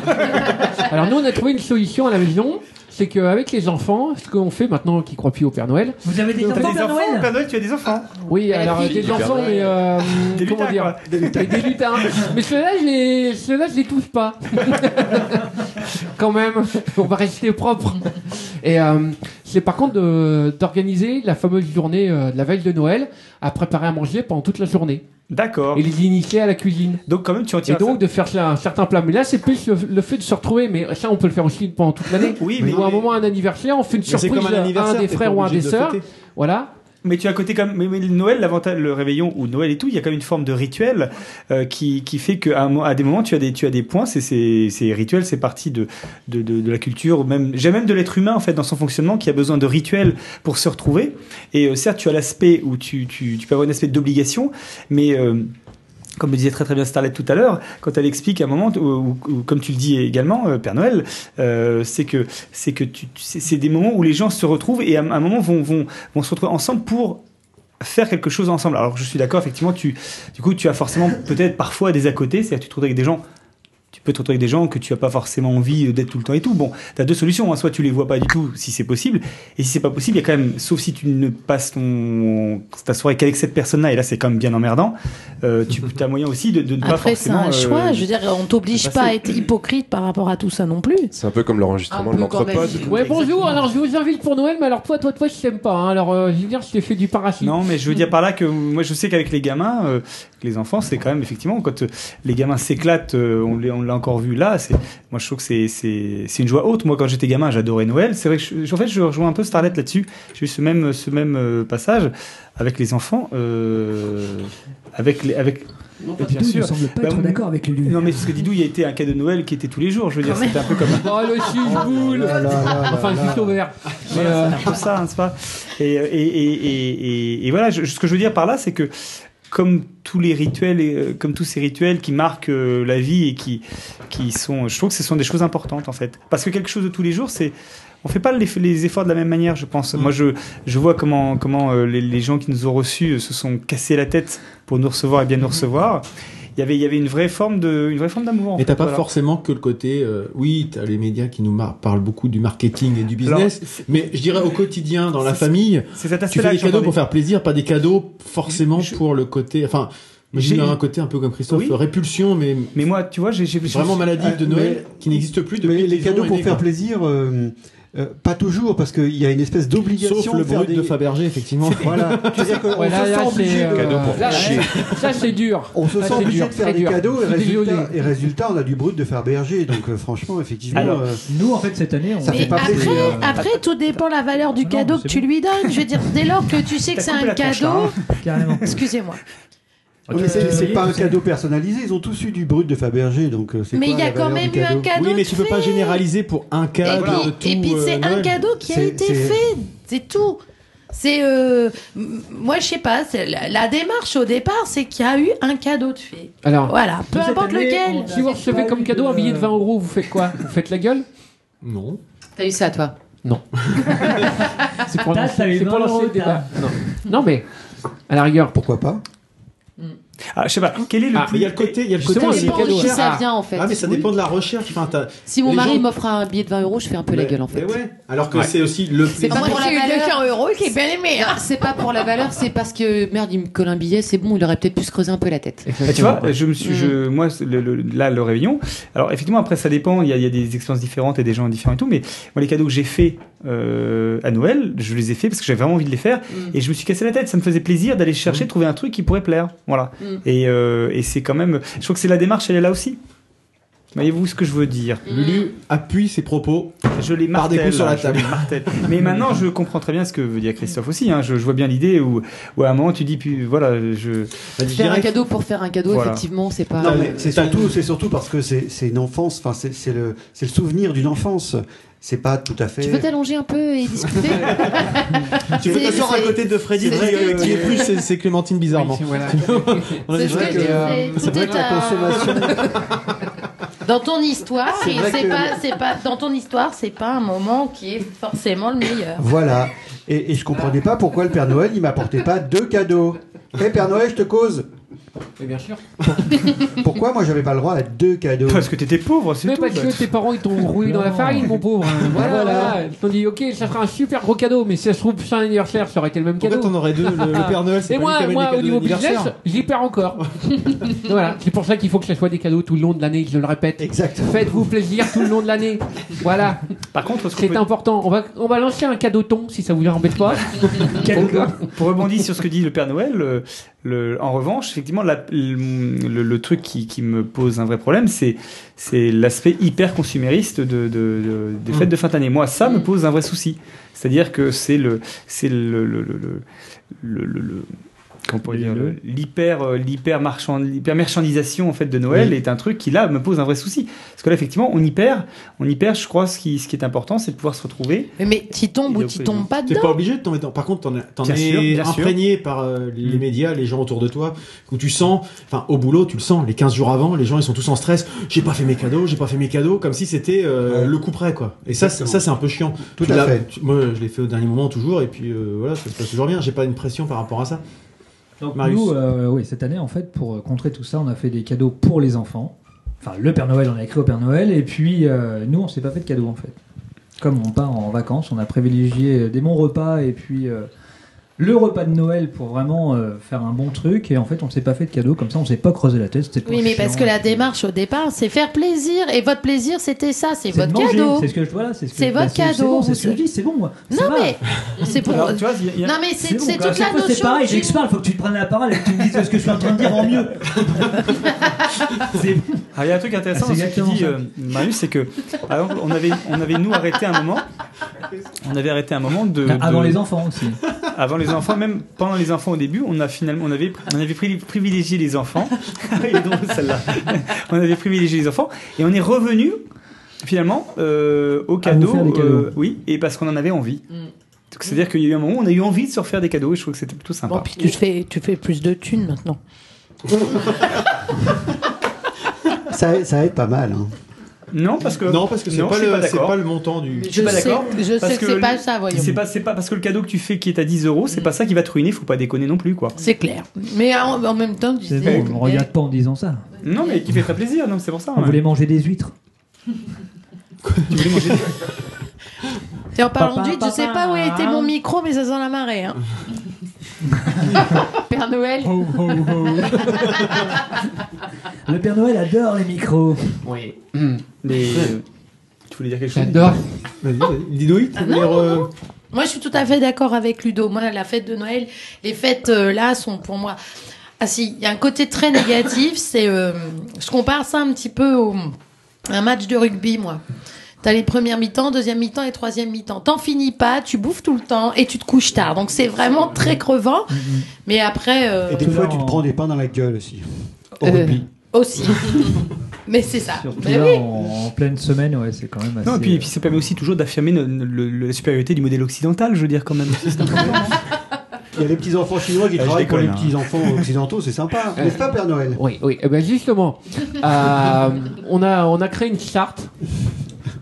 Speaker 7: alors nous on a trouvé une solution à la maison, c'est qu'avec les enfants, ce qu'on fait maintenant qui croient plus au Père Noël.
Speaker 1: Vous avez des
Speaker 4: T'as des
Speaker 1: enfants, Père
Speaker 4: enfants,
Speaker 1: Noël
Speaker 4: Père Noël, tu as des enfants.
Speaker 7: Oui, alors euh,
Speaker 6: fille
Speaker 7: des
Speaker 3: du Père
Speaker 7: enfants mais euh,
Speaker 4: Des
Speaker 7: comment
Speaker 4: lutins,
Speaker 7: dire
Speaker 4: quoi.
Speaker 7: Et des lutins. Mais ceux-là, je les, ceux-là, je les touche pas. Quand même, on va rester propre. Et euh, c'est par contre de- d'organiser la fameuse journée euh, de la veille de Noël à préparer à manger pendant toute la journée
Speaker 4: D'accord.
Speaker 7: et les initier à la cuisine.
Speaker 4: Donc quand même, tu en
Speaker 7: Et
Speaker 4: tires.
Speaker 7: donc de faire ça, un certain plat. Mais là, c'est plus le, le fait de se retrouver. Mais ça, on peut le faire aussi pendant toute l'année.
Speaker 4: Oui, mais
Speaker 7: Ou à un moment, un anniversaire, on fait une
Speaker 2: Mais C'est
Speaker 7: surprise
Speaker 2: comme un
Speaker 7: à un
Speaker 2: anniversaire.
Speaker 7: des
Speaker 2: t'es
Speaker 7: frères
Speaker 2: pas
Speaker 7: ou un
Speaker 2: obligé
Speaker 7: des
Speaker 2: de
Speaker 7: sœurs.
Speaker 2: fêter.
Speaker 7: Voilà.
Speaker 4: Mais tu as un côté comme mais, mais Noël, l'avantage, le réveillon ou Noël et tout, il y a quand même une forme de rituel euh, qui, qui fait qu'à un mo- à des moments tu as des tu as des points, c'est c'est c'est rituel, c'est partie de, de de de la culture, même j'ai même de l'être humain en fait dans son fonctionnement qui a besoin de rituels pour se retrouver. Et euh, certes, tu as l'aspect où tu tu tu peux avoir un aspect d'obligation, mais euh, comme le disait très très bien Starlet tout à l'heure, quand elle explique à un moment, où- où- où, comme tu le dis également, euh, Père Noël, euh, c'est que c'est que tu, tu- c'est c'est des moments où les gens se retrouvent et à, un- à un moment vont, vont vont se retrouver ensemble pour faire quelque chose ensemble. Alors je suis d'accord, effectivement, tu du coup tu as forcément peut-être parfois des à côté, c'est-à-dire que tu te retrouves avec des gens tu peux te retrouver avec des gens que tu n'as pas forcément envie d'être tout le temps et tout. Bon, tu as deux solutions. hein. Soit tu les vois pas du tout, si c'est possible. Et si c'est pas possible, il y a quand même, sauf si tu ne passes ton, ta soirée qu'avec cette personne-là, et là c'est quand même bien emmerdant, euh, tu as moyen aussi de, de ne pas
Speaker 5: Après, c'est
Speaker 4: forcément.
Speaker 5: un choix.
Speaker 4: euh,
Speaker 5: Je veux dire, on t'oblige
Speaker 4: passer.
Speaker 5: pas à être hypocrite par rapport à tout ça non plus.
Speaker 3: C'est un peu comme l'enregistrement de l'anthropode.
Speaker 7: Ouais, bonjour, alors je vous invite pour Noël, mais alors toi, toi, toi, je t'aime pas. hein. Alors, euh, je veux dire, je t'ai fait du parachute.
Speaker 4: Non, mais je veux dire par là que moi je sais qu'avec les gamins, euh, les enfants, c'est quand même effectivement quand euh, les gamins s'éclatent, euh, on l'a- on l'a encore vu là. C'est moi je trouve que c'est c'est c'est une joie haute. Moi quand j'étais gamin, j'adorais Noël. C'est vrai que je- en fait je rejoins un peu Starlet là-dessus. J'ai eu ce même ce même euh, passage avec les enfants, euh, avec les avec
Speaker 1: bah, Didou ne semble pas être
Speaker 4: on-
Speaker 1: d'accord avec lui. Ah
Speaker 4: Non mais parce que Didou il y a été un cadeau de Noël qui était tous les jours. Je veux dire
Speaker 1: Quand même.
Speaker 4: c'était un peu comme
Speaker 7: (laughs) Oh, le chiche-boule Enfin,
Speaker 4: là.
Speaker 7: juste au vert.
Speaker 4: (laughs) mais euh, c'est un peu ça, hein, n'est-ce pas et, et, et, et, et- et voilà, je- ce que je veux dire par là, c'est que comme tous les rituels, et, euh, comme tous ces rituels qui marquent euh, la vie et qui, qui sont, je trouve que ce sont des choses importantes en fait, parce que quelque chose de tous les jours, c'est on fait pas les, les efforts de la même manière, je pense.
Speaker 2: Mm.
Speaker 4: Moi, je, je vois comment, comment euh, les, les gens qui nous ont reçus euh, se sont cassés la tête pour nous recevoir et bien nous recevoir. Il y avait, il y avait une vraie forme de, une vraie forme d'amour. en
Speaker 2: Et t'as
Speaker 4: fait,
Speaker 2: pas
Speaker 4: voilà.
Speaker 2: forcément que le côté, euh, oui, t'as les médias qui nous mar- parlent beaucoup du marketing et du business, mais je dirais au quotidien, dans la famille,
Speaker 4: c'est cet
Speaker 2: tu
Speaker 4: aspect-là
Speaker 2: fais des
Speaker 4: que j'entendais.
Speaker 2: cadeaux pour faire plaisir, pas des cadeaux forcément pour le côté, enfin, j'ai
Speaker 4: J'ai-
Speaker 2: un côté un peu comme Christophe,
Speaker 4: Oui.
Speaker 2: répulsion, mais
Speaker 4: Mais moi, tu vois, j'ai j'ai- Euh,
Speaker 2: vraiment maladie de
Speaker 10: Ah,
Speaker 2: Noël
Speaker 10: mais-
Speaker 2: qui n'existe plus depuis
Speaker 10: Mais les
Speaker 2: qu'ils ont
Speaker 10: cadeaux pour
Speaker 2: aidé,
Speaker 10: faire
Speaker 2: quoi.
Speaker 10: plaisir, euh, euh, pas toujours, parce qu'il y a une espèce d'obligation.
Speaker 2: Sauf le
Speaker 10: de faire
Speaker 2: brut
Speaker 10: des-
Speaker 2: de Fabergé, effectivement.
Speaker 10: (laughs)
Speaker 7: (laughs)
Speaker 10: Voilà. C'est-à-dire qu'on
Speaker 7: Ouais, là,
Speaker 10: se
Speaker 7: là,
Speaker 10: sent
Speaker 7: c'est,
Speaker 10: obligé
Speaker 7: euh,
Speaker 10: de.
Speaker 2: Cadeau pour
Speaker 7: là,
Speaker 2: faire chier.
Speaker 7: Ça, c'est dur.
Speaker 10: On se
Speaker 7: Ça,
Speaker 10: sent
Speaker 7: c'est
Speaker 10: obligé
Speaker 7: dur,
Speaker 10: de faire
Speaker 7: c'est
Speaker 10: des
Speaker 7: dur.
Speaker 10: cadeaux et
Speaker 7: Je suis
Speaker 10: résultat,
Speaker 7: désolé.
Speaker 10: et résultat, on a du brut de faire berger. Donc euh, franchement, effectivement,
Speaker 1: Alors,
Speaker 10: euh,
Speaker 1: Nous, en fait, cette année, on
Speaker 10: ça fait
Speaker 5: Mais
Speaker 10: pas plaisir.
Speaker 5: après, après, tout dépend la valeur du cadeau que tu lui donnes. Je veux dire, dès lors que tu sais que
Speaker 4: T'as
Speaker 5: c'est
Speaker 4: coupé
Speaker 5: un
Speaker 4: la tronche, là,
Speaker 5: cadeau,
Speaker 4: hein.
Speaker 1: carrément.
Speaker 5: excusez-moi.
Speaker 10: Oui, mais c'est- c'est pas un cadeau personnalisé. Ils ont tous eu du brut de Fabergé, donc euh, c'est
Speaker 5: Mais
Speaker 10: quoi
Speaker 5: il y a
Speaker 10: la valeur
Speaker 5: quand même
Speaker 10: du
Speaker 5: eu un cadeau.
Speaker 2: Oui, mais tu peux pas
Speaker 5: fait.
Speaker 2: généraliser pour un
Speaker 5: Et
Speaker 2: cadeau de tout.
Speaker 5: puis, et puis
Speaker 2: euh,
Speaker 5: c'est un
Speaker 2: Noël.
Speaker 5: cadeau qui a
Speaker 10: C'est-
Speaker 5: été
Speaker 10: c'est-
Speaker 5: fait, c'est tout. C'est euh, m- moi je sais pas, c'est la, la démarche au départ, c'est qu'il y a eu un cadeau de fait.
Speaker 7: Alors,
Speaker 5: Voilà, peu
Speaker 1: Nous, cette
Speaker 5: importe
Speaker 1: année,
Speaker 5: lequel.
Speaker 1: on a-
Speaker 7: si vous recevez comme cadeau un billet de 20 euros, vous faites quoi Vous faites la gueule
Speaker 2: Non.
Speaker 6: T'as eu ça, toi
Speaker 7: C'est pour
Speaker 1: T'as-
Speaker 7: lancer
Speaker 1: t'as les
Speaker 7: c'est pour
Speaker 1: 20
Speaker 7: lancer
Speaker 1: euros,
Speaker 7: le débat. Non. Non, mais, à la rigueur,
Speaker 10: Pourquoi pas
Speaker 7: Hmm.
Speaker 4: Ah, je sais pas. Quel est le
Speaker 2: Ah, mais
Speaker 4: plus
Speaker 2: il y a le côté, il y a le
Speaker 7: Justement,
Speaker 2: côté
Speaker 6: Ça
Speaker 7: Moi,
Speaker 2: aussi
Speaker 7: c'est
Speaker 6: dépend de
Speaker 7: cadeau.
Speaker 2: cadeau.
Speaker 4: hein.
Speaker 6: qui ça
Speaker 7: Ah.
Speaker 6: vient, en fait.
Speaker 2: Ah, mais ça dépend de la recherche. Enfin, t'as-
Speaker 6: Si mon
Speaker 2: les
Speaker 6: mari
Speaker 2: gens-
Speaker 6: m'offre un billet de 20 euros, je fais un peu la
Speaker 2: Mais-
Speaker 6: gueule, en fait.
Speaker 2: mais ouais. Alors que c'est aussi le
Speaker 6: C'est pas
Speaker 2: plaisir.
Speaker 6: pour la valeur.
Speaker 5: euros qui est bien aimé. hein.
Speaker 6: C'est pas pour la valeur, c'est parce que merde, il me colle un billet, c'est bon, il aurait peut-être pu se creuser un peu la tête.
Speaker 4: Bah, tu vois, je me suis, je,
Speaker 6: Mm.
Speaker 4: moi, c'est le, le- là, le réveillon. Alors, effectivement, après, ça dépend. Il y a, il y a des expériences différentes et des gens différents et tout. Mais moi, les cadeaux que j'ai faits euh, à Noël, je les ai faits parce que j'avais vraiment envie de les faire.
Speaker 6: Mm.
Speaker 4: Et je me suis cassé la tête. Ça me faisait plaisir
Speaker 2: Mm.
Speaker 4: d'aller chercher, trouver un truc qui pourrait plaire. Voilà.
Speaker 6: Mm.
Speaker 4: Et, euh, et c'est quand même. Je trouve que c'est la démarche, elle est là aussi. Voyez-vous ce que je veux dire
Speaker 6: Mm.
Speaker 2: Lulu appuie ses propos.
Speaker 4: Je les
Speaker 2: Par des
Speaker 4: martèle. hein,
Speaker 2: coups sur la
Speaker 4: je
Speaker 2: table.
Speaker 4: les martèle. Mais maintenant, je comprends très bien ce que veut dire Christophe aussi. Hein. Je, je vois bien l'idée où, où, à un moment, tu dis, puis voilà, je.
Speaker 2: Bah, je
Speaker 6: Faire un
Speaker 2: dirais que-
Speaker 6: cadeau pour faire un cadeau,
Speaker 4: Voilà.
Speaker 6: effectivement, c'est pas.
Speaker 10: Non,
Speaker 2: mais
Speaker 10: mais c'est
Speaker 2: t'as-
Speaker 10: surtout, c'est surtout parce que c'est c'est une enfance. Enfin, c'est c'est le, c'est le souvenir d'une enfance. C'est pas tout à fait.
Speaker 6: Tu peux t'allonger un peu et discuter
Speaker 2: (laughs) Tu peux
Speaker 6: C'est-
Speaker 2: t'asseoir à
Speaker 6: c'est-
Speaker 2: côté de Freddy
Speaker 6: c'est-
Speaker 2: qui,
Speaker 6: c'est-
Speaker 2: qui épluche ses, ses clémentines bizarrement. (laughs) On a
Speaker 5: C'est
Speaker 2: des
Speaker 5: ce
Speaker 2: vrais
Speaker 5: que
Speaker 2: que-
Speaker 5: je
Speaker 10: euh,
Speaker 5: disais.
Speaker 10: c'est
Speaker 5: Tout
Speaker 10: vrai
Speaker 5: est
Speaker 10: que la
Speaker 5: un-
Speaker 10: consommation.
Speaker 5: (laughs) Dans ton histoire,
Speaker 10: C'est
Speaker 5: et
Speaker 10: vrai
Speaker 5: c'est
Speaker 10: que-
Speaker 5: pas, c'est pas, dans ton histoire, c'est pas un moment qui est forcément le meilleur.
Speaker 10: Voilà. Et, et je comprenais pas pourquoi le Père Noël il m'apportait pas deux cadeaux. Hé Père Noël, je te cause.
Speaker 7: Mais bien sûr.
Speaker 10: Pourquoi moi j'avais pas le droit à deux cadeaux
Speaker 4: Parce que t'étais pauvre, c'est
Speaker 7: Mais
Speaker 4: tout.
Speaker 7: parce
Speaker 4: bah.
Speaker 7: que tes parents ils t'ont roulé (laughs) dans la
Speaker 1: Non.
Speaker 7: farine, mon pauvre. Voilà,
Speaker 10: Voilà.
Speaker 7: voilà. Ils t'ont dit, ok, ça fera un super gros cadeau, mais si ça se trouve, c'est un anniversaire, ça aurait été le même
Speaker 2: En fait,
Speaker 7: cadeau. Ah.
Speaker 2: on aurait deux. Le, le Père Noël, c'est
Speaker 7: Et
Speaker 2: pas lui qui
Speaker 7: moi,
Speaker 2: amène
Speaker 7: moi
Speaker 2: les
Speaker 7: au
Speaker 2: cadeaux
Speaker 7: niveau business,
Speaker 2: d'anniversaire.
Speaker 7: j'y perds
Speaker 2: (laughs)
Speaker 7: encore. voilà, c'est pour ça qu'il faut que ça soit des cadeaux tout le long de l'année, je le répète.
Speaker 10: Exact.
Speaker 7: Faites-vous plaisir tout le long de l'année. Voilà,
Speaker 4: Par contre, ce qu'on
Speaker 7: c'est
Speaker 4: peut
Speaker 7: important. On va, on va lancer un cadeauton si ça vous embête pas.
Speaker 4: Quel- pour rebondir sur ce que dit le Père Noël, euh, le- en revanche, effectivement, la- le, le- le truc qui, qui me pose un vrai problème, c'est c'est l'aspect hyper consumériste de, de- de- des fêtes de fin d'année. Moi, ça me pose un vrai souci. C'est-à-dire que c'est le, c'est le, le, le, le- le- le- le- comment on pourrait dire, le- l'hyper, euh, l'hyper marchand, l'hyper merchandisation en fait de Noël
Speaker 1: Oui.
Speaker 4: est un truc qui là me pose un vrai souci. Parce que là, effectivement, on y perd, on y perd. Je crois ce qui, ce qui est important, c'est de pouvoir se retrouver.
Speaker 5: Mais tu tombes
Speaker 4: ou tu tombes
Speaker 5: pas
Speaker 2: T'es pas obligé de tomber dedans. Par contre, t'en es- t'en
Speaker 4: Bien sûr,
Speaker 2: es
Speaker 4: bien sûr.
Speaker 2: imprégné par euh, les médias, les gens autour de toi, où tu sens, enfin, au boulot, tu le sens, les 15 jours avant, les gens, ils sont tous en stress. J'ai pas fait mes cadeaux, j'ai pas fait mes cadeaux, comme si c'était euh, le coup près, quoi. Et ça, c'est- ça, c'est un peu chiant.
Speaker 10: Tout
Speaker 2: Tu
Speaker 10: à
Speaker 2: l'as-
Speaker 10: fait.
Speaker 2: tu- moi, je l'ai fait au dernier moment, toujours, et puis euh, voilà, ça se passe toujours bien. J'ai pas une pression par rapport à ça.
Speaker 1: Donc
Speaker 2: Marius.
Speaker 1: nous, euh, oui, cette année, en fait, pour euh, contrer tout ça, on a fait des cadeaux pour les enfants. Enfin, le Père Noël, on a écrit au Père Noël. Et puis, euh, nous, on s'est pas fait de cadeaux, en fait. Comme on part en vacances, on a privilégié euh, des bons repas et puis euh, le repas de Noël pour vraiment euh, faire un bon truc. Et en fait, on s'est pas fait de cadeaux. Comme ça, on s'est pas creusé la tête. C'était pas
Speaker 5: Oui, mais parce
Speaker 1: chiant.
Speaker 5: que la démarche au départ, c'est faire plaisir. Et votre plaisir, c'était ça, c'est
Speaker 1: C'est de
Speaker 5: votre
Speaker 1: manger,
Speaker 5: cadeau.
Speaker 1: C'est ce que je voilà, c'est ce que-
Speaker 5: C'est
Speaker 1: bah,
Speaker 5: votre
Speaker 1: c'est- c'est bon,
Speaker 5: cadeau,
Speaker 1: C'est ce que je
Speaker 5: vous-
Speaker 1: dis, c'est bon. moi.
Speaker 5: Non,
Speaker 1: Ça va.
Speaker 5: mais c'est pour.
Speaker 1: Alors, tu vois, il y a- il y a-
Speaker 5: Non, mais c'est
Speaker 1: bon,
Speaker 5: c'est
Speaker 1: quoi. À
Speaker 5: toute
Speaker 1: chaque
Speaker 5: la
Speaker 1: fois,
Speaker 5: notion.
Speaker 1: C'est pareil,
Speaker 5: du-
Speaker 1: j'exparle, faut que tu te prennes la parole et que tu me dises ce que je suis en train de dire en mieux.
Speaker 4: Ah, il y a un truc intéressant
Speaker 1: Ah,
Speaker 4: dans
Speaker 1: c'est
Speaker 4: ce que tu
Speaker 1: exactement
Speaker 4: dis,
Speaker 1: ça.
Speaker 4: euh, Marius, c'est que par exemple, on avait, on avait nous arrêté un moment. On avait arrêté un moment de.
Speaker 1: Avant
Speaker 4: de-
Speaker 1: les enfants aussi.
Speaker 4: (laughs) Avant les enfants, même pendant les enfants au début, on a finalement, on avait, on avait pri- privilégié les enfants. Elle est drôle, celle-là. on avait privilégié les enfants et on est revenu finalement euh, au cadeau. euh,
Speaker 1: faire des cadeaux.
Speaker 4: oui, et parce qu'on en avait envie.
Speaker 5: Mm.
Speaker 4: Donc, C'est-à-dire qu'il y a eu un moment où on a eu envie de se refaire des cadeaux et je trouve que c'était plutôt sympa.
Speaker 5: Bon, Oh, puis tu fais, tu fais plus de thunes
Speaker 1: (laughs)
Speaker 5: maintenant.
Speaker 10: Ça, ça aide pas mal. hein.
Speaker 4: Non, parce que
Speaker 2: Non, parce que c'est
Speaker 4: non,
Speaker 2: pas,
Speaker 4: je suis
Speaker 2: le- c'est
Speaker 4: d'accord.
Speaker 2: pas le montant du.
Speaker 4: Je suis pas
Speaker 5: Je sais-
Speaker 4: d'accord.
Speaker 5: je sais
Speaker 4: parce
Speaker 5: que c'est
Speaker 4: le-
Speaker 5: pas ça, voyons. Mm.
Speaker 4: C'est pas, c'est pas parce que le cadeau que tu fais qui est à 10 euros, c'est pas ça qui va te ruiner, faut pas déconner non plus, quoi.
Speaker 5: C'est clair. Mais en, en même temps, tu
Speaker 1: C'est
Speaker 5: sais-
Speaker 1: bon, on me regarde pas en disant ça.
Speaker 4: Non, mais qui fait très plaisir, non, c'est pour ça. hein.
Speaker 1: On
Speaker 4: ouais.
Speaker 1: voulait manger des huîtres.
Speaker 5: Et en parlant
Speaker 1: Papa,
Speaker 5: d'huîtres, je sais
Speaker 1: papa. hein.
Speaker 5: pas où a été mon micro, mais ça sent la marée. hein.
Speaker 6: (laughs) Père Noël
Speaker 1: Ho, ho, ho. Le Père Noël adore les micros.
Speaker 7: Oui.
Speaker 4: Mais euh, tu voulais dire quelque chose
Speaker 7: J'adore.
Speaker 2: Vas-y, vas-y. Dis-nous,
Speaker 1: Ah
Speaker 2: oui, tu voulais re-
Speaker 5: Moi, je suis tout à fait d'accord avec Ludo. Moi, la fête de Noël, les fêtes euh, là sont pour moi. Ah si, il y a un côté très négatif. C'est, euh, je compare ça un petit peu au à un match de rugby, moi. T'as les premières mi-temps, deuxième mi-temps et troisième mi-temps. T'en finis pas, tu bouffes tout le temps et tu te couches tard. Donc c'est vraiment très crevant. Mais après, euh,
Speaker 10: Et des
Speaker 1: Tout
Speaker 10: fois,
Speaker 1: dans-
Speaker 10: tu te prends des pains dans la gueule aussi. Au
Speaker 6: Euh,
Speaker 10: rugby. (laughs)
Speaker 5: aussi. mais c'est ça.
Speaker 1: Surtout
Speaker 5: Mais
Speaker 1: là,
Speaker 5: oui.
Speaker 1: en, en pleine semaine, ouais, c'est quand même
Speaker 2: Bah,
Speaker 1: assez.
Speaker 4: Non, et puis,
Speaker 2: euh,
Speaker 4: et puis ça permet aussi toujours d'affirmer no- no- le- le- la supériorité du modèle occidental, je veux dire, quand (laughs) même.
Speaker 10: Il y a les petits enfants chinois qui
Speaker 4: Ah, je
Speaker 10: travaillent pour les
Speaker 4: déconne, hein.
Speaker 10: petits enfants occidentaux, c'est sympa. N'est-ce pas, Père Noël
Speaker 7: Euh. Oui, oui. Eh ben justement, euh, on, a, on a créé une charte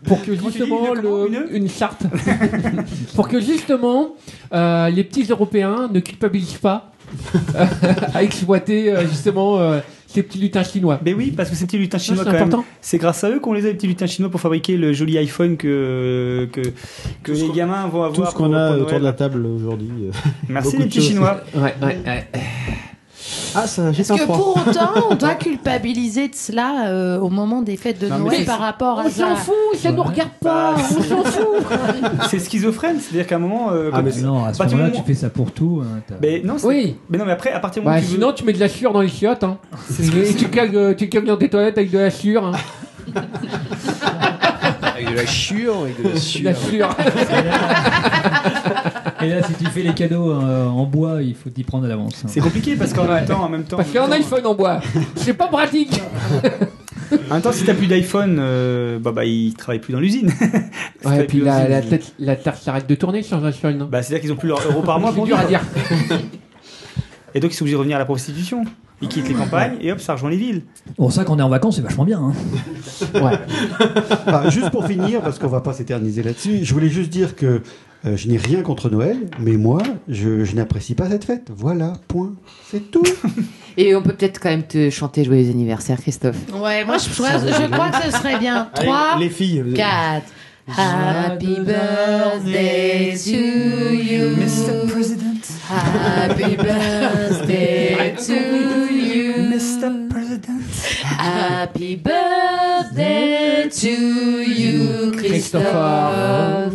Speaker 7: pour que
Speaker 4: Comment tu dis,
Speaker 7: justement
Speaker 4: une comment,
Speaker 7: le-
Speaker 4: une
Speaker 7: une charte (laughs) pour que justement euh, les petits Européens ne culpabilisent pas (laughs) euh, à exploiter euh, justement euh, ces petits lutins chinois.
Speaker 4: Mais oui, parce que ces petits lutins chinois,
Speaker 7: c'est
Speaker 4: quand même,
Speaker 7: important.
Speaker 4: c'est grâce à eux qu'on les a, les petits lutins chinois, pour fabriquer le joli iPhone que, que, que les gamins vont
Speaker 2: Tout
Speaker 4: avoir.
Speaker 2: ce qu'on
Speaker 4: pour-
Speaker 2: a
Speaker 4: pour
Speaker 2: autour de
Speaker 4: Noël.
Speaker 2: la table aujourd'hui. euh. (laughs)
Speaker 4: Merci
Speaker 2: beaucoup
Speaker 4: les
Speaker 2: de
Speaker 4: petits
Speaker 2: choses.
Speaker 4: chinois.
Speaker 7: Ouais, ouais, ouais.
Speaker 2: Ah, ça, j'ai
Speaker 5: Est-ce
Speaker 2: pas
Speaker 5: que
Speaker 2: froid.
Speaker 5: pour autant, on doit
Speaker 4: (laughs)
Speaker 5: culpabiliser de cela euh, au moment des fêtes de
Speaker 4: Non, mais
Speaker 5: Noël
Speaker 4: c'est-
Speaker 5: par rapport
Speaker 7: On
Speaker 5: à
Speaker 7: s'en
Speaker 5: ça
Speaker 7: fout, ça nous regarde pas,
Speaker 4: Bah,
Speaker 7: on s'en fout.
Speaker 4: C'est schizophrène, c'est-à-dire qu'à un moment. euh,
Speaker 2: Ah,
Speaker 4: quand
Speaker 2: mais
Speaker 4: tu-
Speaker 1: Ah non, à ce
Speaker 4: Bah, tu
Speaker 1: moment-là,
Speaker 4: vois,
Speaker 1: tu fais ça pour tout. hein, t'as-
Speaker 4: mais non, c'est-
Speaker 7: Oui.
Speaker 4: Mais non, mais après, à partir du moment
Speaker 7: Bah,
Speaker 4: où tu veux.
Speaker 7: sinon, tu mets de la sueur dans les chiottes.
Speaker 4: (laughs)
Speaker 7: Hein. Et tu cales, euh, tu cales dans tes toilettes avec de la sueur. Hein.
Speaker 12: Avec de la chure, avec de la
Speaker 7: De la
Speaker 4: (laughs)
Speaker 7: sueur.
Speaker 1: (laughs) Et là, si tu fais les cadeaux euh, en bois, il faut t'y prendre à l'avance. hein.
Speaker 4: C'est compliqué parce qu'en même temps, en même temps.
Speaker 7: Parce qu'il y a
Speaker 4: en
Speaker 7: un
Speaker 4: même temps-
Speaker 7: iPhone en bois. C'est pas pratique.
Speaker 4: En même temps, si t'as plus d'iPhone, euh, bah, bah, ils travaillent plus dans l'usine. (laughs)
Speaker 7: Ouais, et puis la,
Speaker 4: la,
Speaker 7: la, tête, la terre s'arrête de tourner sur un iPhone. non
Speaker 4: Bah, c'est-à-dire qu'ils ont plus leur euro par mois
Speaker 7: C'est
Speaker 4: pour
Speaker 7: dur à
Speaker 4: vivre.
Speaker 7: dire.
Speaker 4: (laughs) Et donc, ils sont obligés de revenir à la prostitution. Ils quittent les campagnes et hop, ça rejoint les villes.
Speaker 1: Bon, ça, quand on est en vacances, c'est vachement bien.
Speaker 4: (laughs)
Speaker 1: hein.
Speaker 7: Ouais.
Speaker 10: Ah, juste pour finir, parce qu'on va pas s'éterniser là-dessus, je voulais juste dire que euh, je n'ai rien contre Noël, mais moi, je, je n'apprécie pas cette fête. Voilà, point. C'est tout.
Speaker 6: (laughs) Et on peut peut-être quand même te chanter Joyeux anniversaire, Christophe.
Speaker 5: Ouais, moi je, crois- je crois que ce serait bien. 3,
Speaker 2: Allez, Les filles. vous-
Speaker 5: 4. Happy birthday to you.
Speaker 4: Mr. President.
Speaker 5: Happy birthday to you.
Speaker 4: Mr. President.
Speaker 5: Happy birthday to you,
Speaker 3: (laughs)
Speaker 5: Christophe.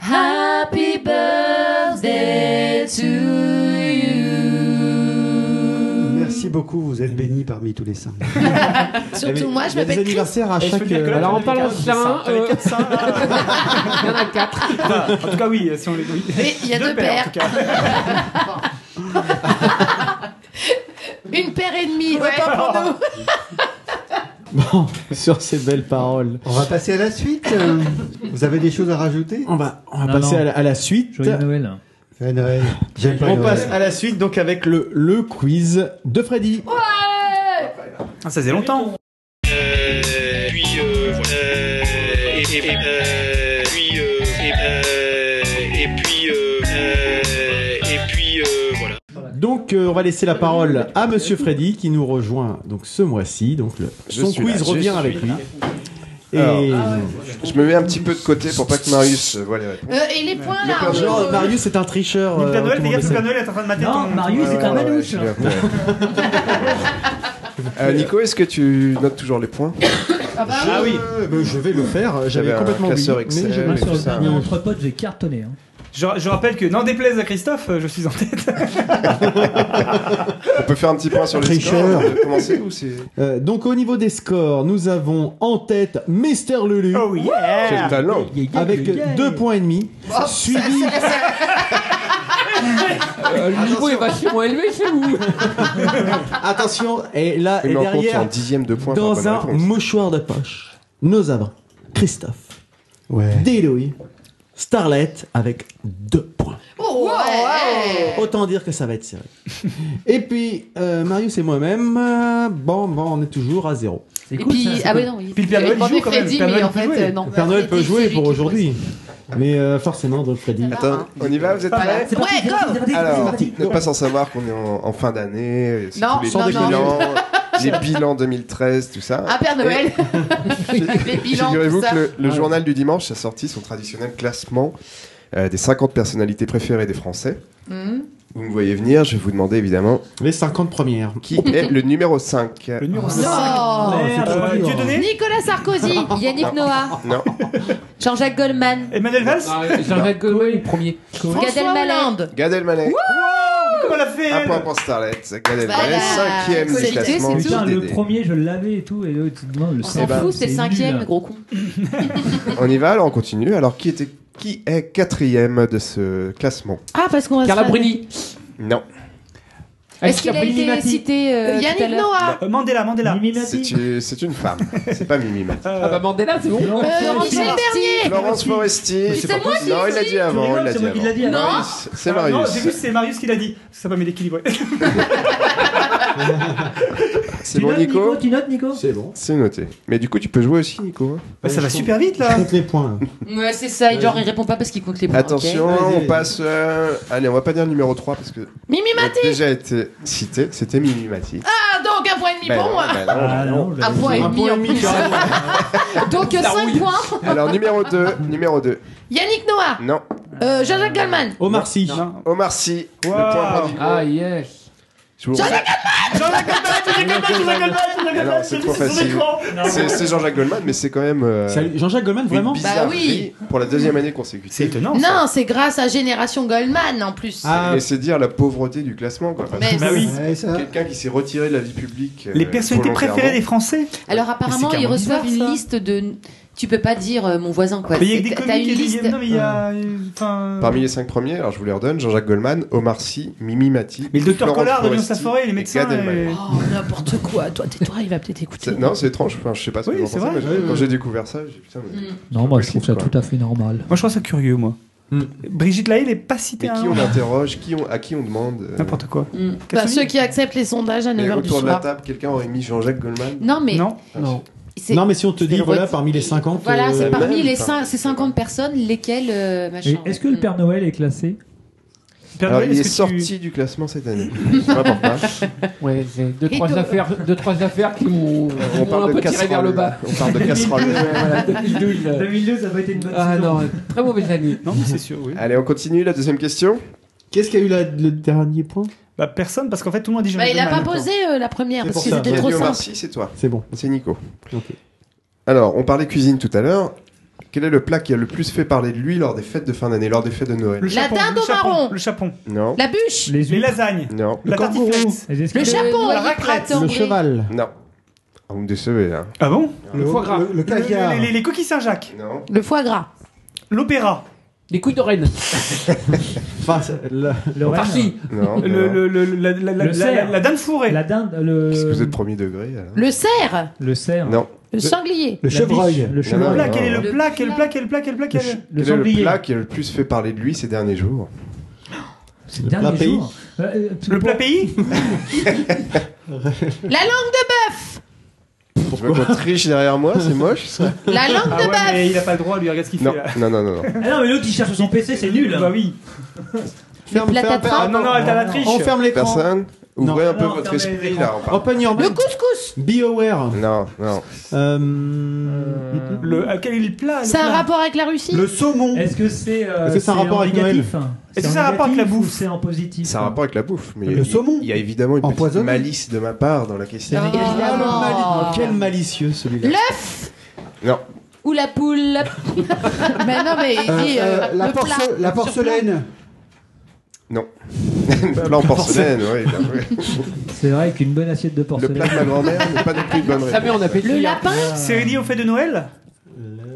Speaker 5: Happy birthday to you.
Speaker 10: Merci beaucoup, vous êtes bénis parmi tous les saints. Eh,
Speaker 5: Surtout moi, je m'appelle
Speaker 10: des
Speaker 5: Christ.
Speaker 10: anniversaires à
Speaker 4: Et je peux
Speaker 10: chaque. euh,
Speaker 4: dire que là,
Speaker 7: Alors en
Speaker 4: T'avais
Speaker 7: parlant de
Speaker 4: quatre,
Speaker 7: ça,
Speaker 4: c'est ça.
Speaker 7: euh,
Speaker 6: Il y en a quatre.
Speaker 4: Enfin, en tout cas, oui, si on les oui.
Speaker 5: Mais il y a deux
Speaker 4: paires,
Speaker 5: paires.
Speaker 4: en tout cas.
Speaker 5: (laughs) Une paire et demie, autant pour nous.
Speaker 2: Bon, sur ces belles paroles,
Speaker 10: On va passer à la suite. euh. Vous avez des choses à rajouter
Speaker 2: on va, on va
Speaker 1: Non,
Speaker 2: passer
Speaker 1: non.
Speaker 2: À, la, à la suite.
Speaker 1: Joyeux Noël.
Speaker 10: Ouais, Noël. J'aime pas
Speaker 2: On
Speaker 10: Noël.
Speaker 2: passe à la suite donc avec le, le quiz de Freddy.
Speaker 4: Ah, ça faisait longtemps.
Speaker 9: puis euh, et, puis et puis et puis euh, voilà.
Speaker 2: Donc euh, on va laisser la parole à Monsieur Freddy qui nous rejoint donc ce mois-ci. Donc le,
Speaker 3: Je
Speaker 2: son
Speaker 3: suis
Speaker 2: quiz
Speaker 3: là, je
Speaker 2: revient
Speaker 3: suis
Speaker 2: avec lui. Et
Speaker 3: Alors, Je me mets un petit peu de côté pour pas que Marius euh, voit les réponses.
Speaker 5: Euh, et les points là.
Speaker 2: Ah,
Speaker 5: on-
Speaker 2: genre, Marius est un tricheur.
Speaker 4: Le
Speaker 2: euh,
Speaker 4: Père Noël,
Speaker 2: comment
Speaker 4: fais
Speaker 2: on
Speaker 4: gaffe, le
Speaker 2: appelle
Speaker 4: Père Noël est en train de mater
Speaker 1: Non,
Speaker 4: ton- Ah
Speaker 1: Marius
Speaker 3: Ouais,
Speaker 1: est un
Speaker 3: ouais, ouais,
Speaker 1: manouche.
Speaker 3: je l'ai repéré. Euh, Nico, est-ce que tu notes toujours les points
Speaker 5: Ah bah
Speaker 2: Ah oui, ben, je vais le faire.
Speaker 3: J'avais
Speaker 2: J'avais
Speaker 3: un
Speaker 2: complètement oublié.
Speaker 3: classeur
Speaker 2: mais
Speaker 3: Excel.
Speaker 2: j'ai-
Speaker 1: Moi,
Speaker 3: oui,
Speaker 1: sur le
Speaker 3: ça,
Speaker 1: dernier
Speaker 3: oui.
Speaker 1: entre potes, j'ai cartonné. hein.
Speaker 4: Je, je rappelle que, non déplaise à Christophe, euh, je suis en tête.
Speaker 3: On peut faire un petit point sur le
Speaker 2: Tricheur.
Speaker 3: score euh, Commencer ou c'est
Speaker 2: Euh, donc au niveau des scores, nous avons en tête Mister Lulu
Speaker 4: Oh
Speaker 3: Quel
Speaker 4: yeah Oh,
Speaker 3: talent
Speaker 2: avec deux points et demi, suivi
Speaker 7: euh, le niveau est vachement élevé chez vous.
Speaker 2: attention et là
Speaker 3: Il
Speaker 2: et
Speaker 3: met en compte
Speaker 2: derrière
Speaker 3: en dixième de point. par
Speaker 2: dans
Speaker 3: bonne
Speaker 2: un
Speaker 3: réponse.
Speaker 2: mouchoir de poche, nous avons Christophe,
Speaker 10: Ouais.
Speaker 2: Deloy, Starlet avec deux points.
Speaker 5: oh, ouais.
Speaker 2: Autant dire que ça va être serré. et puis euh, Marius et moi-même, euh, bon bon, on est toujours à zéro.
Speaker 1: C'est
Speaker 6: Et
Speaker 1: cool, ça,
Speaker 6: puis,
Speaker 1: c'est
Speaker 6: ah
Speaker 1: cool.
Speaker 6: ouais, non, il
Speaker 4: Puis le Père
Speaker 6: il
Speaker 4: Noël, il
Speaker 6: demandait
Speaker 4: joue quand même,
Speaker 6: Freddy,
Speaker 4: le
Speaker 6: mais
Speaker 4: Père Noël
Speaker 6: en
Speaker 4: peut
Speaker 6: fait,
Speaker 4: jouer.
Speaker 6: euh, non.
Speaker 2: Le Père Noël peut
Speaker 6: Freddy,
Speaker 2: jouer
Speaker 6: c'est lui
Speaker 2: pour
Speaker 6: qui
Speaker 2: aujourd'hui, mais euh, forcément donc Freddy.
Speaker 3: Attends, on y va Vous êtes prêts
Speaker 1: C'est parti,
Speaker 5: Ouais,
Speaker 1: c'est parti, c'est parti, c'est
Speaker 3: Alors,
Speaker 1: parti.
Speaker 3: ne pas sans savoir qu'on est en, en fin d'année, c'est
Speaker 6: Non,
Speaker 3: tous les
Speaker 6: non, non.
Speaker 3: bilans, les bilans 2013, tout ça.
Speaker 6: Un Père
Speaker 3: (laughs)
Speaker 6: Noël. Les bilans, tout
Speaker 3: Figurez-vous
Speaker 6: ça.
Speaker 3: que le, le journal du dimanche a sorti son traditionnel classement euh, des 50 personnalités préférées des Français.
Speaker 5: Hmm.
Speaker 6: Mhm.
Speaker 3: Vous me voyez venir, je vais vous demander évidemment
Speaker 2: Les 50 premières.
Speaker 3: qui est le numéro 5.
Speaker 4: Le numéro cinq.
Speaker 6: Non.
Speaker 4: Merde,
Speaker 1: c'est trop
Speaker 4: euh,
Speaker 1: dur.
Speaker 4: Dieudonné
Speaker 13: Nicolas Sarkozy, Yannick Noah,
Speaker 3: Non,
Speaker 13: Jean-Jacques Goldman,
Speaker 4: Emmanuel Valls
Speaker 7: Jean-Jacques Goldman est premier.
Speaker 13: Gad
Speaker 5: François
Speaker 13: Elmaleh.
Speaker 5: Hollande.
Speaker 3: Gad Elmaleh,
Speaker 4: Comment l'a fait
Speaker 3: un
Speaker 4: elle
Speaker 3: point pour Starlet, Gad Elmaleh,
Speaker 5: Voilà,
Speaker 3: cinquième
Speaker 5: c'est
Speaker 3: du
Speaker 5: tout,
Speaker 3: classement
Speaker 5: c'est
Speaker 3: du
Speaker 1: Putain, Eh le
Speaker 3: DD.
Speaker 1: premier, je l'avais et tout, et l'autre, tu te demandes le
Speaker 6: On
Speaker 1: cinquième,
Speaker 6: s'en fout, c'est le
Speaker 1: nul.
Speaker 6: cinquième, gros con.
Speaker 3: On y va, alors on continue. Alors qui était qui est quatrième de ce classement
Speaker 5: Ah parce qu'on va. se
Speaker 7: Carla
Speaker 5: faire-
Speaker 7: Bruni.
Speaker 3: Non,
Speaker 13: Est-ce qu'il a été cité euh, tout à
Speaker 5: Yannick
Speaker 13: l'heure
Speaker 5: Noah.
Speaker 4: Euh, Mandela, Mandela.
Speaker 1: Mimi Mati.
Speaker 3: c'est une, c'est une femme, c'est pas Mimi Mati.
Speaker 7: Ah bah Mandela, c'est bon.
Speaker 1: Non,
Speaker 5: Euh,
Speaker 1: c'est-
Speaker 5: Michel Bernier.
Speaker 3: Florence Foresti,
Speaker 13: c'est pas moi qui
Speaker 3: Non,
Speaker 13: l'ai
Speaker 3: il l'a
Speaker 13: dit.
Speaker 3: dit avant, il
Speaker 1: rigoles,
Speaker 3: l'a
Speaker 1: c'est
Speaker 3: dit
Speaker 1: moi qui l'ai dit
Speaker 3: avant.
Speaker 1: avant.
Speaker 3: Marius, C'est
Speaker 4: Ah, Non, j'ai vu,
Speaker 3: Marius.
Speaker 4: c'est Marius qui l'a dit. Ça m'a mis l'équilibre.
Speaker 3: C'est
Speaker 1: Tu
Speaker 3: bon
Speaker 1: notes, Nico
Speaker 3: Nico
Speaker 1: Tu notes, Nico
Speaker 2: C'est bon.
Speaker 3: C'est noté. Mais du coup, tu peux jouer aussi, Nico. hein.
Speaker 4: Bah, ça va super vite là.
Speaker 2: Compte les points.
Speaker 6: Ouais, c'est ça. et Genre, il répond pas parce qu'il compte les points. ok.
Speaker 3: Attention,
Speaker 2: Vas-y, vas-y.
Speaker 3: on passe. euh, Allez, on va pas dire le numéro 3 parce que.
Speaker 5: Mimi
Speaker 3: il a
Speaker 5: Mati.
Speaker 3: déjà été cité. C'était Mimi Mati.
Speaker 5: Ah donc un point et demi
Speaker 3: Ben
Speaker 5: pour
Speaker 3: non,
Speaker 5: moi.
Speaker 3: ben non.
Speaker 1: Ah non, je l'avais
Speaker 6: Un
Speaker 1: dit.
Speaker 6: point et
Speaker 2: Un
Speaker 6: demi
Speaker 2: point et
Speaker 6: en
Speaker 2: demi,
Speaker 6: plus.
Speaker 2: carrément.
Speaker 5: (laughs)
Speaker 6: Donc, 5 points.
Speaker 3: Alors, numéro 2. Numéro 2.
Speaker 5: Yannick Noah.
Speaker 3: Non.
Speaker 5: Euh, Jean-Jacques Goldman.
Speaker 3: Oh.
Speaker 2: Omar Sy.
Speaker 4: Non.
Speaker 3: Omar Sy. Le
Speaker 4: Wow.
Speaker 3: point pour Nico.
Speaker 7: Ah yes.
Speaker 3: Je vous
Speaker 5: Jean-Jacques
Speaker 4: Jean-Jacques Goldman, Jean-Jacques Goldman, Jean-Jacques Goldman,
Speaker 3: Alors, c'est
Speaker 4: Jean-Jacques
Speaker 3: trop
Speaker 4: Goldman,
Speaker 3: facile. C'est c'est Jean-Jacques Goldman, mais c'est quand même. euh,
Speaker 2: Salut, Jean-Jacques Goldman,
Speaker 3: une
Speaker 2: vraiment
Speaker 3: bizarrerie
Speaker 5: Bah oui.
Speaker 3: Pour la deuxième année
Speaker 4: C'est
Speaker 3: consécutive.
Speaker 4: étonnant. ça.
Speaker 5: Non, c'est grâce à Génération Goldman en plus.
Speaker 2: Ah,
Speaker 3: Et c'est dire la pauvreté du classement, quoi. Parce
Speaker 5: Mais
Speaker 3: que
Speaker 4: Bah oui.
Speaker 10: Ouais, ça.
Speaker 3: Quelqu'un qui s'est retiré de la vie publique. euh,
Speaker 4: Les personnalités préférées des Français
Speaker 6: Alors, apparemment,
Speaker 4: c'est
Speaker 6: ils
Speaker 4: carrément
Speaker 6: reçoivent
Speaker 4: bizarre,
Speaker 6: une
Speaker 4: ça.
Speaker 6: liste de. Tu peux pas dire euh, mon voisin, quoi.
Speaker 4: Mais il y a que
Speaker 6: C'est-
Speaker 4: des
Speaker 6: T'as
Speaker 4: comiques
Speaker 6: une
Speaker 4: et des...
Speaker 6: liste.
Speaker 4: Non, mais il y a... Enfin...
Speaker 3: Parmi les cinq premiers, alors je vous les redonne Jean-Jacques Goldman, Omar Sy, Mimi Mati.
Speaker 4: Mais le docteur
Speaker 3: Florence
Speaker 4: Collard, Damien
Speaker 3: Foresti
Speaker 4: Saforé,
Speaker 3: et
Speaker 4: les médecins...
Speaker 3: Gad Elmaleh.
Speaker 4: et-
Speaker 5: Oh n'importe quoi. Toi tais-toi, il va peut-être écouter.
Speaker 3: C'est- Non, c'est étrange. Enfin, je sais pas ce que
Speaker 4: Oui,
Speaker 3: vous en
Speaker 4: c'est
Speaker 3: pensez,
Speaker 4: vrai.
Speaker 3: mais quand j'ai découvert ça, j'ai dit, putain. Mais...
Speaker 5: Mm.
Speaker 1: Non, moi, je trouve ça tout à fait normal.
Speaker 4: Moi, je trouve ça curieux, moi.
Speaker 2: Hmm.
Speaker 4: Brigitte Lahaye n'est pas
Speaker 3: mais
Speaker 4: citée.
Speaker 3: qui
Speaker 4: hein.
Speaker 3: on interroge, qui on- à qui on demande euh,
Speaker 4: N'importe quoi.
Speaker 6: Hmm.
Speaker 5: Bah,
Speaker 4: Cassoni
Speaker 5: ceux qui acceptent les sondages à
Speaker 3: Et
Speaker 5: 9h du
Speaker 3: autour de la
Speaker 5: soir.
Speaker 3: table, quelqu'un aurait mis
Speaker 7: (laughs)
Speaker 3: Jean-Jacques Goldman
Speaker 6: Non, mais.
Speaker 4: Non.
Speaker 2: non.
Speaker 6: c'est-
Speaker 2: Non, mais si on te dit,
Speaker 6: c'est
Speaker 2: voilà,
Speaker 6: reti-
Speaker 2: parmi les 50.
Speaker 6: Voilà,
Speaker 2: euh,
Speaker 6: c'est parmi
Speaker 3: même,
Speaker 6: les
Speaker 3: enfin.
Speaker 6: cin- ces 50 personnes, lesquelles. euh,
Speaker 1: Et
Speaker 6: machin,
Speaker 1: Est-ce
Speaker 6: ouais.
Speaker 1: que le
Speaker 6: Hmm.
Speaker 1: Père Noël est classé
Speaker 4: Père
Speaker 3: Alors,
Speaker 4: Noël,
Speaker 3: il est,
Speaker 4: est-ce que tu-
Speaker 3: sorti du classement
Speaker 7: (laughs)
Speaker 3: cette année. Je sais pas pourquoi.
Speaker 7: Ouais, j'ai deux trois
Speaker 5: Rideau.
Speaker 7: affaires, deux trois affaires qui m'ont
Speaker 3: On
Speaker 7: m'ont un
Speaker 3: parle de
Speaker 7: peu tiré
Speaker 3: casserole.
Speaker 7: vers le bas. (laughs)
Speaker 3: On parle de casserole.
Speaker 7: Ouais, voilà, 2002, il a-
Speaker 1: 2002, ça va être une bonne
Speaker 7: Ah non, très mauvaise année.
Speaker 4: Non, mais c'est sûr, oui.
Speaker 3: Allez, on continue la deuxième question.
Speaker 2: Qu'est-ce qu'il y a eu là, le dernier point
Speaker 4: Bah, personne, parce qu'en fait, tout le monde dit
Speaker 5: Bah,
Speaker 4: Jean-Jacques
Speaker 5: il a pas
Speaker 4: Goldman.
Speaker 5: posé euh, la première
Speaker 2: C'est
Speaker 5: parce
Speaker 2: pour
Speaker 5: que
Speaker 2: ça.
Speaker 5: c'était
Speaker 2: J'ai
Speaker 5: trop
Speaker 3: Merci,
Speaker 5: simple.
Speaker 3: Omar Sy, c'est toi.
Speaker 2: C'est bon.
Speaker 3: C'est Nico.
Speaker 2: Ok.
Speaker 3: Alors, on parlait cuisine tout à l'heure. Quel est le plat qui a le plus fait parler de lui lors des fêtes de fin d'année, lors des fêtes de Noël
Speaker 4: Le
Speaker 5: La
Speaker 4: chapon,
Speaker 5: dinde
Speaker 4: le
Speaker 5: au
Speaker 4: chapon,
Speaker 5: marron.
Speaker 4: Le chapon.
Speaker 3: Non.
Speaker 5: La bûche.
Speaker 3: Les,
Speaker 4: lasagnes.
Speaker 3: Non.
Speaker 4: La tartiflette.
Speaker 5: Le chapeau.
Speaker 4: La raclette.
Speaker 2: Le cheval.
Speaker 3: Non. Ah, Vous me décevez là.
Speaker 4: Ah bon
Speaker 2: Le foie gras.
Speaker 10: Le caviar.
Speaker 4: Les, les- les coquilles Saint-Jacques.
Speaker 3: Non.
Speaker 5: Le foie gras.
Speaker 4: L'opéra.
Speaker 7: Les couilles de reine.
Speaker 2: Enfin, Ah, le,
Speaker 1: Le
Speaker 7: Enfin, si.
Speaker 3: Non.
Speaker 4: Le,
Speaker 3: non.
Speaker 4: le- le- la, la- la-
Speaker 1: Le
Speaker 4: la-
Speaker 1: cerf.
Speaker 4: la dinde fourrée.
Speaker 1: La dinde,
Speaker 3: Si vous
Speaker 1: le,
Speaker 3: êtes premier degré. alors.
Speaker 5: Le cerf.
Speaker 1: le cerf.
Speaker 3: Non.
Speaker 5: Le sanglier.
Speaker 10: Le
Speaker 1: la
Speaker 10: chevreuil.
Speaker 1: biche, Le
Speaker 3: Non,
Speaker 4: Le
Speaker 1: chevreuil.
Speaker 4: plat, quel est
Speaker 3: non.
Speaker 4: le plat, quel plat, quel plat, quel plat, quel...
Speaker 1: Le
Speaker 3: Quel est le
Speaker 1: sanglier.
Speaker 3: plat qui a le plus fait parler de lui ces derniers jours
Speaker 1: Ces
Speaker 2: Le
Speaker 1: derniers
Speaker 2: plat pays.
Speaker 1: jours. Euh, euh,
Speaker 4: Le plat
Speaker 1: (laughs)
Speaker 4: pays
Speaker 5: La langue de bœuf.
Speaker 3: Je veux qu'on triche derrière moi, c'est moche ça
Speaker 5: La langue de
Speaker 4: Ah ouais,
Speaker 5: bœuf.
Speaker 4: mais il a pas le droit, lui, regarde ce qu'il
Speaker 3: non.
Speaker 4: fait là.
Speaker 3: non, non, non, non.
Speaker 1: Euh,
Speaker 8: Ah non, mais l'autre il cherche son PC, c'est nul.
Speaker 4: Bah oui.
Speaker 2: Ferme,
Speaker 5: plat à
Speaker 2: ferme,
Speaker 5: trappe.
Speaker 4: Ah non, non, alternatrice.
Speaker 2: On ferme l'écran.
Speaker 3: Personne Ouvrez un peu
Speaker 4: Non,
Speaker 3: votre
Speaker 4: non, mais-
Speaker 3: esprit là. on parle.
Speaker 2: Open your
Speaker 5: Le
Speaker 2: mind.
Speaker 5: couscous.
Speaker 2: BioWare.
Speaker 3: Non, non.
Speaker 2: Euh...
Speaker 4: Le, ah, quel est le plat le
Speaker 5: C'est un
Speaker 4: plat
Speaker 5: rapport avec la
Speaker 1: (laughs)
Speaker 5: Russie.
Speaker 10: Le saumon.
Speaker 1: Est-ce que c'est euh,
Speaker 2: Est-ce que ça a
Speaker 1: c'est
Speaker 2: rapport
Speaker 1: en
Speaker 2: avec
Speaker 1: négatif hein.
Speaker 4: Est-ce que ça a
Speaker 1: en
Speaker 4: rapport avec
Speaker 1: négatif
Speaker 4: la bouffe
Speaker 1: ou C'est
Speaker 3: (laughs)
Speaker 1: en positif.
Speaker 3: Ça a un rapport avec la bouffe. Mais
Speaker 10: Le
Speaker 3: il y a-
Speaker 10: saumon.
Speaker 3: Il y a évidemment une petite
Speaker 10: Empoisonné.
Speaker 3: malice de ma part dans la question.
Speaker 5: Ah.
Speaker 2: Ah, Quel malicieux celui-là.
Speaker 3: Non.
Speaker 13: Ou la poule.
Speaker 5: mais non, mais il
Speaker 10: Euh,
Speaker 5: dit, euh,
Speaker 10: euh, la,
Speaker 5: le plat.
Speaker 10: porce- la porcelaine.
Speaker 3: Non. le plat en porcelaine, oui. bien joué.
Speaker 1: (laughs) C'est vrai qu'une bonne assiette de
Speaker 3: Le
Speaker 1: porcelaine.
Speaker 3: plat de ma grand-mère n'est pas non plus de
Speaker 4: Ah,
Speaker 3: bonne
Speaker 7: Ça met en
Speaker 3: réponse.
Speaker 7: appétit.
Speaker 5: Le lapin.
Speaker 4: C'est réuni au fait de Noël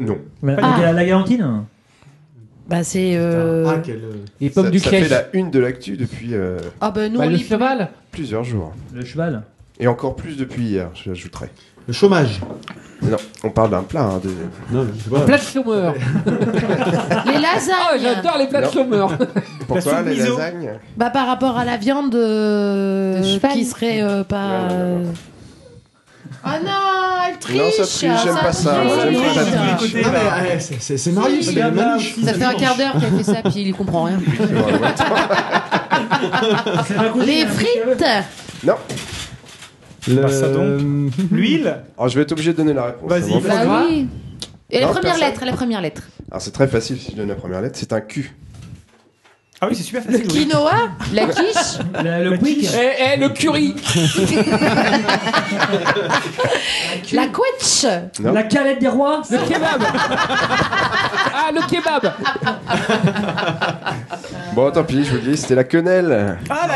Speaker 3: Non.
Speaker 1: Voilà,
Speaker 5: Ah.
Speaker 1: la- La galantine
Speaker 5: Bah c'est. euh,
Speaker 2: Ah, quel, euh,
Speaker 7: Les pommes
Speaker 3: Ça,
Speaker 7: du
Speaker 3: ça fait
Speaker 7: Kiev.
Speaker 3: la une de l'actu depuis euh,
Speaker 5: Ah bah nous
Speaker 7: Bah,
Speaker 5: on
Speaker 7: le
Speaker 5: lit.
Speaker 7: cheval.
Speaker 3: plusieurs jours.
Speaker 1: Le cheval.
Speaker 3: Et encore plus depuis hier, je l'ajouterai.
Speaker 2: Le chômage.
Speaker 3: Non, on parle d'un plat. hein, de-
Speaker 2: Non, je sais pas.
Speaker 7: Plat de chômeur.
Speaker 5: Les
Speaker 7: Ah,
Speaker 5: lasagnes.
Speaker 7: j'adore les plats de
Speaker 3: Non.
Speaker 7: chômeur.
Speaker 3: Pourquoi
Speaker 4: soupe
Speaker 3: les
Speaker 4: miso.
Speaker 3: lasagnes
Speaker 5: (laughs) Bah par rapport à la viande euh,
Speaker 13: De cheval.
Speaker 5: qui serait euh, pas.
Speaker 3: Ouais, ouais,
Speaker 5: euh, Oh non, elle triche.
Speaker 3: Non, ça triche, j'aime pas ça,
Speaker 5: triche.
Speaker 3: j'aime pas
Speaker 4: Tous les
Speaker 3: la
Speaker 4: côtés,
Speaker 2: Non, mais,
Speaker 4: là.
Speaker 2: euh, c'est- c'est c'est Marius,
Speaker 4: Si,
Speaker 2: c'est
Speaker 4: là, là,
Speaker 2: Maniche.
Speaker 6: Ça fait un quart d'heure qu'elle fait
Speaker 2: (laughs)
Speaker 6: ça, puis il comprend rien.
Speaker 5: Les frites.
Speaker 3: Non.
Speaker 2: Le-
Speaker 4: Bah, ça donc. L'huile
Speaker 3: Alors, Ah, je vais être obligé de donner la réponse. hein,
Speaker 4: Vas-y,
Speaker 3: avant.
Speaker 4: vas-y. Bah
Speaker 13: oui.
Speaker 6: Et la
Speaker 3: Non,
Speaker 6: première
Speaker 3: personne.
Speaker 6: lettre, la première lettre.
Speaker 3: Alors, c'est très facile si je donne la première lettre. C'est un Q.
Speaker 4: Ah oui, c'est super
Speaker 5: Le
Speaker 4: facile. oui.
Speaker 5: quinoa.
Speaker 6: La
Speaker 3: (laughs)
Speaker 6: quiche
Speaker 1: La- Le
Speaker 4: La
Speaker 1: quick.
Speaker 4: quiche.
Speaker 7: Eh, eh, le curry.
Speaker 5: La quetch.
Speaker 3: Non.
Speaker 1: La calette des rois.
Speaker 7: Le kebab. Ah, le kebab.
Speaker 3: Bon, tant pis, je vous le dis, c'était la quenelle.
Speaker 4: Ah, la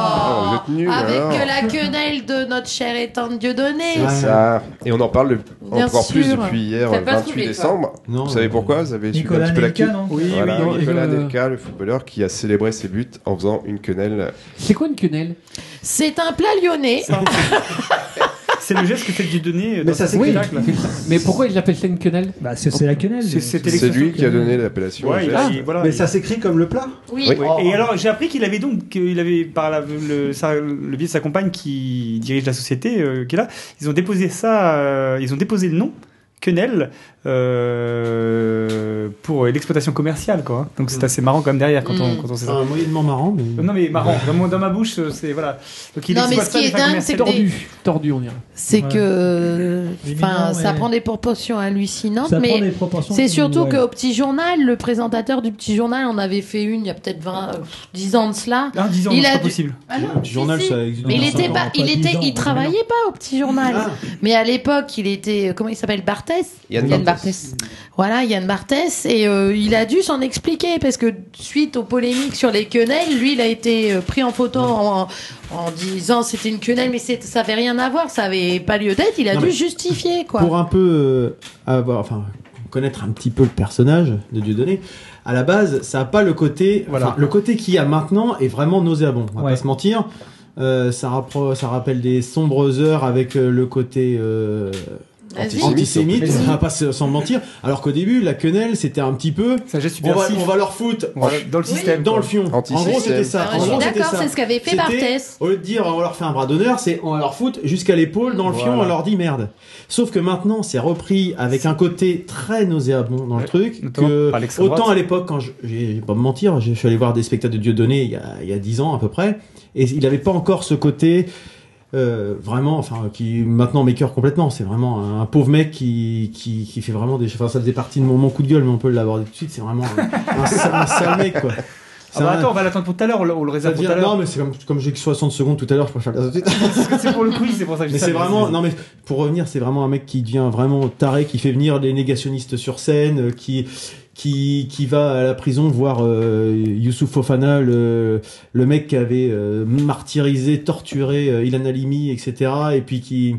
Speaker 3: Ah, vous êtes nuls,
Speaker 5: Avec
Speaker 3: alors.
Speaker 5: euh, la quenelle de notre cher étant Dieudonné.
Speaker 2: Ouais.
Speaker 3: Ça. Et on en parle le-
Speaker 5: Bien
Speaker 3: encore
Speaker 5: sûr.
Speaker 3: plus depuis hier,
Speaker 13: T'as pas
Speaker 3: 28
Speaker 13: trouvé, toi.
Speaker 3: décembre.
Speaker 2: Non,
Speaker 3: vous savez
Speaker 2: mais-
Speaker 3: pourquoi Vous avez suivi un
Speaker 1: Nicolas
Speaker 3: petit peu l'actu
Speaker 1: Nelka, non
Speaker 4: Oui,
Speaker 3: Voilà,
Speaker 7: oui,
Speaker 3: Nicolas
Speaker 7: Nicolas-
Speaker 3: Nelka, le footballeur qui a célébré ses buts en faisant une quenelle.
Speaker 7: C'est quoi une quenelle
Speaker 5: C'est un plat lyonnais.
Speaker 4: C'est le geste que fait Dieu donner.
Speaker 10: Mais ça, c'est
Speaker 7: Oui.
Speaker 10: clair.
Speaker 7: Mais pourquoi ils appellent ça une quenelle
Speaker 1: Bah, c'est c'est la quenelle.
Speaker 4: C'est- c'était
Speaker 3: C'est lui qui a donné
Speaker 4: Ouais,
Speaker 3: l'appellation. au
Speaker 4: il
Speaker 3: geste.
Speaker 4: a- il- voilà,
Speaker 10: Mais
Speaker 4: il-
Speaker 10: ça s'écrit comme le plat.
Speaker 5: Oui.
Speaker 3: Oui.
Speaker 4: Et alors, j'ai appris qu'il avait donc, qu'il avait, par la- le, sa- le biais de sa compagne qui dirige la société, euh, qui est là, ils ont déposé ça, euh, ils ont déposé le nom, Quenel, euh, pour l'exploitation commerciale, quoi. Donc c'est assez marrant quand même derrière quand on,
Speaker 5: Mm.
Speaker 4: quand on sait
Speaker 2: C'est
Speaker 4: ça. Euh,
Speaker 2: un moyennement marrant, mais.
Speaker 4: Non mais marrant, dans, mon- dans ma bouche, euh, c'est voilà. Donc, il
Speaker 5: Non, mais
Speaker 4: exploite
Speaker 5: ce
Speaker 4: ça
Speaker 5: qui
Speaker 4: de
Speaker 5: est
Speaker 4: façon
Speaker 5: dingue,
Speaker 4: commerciale.
Speaker 5: c'est que
Speaker 7: Tordu. Tordu, on dirait.
Speaker 5: C'est
Speaker 1: Ouais.
Speaker 5: que.
Speaker 1: Il est
Speaker 5: Enfin,
Speaker 1: mignon,
Speaker 5: ça
Speaker 1: mais-
Speaker 5: prend des proportions hallucinantes.
Speaker 1: Ça prend
Speaker 5: mais
Speaker 1: des proportions.
Speaker 5: c'est surtout
Speaker 1: ouais.
Speaker 5: qu'au petit journal, le présentateur du petit journal en avait fait une il y a peut-être 20, euh, 10 ans de cela.
Speaker 4: Ah, disons,
Speaker 5: Il
Speaker 4: c'est
Speaker 5: a
Speaker 4: pas
Speaker 5: dû-
Speaker 4: possible.
Speaker 2: Le journal, ça existe.
Speaker 5: Mais il
Speaker 1: Non, ça
Speaker 5: était
Speaker 1: va,
Speaker 5: pas,
Speaker 1: pas
Speaker 5: il
Speaker 1: 10
Speaker 5: était,
Speaker 1: ans,
Speaker 5: il
Speaker 1: non.
Speaker 5: travaillait pas au petit journal. Mais à l'époque, il était, euh, comment il s'appelle, Barthès.
Speaker 3: Yann
Speaker 6: Yann
Speaker 3: Barthès.
Speaker 6: Barthès.
Speaker 5: Voilà, Yann Barthès, et euh, il a dû s'en expliquer parce que suite aux polémiques sur les quenelles, lui, il a été euh, pris en photo en, en disant c'était une quenelle, mais c'est- ça avait rien à voir, ça avait pas lieu d'être. Il a
Speaker 2: Non,
Speaker 5: dû
Speaker 2: mais
Speaker 5: justifier quoi.
Speaker 2: Pour un peu euh, avoir, enfin, connaître un petit peu le personnage de Dieudonné, à la base, ça n'a pas le côté,
Speaker 4: Voilà.
Speaker 2: enfin, le côté qu'il y a maintenant est vraiment nauséabond. On va
Speaker 1: Ouais.
Speaker 2: pas se mentir. Euh, ça, rappro- ça rappelle des sombres heures avec euh, le côté euh,
Speaker 5: Vas-y.
Speaker 2: antisémite,
Speaker 4: Vas-y.
Speaker 2: on va pas se- s'en mentir. Alors qu'au début, la quenelle, c'était un petit peu,
Speaker 4: C'est un geste
Speaker 2: on va,
Speaker 4: subversif.
Speaker 2: on va leur foutre
Speaker 4: Voilà, dans le système.
Speaker 2: dans
Speaker 4: quoi.
Speaker 2: le fion. En
Speaker 3: Antisystème.
Speaker 2: gros, c'était ça.
Speaker 5: Ah,
Speaker 2: En
Speaker 5: je suis
Speaker 2: gros, c'était
Speaker 5: d'accord,
Speaker 2: ça.
Speaker 5: c'est ce qu'avait fait
Speaker 2: C'était-
Speaker 5: Barthès.
Speaker 2: Au lieu de dire on leur fait un bras d'honneur, c'est on leur fout jusqu'à l'épaule dans le fion,
Speaker 4: Voilà.
Speaker 2: on leur dit merde. Sauf que maintenant, c'est repris avec un côté très nauséabond dans le
Speaker 4: Ouais,
Speaker 2: truc.
Speaker 4: notamment
Speaker 2: Que
Speaker 4: par l'extrême
Speaker 2: autant
Speaker 4: droite.
Speaker 2: à l'époque, quand je, j'ai j'ai pas me mentir, je suis allé voir des spectacles de Dieudonné il y a, il y a 10 ans à peu près, et il avait pas encore ce côté. euh, vraiment, enfin, qui maintenant m'écœure complètement. C'est vraiment un pauvre mec qui, qui, qui fait vraiment des. Enfin, ça faisait partie de mon, mon coup de gueule, mais on peut l'aborder tout de suite. euh, C'est vraiment un, un, sale- un sale mec, quoi.
Speaker 4: Ah bah Ah attends, on va l'attendre pour tout à l'heure, on le- on le réserve pour tout à
Speaker 2: C'est-à-dire-
Speaker 4: l'heure.
Speaker 2: Non, mais c'est comme, comme j'ai que 60 secondes tout à l'heure, je préfère le dire tout de suite.
Speaker 4: Parce que c'est pour le quiz, c'est pour ça que je
Speaker 2: Mais
Speaker 4: dis ça,
Speaker 2: c'est vraiment,
Speaker 4: c'est-
Speaker 2: non mais pour revenir, c'est vraiment un mec qui devient vraiment taré, qui fait venir les négationnistes sur scène, euh, qui qui qui va à la prison voir euh, Youssouf Fofana, le le mec qui avait euh, martyrisé, torturé euh, Ilan Halimi, etc. Et puis qui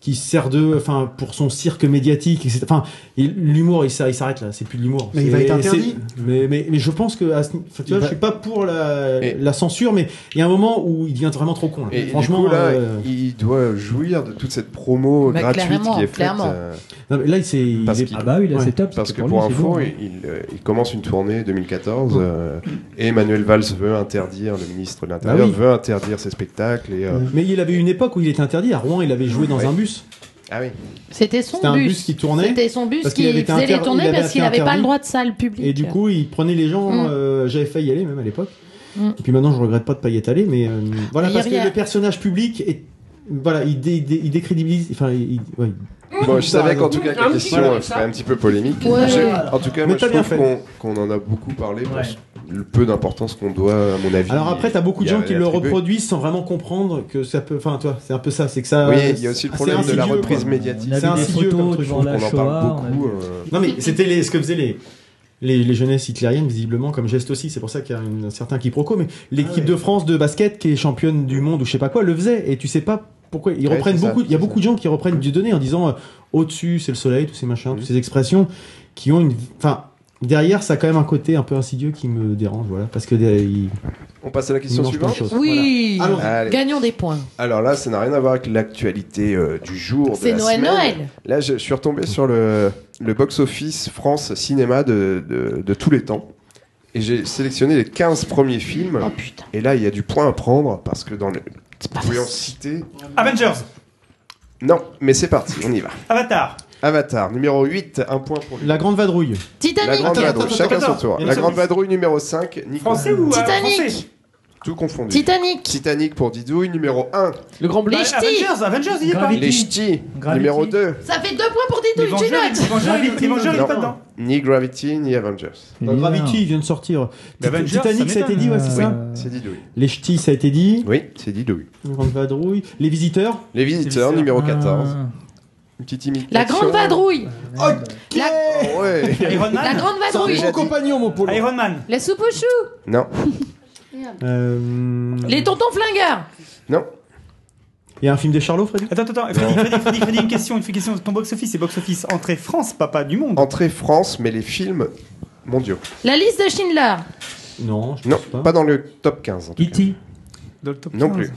Speaker 2: qui sert d'eux, enfin pour son cirque médiatique, etc. Enfin, il- l'humour, il s'arrête- il s'arrête là, c'est plus de l'humour.
Speaker 10: Mais il va
Speaker 2: C'est-
Speaker 10: être interdit.
Speaker 2: c'est- Mais, mais mais je pense que à ce- enfin, tu vois,
Speaker 3: Il va-
Speaker 2: je suis pas pour la la censure, mais il y a un moment où il devient vraiment trop con. là.
Speaker 3: Et
Speaker 2: Franchement,
Speaker 3: du coup, là,
Speaker 2: euh,
Speaker 3: il doit jouir de toute cette promo
Speaker 2: Bah,
Speaker 3: gratuite
Speaker 2: clairement,
Speaker 3: qui est faite. euh,
Speaker 2: clairement.
Speaker 3: Non,
Speaker 2: mais là, il s'est.
Speaker 3: Parce
Speaker 2: Ah bah oui, là, c'est top,
Speaker 3: Parce
Speaker 2: c'est
Speaker 3: que
Speaker 2: pour
Speaker 3: pour
Speaker 2: lui, c'est hein.
Speaker 3: info,
Speaker 2: lourd.
Speaker 3: il, il- il commence une tournée 2014 euh, et Emmanuel Valls veut interdire, le ministre de l'Intérieur
Speaker 2: Bah oui.
Speaker 3: veut interdire ses spectacles. Et, euh,
Speaker 2: Mais il avait une époque où il était interdit. À Rouen, il avait joué dans
Speaker 3: Ouais.
Speaker 2: un bus.
Speaker 3: Ah oui.
Speaker 5: C'était son
Speaker 2: C'était un
Speaker 5: bus.
Speaker 2: bus qui tournait.
Speaker 5: C'était son bus
Speaker 2: Parce
Speaker 5: qui
Speaker 2: qu'il avait été
Speaker 5: faisait les
Speaker 2: inter- il
Speaker 5: tournées
Speaker 2: avait
Speaker 5: parce qu'il
Speaker 2: été
Speaker 5: n'avait pas
Speaker 2: interdit.
Speaker 5: le droit de salle publique.
Speaker 2: Et du coup, il prenait les gens.
Speaker 5: Mm.
Speaker 2: euh, J'avais failli y aller même à l'époque.
Speaker 5: Mm.
Speaker 2: Et puis maintenant, je regrette pas de pas y être allé, mais euh, voilà
Speaker 5: Mais
Speaker 2: parce
Speaker 5: il
Speaker 2: que
Speaker 5: y a-
Speaker 2: le personnage public est voilà, il, dé- il dé- il décrédibilise. Enfin, il, il- ouais.
Speaker 3: Bon, je savais qu'en tout cas, que la
Speaker 2: Voilà.
Speaker 3: question euh, serait un petit peu polémique.
Speaker 2: Ouais.
Speaker 3: Je- en tout cas,
Speaker 2: Mais
Speaker 3: moi, je
Speaker 2: t'as bien
Speaker 3: trouve qu'on qu'on en a beaucoup parlé pour le peu d'importance qu'on doit, à mon avis.
Speaker 2: Alors après, t'as beaucoup de
Speaker 3: y
Speaker 2: gens qui le
Speaker 3: attribuer.
Speaker 2: reproduisent sans vraiment comprendre que ça peut. Enfin, toi, c'est un peu ça, c'est que ça.
Speaker 3: Oui, il y a aussi le problème
Speaker 2: c'est
Speaker 3: de la
Speaker 2: insidieux,
Speaker 3: reprise
Speaker 2: quoi.
Speaker 3: médiatique.
Speaker 2: C'est
Speaker 3: On a vu des
Speaker 2: insidieux
Speaker 3: photos
Speaker 2: comme truc.
Speaker 3: devant la
Speaker 2: On en parle
Speaker 3: Shoah, on a
Speaker 2: beaucoup,
Speaker 3: vu-
Speaker 2: euh. Non mais c'était les- ce que faisaient les. Les, les jeunesses hitlériennes, visiblement, comme geste aussi, c'est pour ça qu'il y a une- un certain quiproquo, mais l'équipe
Speaker 3: Ah
Speaker 2: de France de basket qui est championne du monde ou je sais pas quoi le faisait, et tu sais pas pourquoi. Ils
Speaker 3: Ouais,
Speaker 2: reprennent
Speaker 3: c'est ça,
Speaker 2: beaucoup, il y a beaucoup de gens qui reprennent du donné en disant euh, au-dessus, c'est le soleil, tous ces
Speaker 3: Mm.
Speaker 2: machins, toutes ces expressions qui ont une. Enfin, derrière, ça a quand même un côté un peu insidieux qui me dérange, voilà, parce que. des- ils-
Speaker 3: On passe à la question
Speaker 2: Il mange plein de
Speaker 3: suivante.
Speaker 2: choses.
Speaker 5: Oui,
Speaker 3: Voilà. Allons-y. Allez.
Speaker 5: gagnons des points.
Speaker 3: Alors là, ça n'a rien à voir avec l'actualité euh, du jour. de
Speaker 5: C'est
Speaker 3: la
Speaker 5: Noël,
Speaker 3: semaine.
Speaker 5: Noël.
Speaker 3: Là, je, je suis retombé sur le, le box-office France Cinéma de, de- de tous les temps. Et j'ai sélectionné les 15 premiers films.
Speaker 5: Oh,
Speaker 3: Et là, il y a du point à prendre parce que dans le. Vous pouvez en citer.
Speaker 4: Avengers,
Speaker 3: Non, mais c'est parti, on y va.
Speaker 4: Avatar.
Speaker 3: Avatar, numéro 8, un point pour lui.
Speaker 2: La Grande Vadrouille.
Speaker 3: La Grande Vadrouille, chacun son
Speaker 2: Attends,
Speaker 3: tour.
Speaker 2: attends.
Speaker 3: La Grande Vadrouille, numéro 5, Nicolas.
Speaker 4: Français ou, euh,
Speaker 5: Titanic.
Speaker 4: français
Speaker 3: Tout confondu.
Speaker 5: Titanic.
Speaker 3: Titanic pour Didouille, numéro 1.
Speaker 2: Le Grand
Speaker 5: Bleu. Les
Speaker 4: Ch'tis. Bah, Avengers, Avengers, il y est pas.
Speaker 3: Les Ch'tis, numéro 2.
Speaker 5: Ça fait deux points pour Didouille, tu notes
Speaker 3: Non, Ni Gravity, ni Avengers.
Speaker 2: Dans Gravity, il vient de sortir.
Speaker 3: Les Avengers,
Speaker 2: Titanic,
Speaker 3: ça
Speaker 2: ça a
Speaker 3: m'étonne.
Speaker 2: été dit, ouais, c'est
Speaker 3: Oui,
Speaker 2: ça
Speaker 3: c'est Didouille.
Speaker 2: Les Ch'tis, ça a été dit.
Speaker 3: Oui, c'est Didouille.
Speaker 2: Une grande vadrouille. Les visiteurs.
Speaker 3: Les visiteurs, numéro 14.
Speaker 2: Ah.
Speaker 3: Une petite imitation.
Speaker 5: La grande vadrouille.
Speaker 3: La... Ouais.
Speaker 5: Iron Man. La grande vadrouille.
Speaker 2: Mon compagnon, mon polo.
Speaker 4: Iron Man.
Speaker 5: La soupe aux choux.
Speaker 3: Non.
Speaker 5: (laughs)
Speaker 2: Euh,
Speaker 5: Les tontons flingards.
Speaker 3: Non.
Speaker 2: Il y a un film de Charlot, Freddy
Speaker 4: Attends, attends, attends. Freddy, Freddy, Freddy, Freddy, une question, une question. Ton box-office, c'est box-office entrée France, papa du monde.
Speaker 3: Entrée France, mais les films mondiaux.
Speaker 5: La liste de Schindler.
Speaker 2: Non, je
Speaker 3: non, pas. dans le top 15. En tout
Speaker 1: E.T.
Speaker 4: E Dans le top
Speaker 3: Non
Speaker 4: 15.
Speaker 3: plus.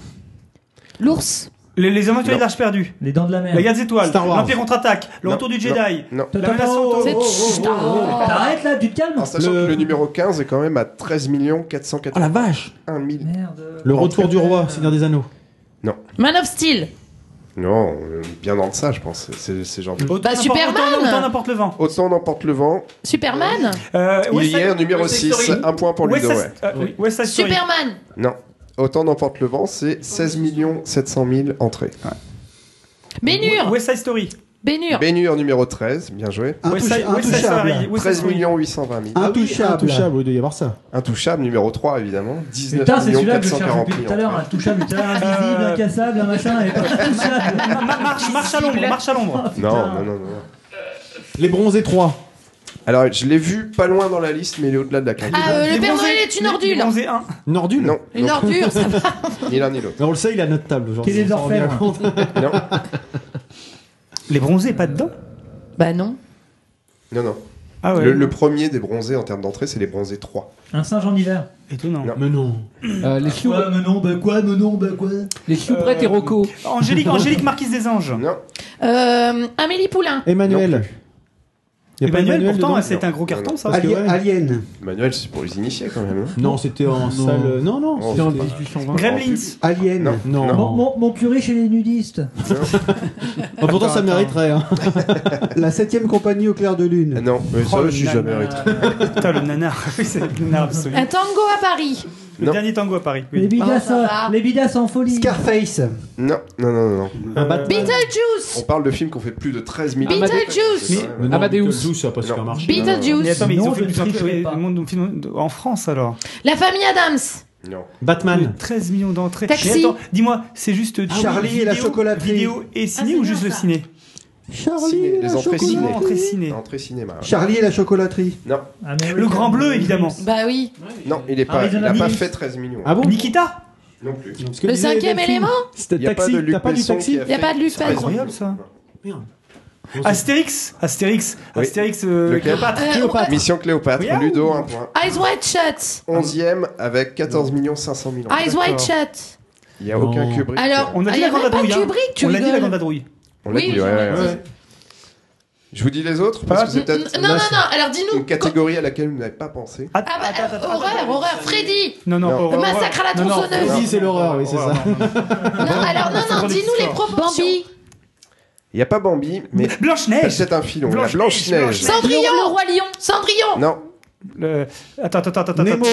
Speaker 5: L'ours.
Speaker 4: Les, les aventuriers
Speaker 3: Non.
Speaker 4: de l'Arche perdue.
Speaker 1: Les dents de la mer.
Speaker 4: La guerre des étoiles.
Speaker 1: Star Wars.
Speaker 4: L'Empire contre-attaque. Le
Speaker 3: Non,
Speaker 4: retour du
Speaker 3: non,
Speaker 4: Jedi.
Speaker 3: non.
Speaker 4: La menace
Speaker 1: C'est-
Speaker 4: fantôme.
Speaker 1: Oh, T'arrêtes là, tu te calmes.
Speaker 3: En sachant
Speaker 2: Le-
Speaker 3: que le numéro 15 est quand même à 13 480
Speaker 2: Oh la vache
Speaker 3: 000.
Speaker 2: Le retour du roi, Seigneur des Anneaux.
Speaker 5: Man of Steel.
Speaker 3: Non, euh, bien dans de ça, je pense. C'est c'est genre. de-
Speaker 5: Bah,
Speaker 4: Autant n'importe-
Speaker 5: Superman.
Speaker 4: Autant, autant n'importe le vent.
Speaker 3: Autant n'emporte le vent.
Speaker 5: Superman.
Speaker 4: Euh,
Speaker 3: Il
Speaker 4: West
Speaker 3: y a un
Speaker 4: Side-
Speaker 3: numéro
Speaker 4: West Side
Speaker 3: 6,
Speaker 4: Story.
Speaker 3: un point pour
Speaker 4: West
Speaker 3: Ludo.
Speaker 4: Side-
Speaker 3: ouais.
Speaker 4: euh, oui, West Side Story.
Speaker 5: Superman.
Speaker 3: Non. Autant n'emporte le vent, c'est 16 700 000 entrées.
Speaker 5: Bénur.
Speaker 4: West Side Story.
Speaker 5: Bénur.
Speaker 3: Bénur numéro 13, bien joué.
Speaker 4: West Side- West Side Story. West Side
Speaker 3: 13
Speaker 4: Story.
Speaker 3: 820 000.
Speaker 2: Intouchable. Intouchable, il doit y avoir ça.
Speaker 3: Intouchable numéro 3, évidemment. 19
Speaker 1: Putain, c'est celui-là que je cherchais
Speaker 3: 440
Speaker 1: depuis
Speaker 3: 000.
Speaker 1: tout à l'heure, un touchable, un invisible, un cassable, un machin,
Speaker 4: (laughs)
Speaker 1: et pas touchable. Oh,
Speaker 4: Ma- Euh, Marche, marche à l'ombre, marche à l'ombre.
Speaker 3: Non, non, non, non.
Speaker 2: Les bronzés 3.
Speaker 3: Alors, je l'ai vu pas loin dans la liste, mais il est au-delà de la carte.
Speaker 5: Ah, euh,
Speaker 4: Les
Speaker 5: le Père
Speaker 4: bronzés-
Speaker 5: Noël est une
Speaker 4: les-
Speaker 5: ordure.
Speaker 4: les bronzés un.
Speaker 2: Nordule
Speaker 3: Non.
Speaker 5: Une
Speaker 3: non.
Speaker 5: ordure, ça va.
Speaker 3: (laughs)
Speaker 4: (laughs)
Speaker 3: Ni l'un ni l'autre.
Speaker 2: Mais on le sait, il a notre table
Speaker 1: Quel est
Speaker 2: aujourd'hui.
Speaker 1: les orfèvres
Speaker 3: Non,
Speaker 4: Les bronzés, pas dedans
Speaker 5: Bah non.
Speaker 3: non, non.
Speaker 4: Ah ouais.
Speaker 3: Le, le premier des bronzés en termes d'entrée, c'est les bronzés 3.
Speaker 1: Un singe en hiver.
Speaker 4: Étonnant.
Speaker 3: Non.
Speaker 2: Mais non.
Speaker 7: Euh, les chou-
Speaker 1: Quoi, mais non, bah quoi, mais non, bah quoi
Speaker 7: les choubrettes et Rocco.
Speaker 4: Angélique, Angélique Marquise des Anges.
Speaker 3: Non.
Speaker 5: Euh, Amélie Poulain.
Speaker 2: Emmanuel. Il y a pas
Speaker 4: Emmanuel, pourtant,
Speaker 2: dedans
Speaker 4: c'est un gros carton, ça.
Speaker 2: Parce que,
Speaker 10: Alien,
Speaker 2: ouais.
Speaker 10: Alien.
Speaker 3: Manuel, c'est pour les initiés quand même. hein.
Speaker 2: Non, c'était en salle. euh, Non, non.
Speaker 3: Oh,
Speaker 2: c'était
Speaker 3: c'est
Speaker 2: en-
Speaker 3: pas-
Speaker 4: Gremlins.
Speaker 10: Alien.
Speaker 3: Non.
Speaker 2: Non.
Speaker 1: Mon, mon, mon curé chez les nudistes.
Speaker 2: Oh, pourtant, ça mériterait. hein.
Speaker 10: (laughs) La septième compagnie au clair de lune.
Speaker 3: Non, mais ça,
Speaker 4: Oh, le
Speaker 3: je suis jamais
Speaker 4: nanar. (laughs)
Speaker 3: arrêté.
Speaker 4: Putain, le nanar. Oui, c'est le nanar absolu.
Speaker 5: Un tango à Paris.
Speaker 4: Le dernier tango à Paris. oui.
Speaker 1: Les bidas, sont- les bidas sont en folie.
Speaker 10: Scarface.
Speaker 3: Non, non, non, non.
Speaker 2: Un Batman.
Speaker 5: Beetlejuice
Speaker 3: On parle de films qu'on fait plus de 13 millions.
Speaker 5: Beetlejuice
Speaker 2: Mais non, Amadeus. Beetlejuice, ça va pas se faire marcher.
Speaker 5: Beetlejuice.
Speaker 4: Mais attends, mais ils
Speaker 1: Ah bah, Non,
Speaker 4: ont
Speaker 1: je
Speaker 4: fait
Speaker 1: ne
Speaker 4: ils ont fait-
Speaker 1: tricherai
Speaker 4: oui,
Speaker 1: pas.
Speaker 4: le monde de film- de- en France alors.
Speaker 5: La famille Adams
Speaker 3: Non.
Speaker 2: Batman.
Speaker 4: 13 millions d'entrées.
Speaker 5: Taxi.
Speaker 4: Mais attends, dis-moi, c'est juste
Speaker 10: Ah oui, Charlie et la
Speaker 4: vidéo-
Speaker 10: chocolaterie.
Speaker 4: Vidéo
Speaker 5: Ah,
Speaker 4: et ciné ou juste le ciné
Speaker 10: Charlie et
Speaker 3: Les
Speaker 10: la
Speaker 3: entrées ciné.
Speaker 10: chocolaterie.
Speaker 4: Entrée ciné.
Speaker 3: Entrée cinéma. ouais.
Speaker 10: Charlie et la chocolaterie.
Speaker 3: Non,
Speaker 4: Le Grand Bleu évidemment.
Speaker 5: Bah oui.
Speaker 3: non, il est
Speaker 4: Ah,
Speaker 3: pas. Il a
Speaker 1: Arizona
Speaker 3: pas
Speaker 1: Mills.
Speaker 3: fait 13 millions.
Speaker 2: Ah bon
Speaker 4: Nikita
Speaker 3: Non plus.
Speaker 2: Parce que
Speaker 5: Le
Speaker 2: tu disais
Speaker 5: cinquième
Speaker 2: Delphine,
Speaker 5: élément
Speaker 2: C'était
Speaker 3: Y a pas
Speaker 2: taxi.
Speaker 3: de Luc
Speaker 2: T'as pas du
Speaker 3: Besson qui
Speaker 2: taxi
Speaker 5: Y a pas de Luc
Speaker 3: fait
Speaker 5: Besson.
Speaker 4: Incroyable ça.
Speaker 2: Merde.
Speaker 4: Ah, Astérix Astérix
Speaker 3: Oui.
Speaker 4: Astérix euh,
Speaker 3: Lequel
Speaker 4: Cléopâtre.
Speaker 5: Euh,
Speaker 3: Mission Cléopâtre.
Speaker 4: Miaou.
Speaker 3: Ludo, un point.
Speaker 5: Ah, Eyes Wide Shut
Speaker 3: 11ème avec 14 500 000 entrées.
Speaker 5: Eyes Wide Shut
Speaker 3: Il n'y a aucun
Speaker 2: Non.
Speaker 3: Kubrick.
Speaker 5: Alors,
Speaker 4: On a
Speaker 5: Ah,
Speaker 4: dit
Speaker 5: y
Speaker 4: la
Speaker 5: a même pas
Speaker 4: grande
Speaker 5: de
Speaker 4: vadrouille. hein.
Speaker 5: Kubrick, tu
Speaker 4: On l'a dit la
Speaker 5: rigoles.
Speaker 4: grande vadrouille.
Speaker 3: On l'a
Speaker 5: oui,
Speaker 3: dit, ouais,
Speaker 5: j'en ai-
Speaker 3: ouais, ouais. Je vous dis les autres parce que c'est
Speaker 5: N-
Speaker 3: peut-être
Speaker 5: Non, non, non, alors dis-nous.
Speaker 3: une catégorie à laquelle vous n'avez pas pensé.
Speaker 5: Ah bah, horreur, horreur, Freddy
Speaker 4: Non, non,
Speaker 3: Non.
Speaker 4: horreur, horreur.
Speaker 5: Massacre à la
Speaker 4: Non, non,
Speaker 5: tronçonneuse.
Speaker 4: horreur.
Speaker 2: Oui, c'est l'horreur, oui, c'est
Speaker 4: Horreur,
Speaker 2: ça.
Speaker 4: horreur, horreur.
Speaker 5: Non, alors Ah, non, non, dis-nous les proportions.
Speaker 13: Bambi.
Speaker 3: Il n'y a pas Bambi, mais
Speaker 4: Blanche-Neige
Speaker 3: c'est un filon. La
Speaker 4: Blanche-Neige,
Speaker 3: Blanche-Neige.
Speaker 4: Blanche-Neige.
Speaker 5: Cendrillon
Speaker 13: Le roi lion.
Speaker 5: Cendrillon
Speaker 3: Non,
Speaker 4: Le- Attends, attends, attends, attends.
Speaker 3: Nemo.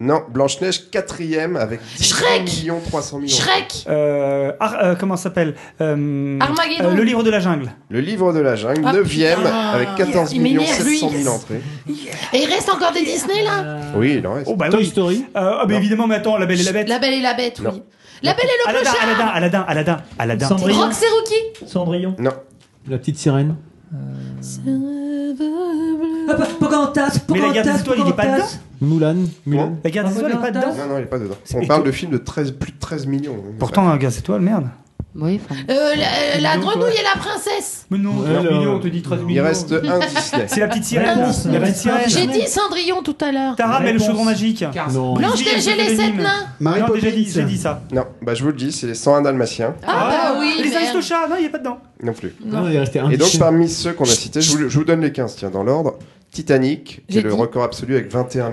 Speaker 3: Non, Blanche-Neige, quatrième avec 10
Speaker 5: Shrek.
Speaker 3: millions 300 000 entrées.
Speaker 5: Shrek
Speaker 4: Euh, Ar- euh, comment ça s'appelle Euh,
Speaker 5: Armageddon.
Speaker 4: euh, Le livre de la jungle.
Speaker 3: Le livre de la jungle,
Speaker 5: Ah,
Speaker 3: neuvième
Speaker 5: putain.
Speaker 3: avec 14
Speaker 5: Il
Speaker 3: millions
Speaker 5: m'énerve,
Speaker 3: 700
Speaker 5: lui.
Speaker 3: 000 entrées.
Speaker 5: Et il reste encore des Disney là
Speaker 3: Oui, il en reste.
Speaker 4: Oh bah
Speaker 2: Toy
Speaker 4: oui.
Speaker 2: Story.
Speaker 4: Euh, ah, mais
Speaker 3: Non.
Speaker 4: évidemment, mais attends, La Belle et la Bête.
Speaker 5: La Belle et la Bête, oui.
Speaker 3: Non.
Speaker 5: La Belle et le
Speaker 4: Aladdin,
Speaker 5: Clochard
Speaker 4: Aladdin, Aladdin, Aladdin, Aladdin.
Speaker 1: Cendrillon.
Speaker 5: Rock Cherokee
Speaker 1: Cendrillon.
Speaker 2: La petite sirène.
Speaker 1: Ah, bah, Pocahontas,
Speaker 4: Mais la guerre des
Speaker 1: Pocahontas,
Speaker 4: étoiles, il est pas
Speaker 1: Pocahontas.
Speaker 2: Mulan. Mulan.
Speaker 4: La guerre des étoiles n'est pas dedans.
Speaker 3: Non, non, il n'est pas dedans. On
Speaker 4: Et
Speaker 3: parle
Speaker 4: tout-
Speaker 3: de films de 13, plus de 13 millions. hein.
Speaker 4: Pourtant, la guerre des étoiles, merde.
Speaker 6: Oui, enfin,
Speaker 5: Euh, La, la
Speaker 4: Donc,
Speaker 5: grenouille
Speaker 4: ouais.
Speaker 5: et la princesse
Speaker 4: Mais non,
Speaker 2: Alors,
Speaker 4: 13 millions, on te dit 13
Speaker 3: il
Speaker 4: millions.
Speaker 3: reste Euh, un Disney.
Speaker 4: C'est la petite sirène.
Speaker 1: Réponse,
Speaker 4: La petite
Speaker 1: réponse.
Speaker 4: sirène.
Speaker 5: Ah J'ai dit Cendrillon tout à l'heure.
Speaker 4: Tara, mais le
Speaker 1: Réponse.
Speaker 4: chaudron magique.
Speaker 3: Ah,
Speaker 2: Non.
Speaker 5: Blanche neige et les sept
Speaker 4: Pseudonyme.
Speaker 5: nains
Speaker 10: Marie
Speaker 4: non, déjà
Speaker 10: Poppins.
Speaker 4: dit, j'ai dit ça.
Speaker 3: Non, bah je vous le dis, c'est les 101 Dalmatiens
Speaker 5: Ah bah oui,
Speaker 4: Les
Speaker 5: merde.
Speaker 4: Aristochats, non, il est pas dedans.
Speaker 3: non plus.
Speaker 2: Non, il est resté un
Speaker 3: Et donc
Speaker 2: petit-
Speaker 3: parmi ceux qu'on a cités, je vous, le- je vous donne les 15, tiens, dans l'ordre. Titanic, qui
Speaker 5: J'ai
Speaker 3: est le
Speaker 5: dit.
Speaker 3: record absolu avec 21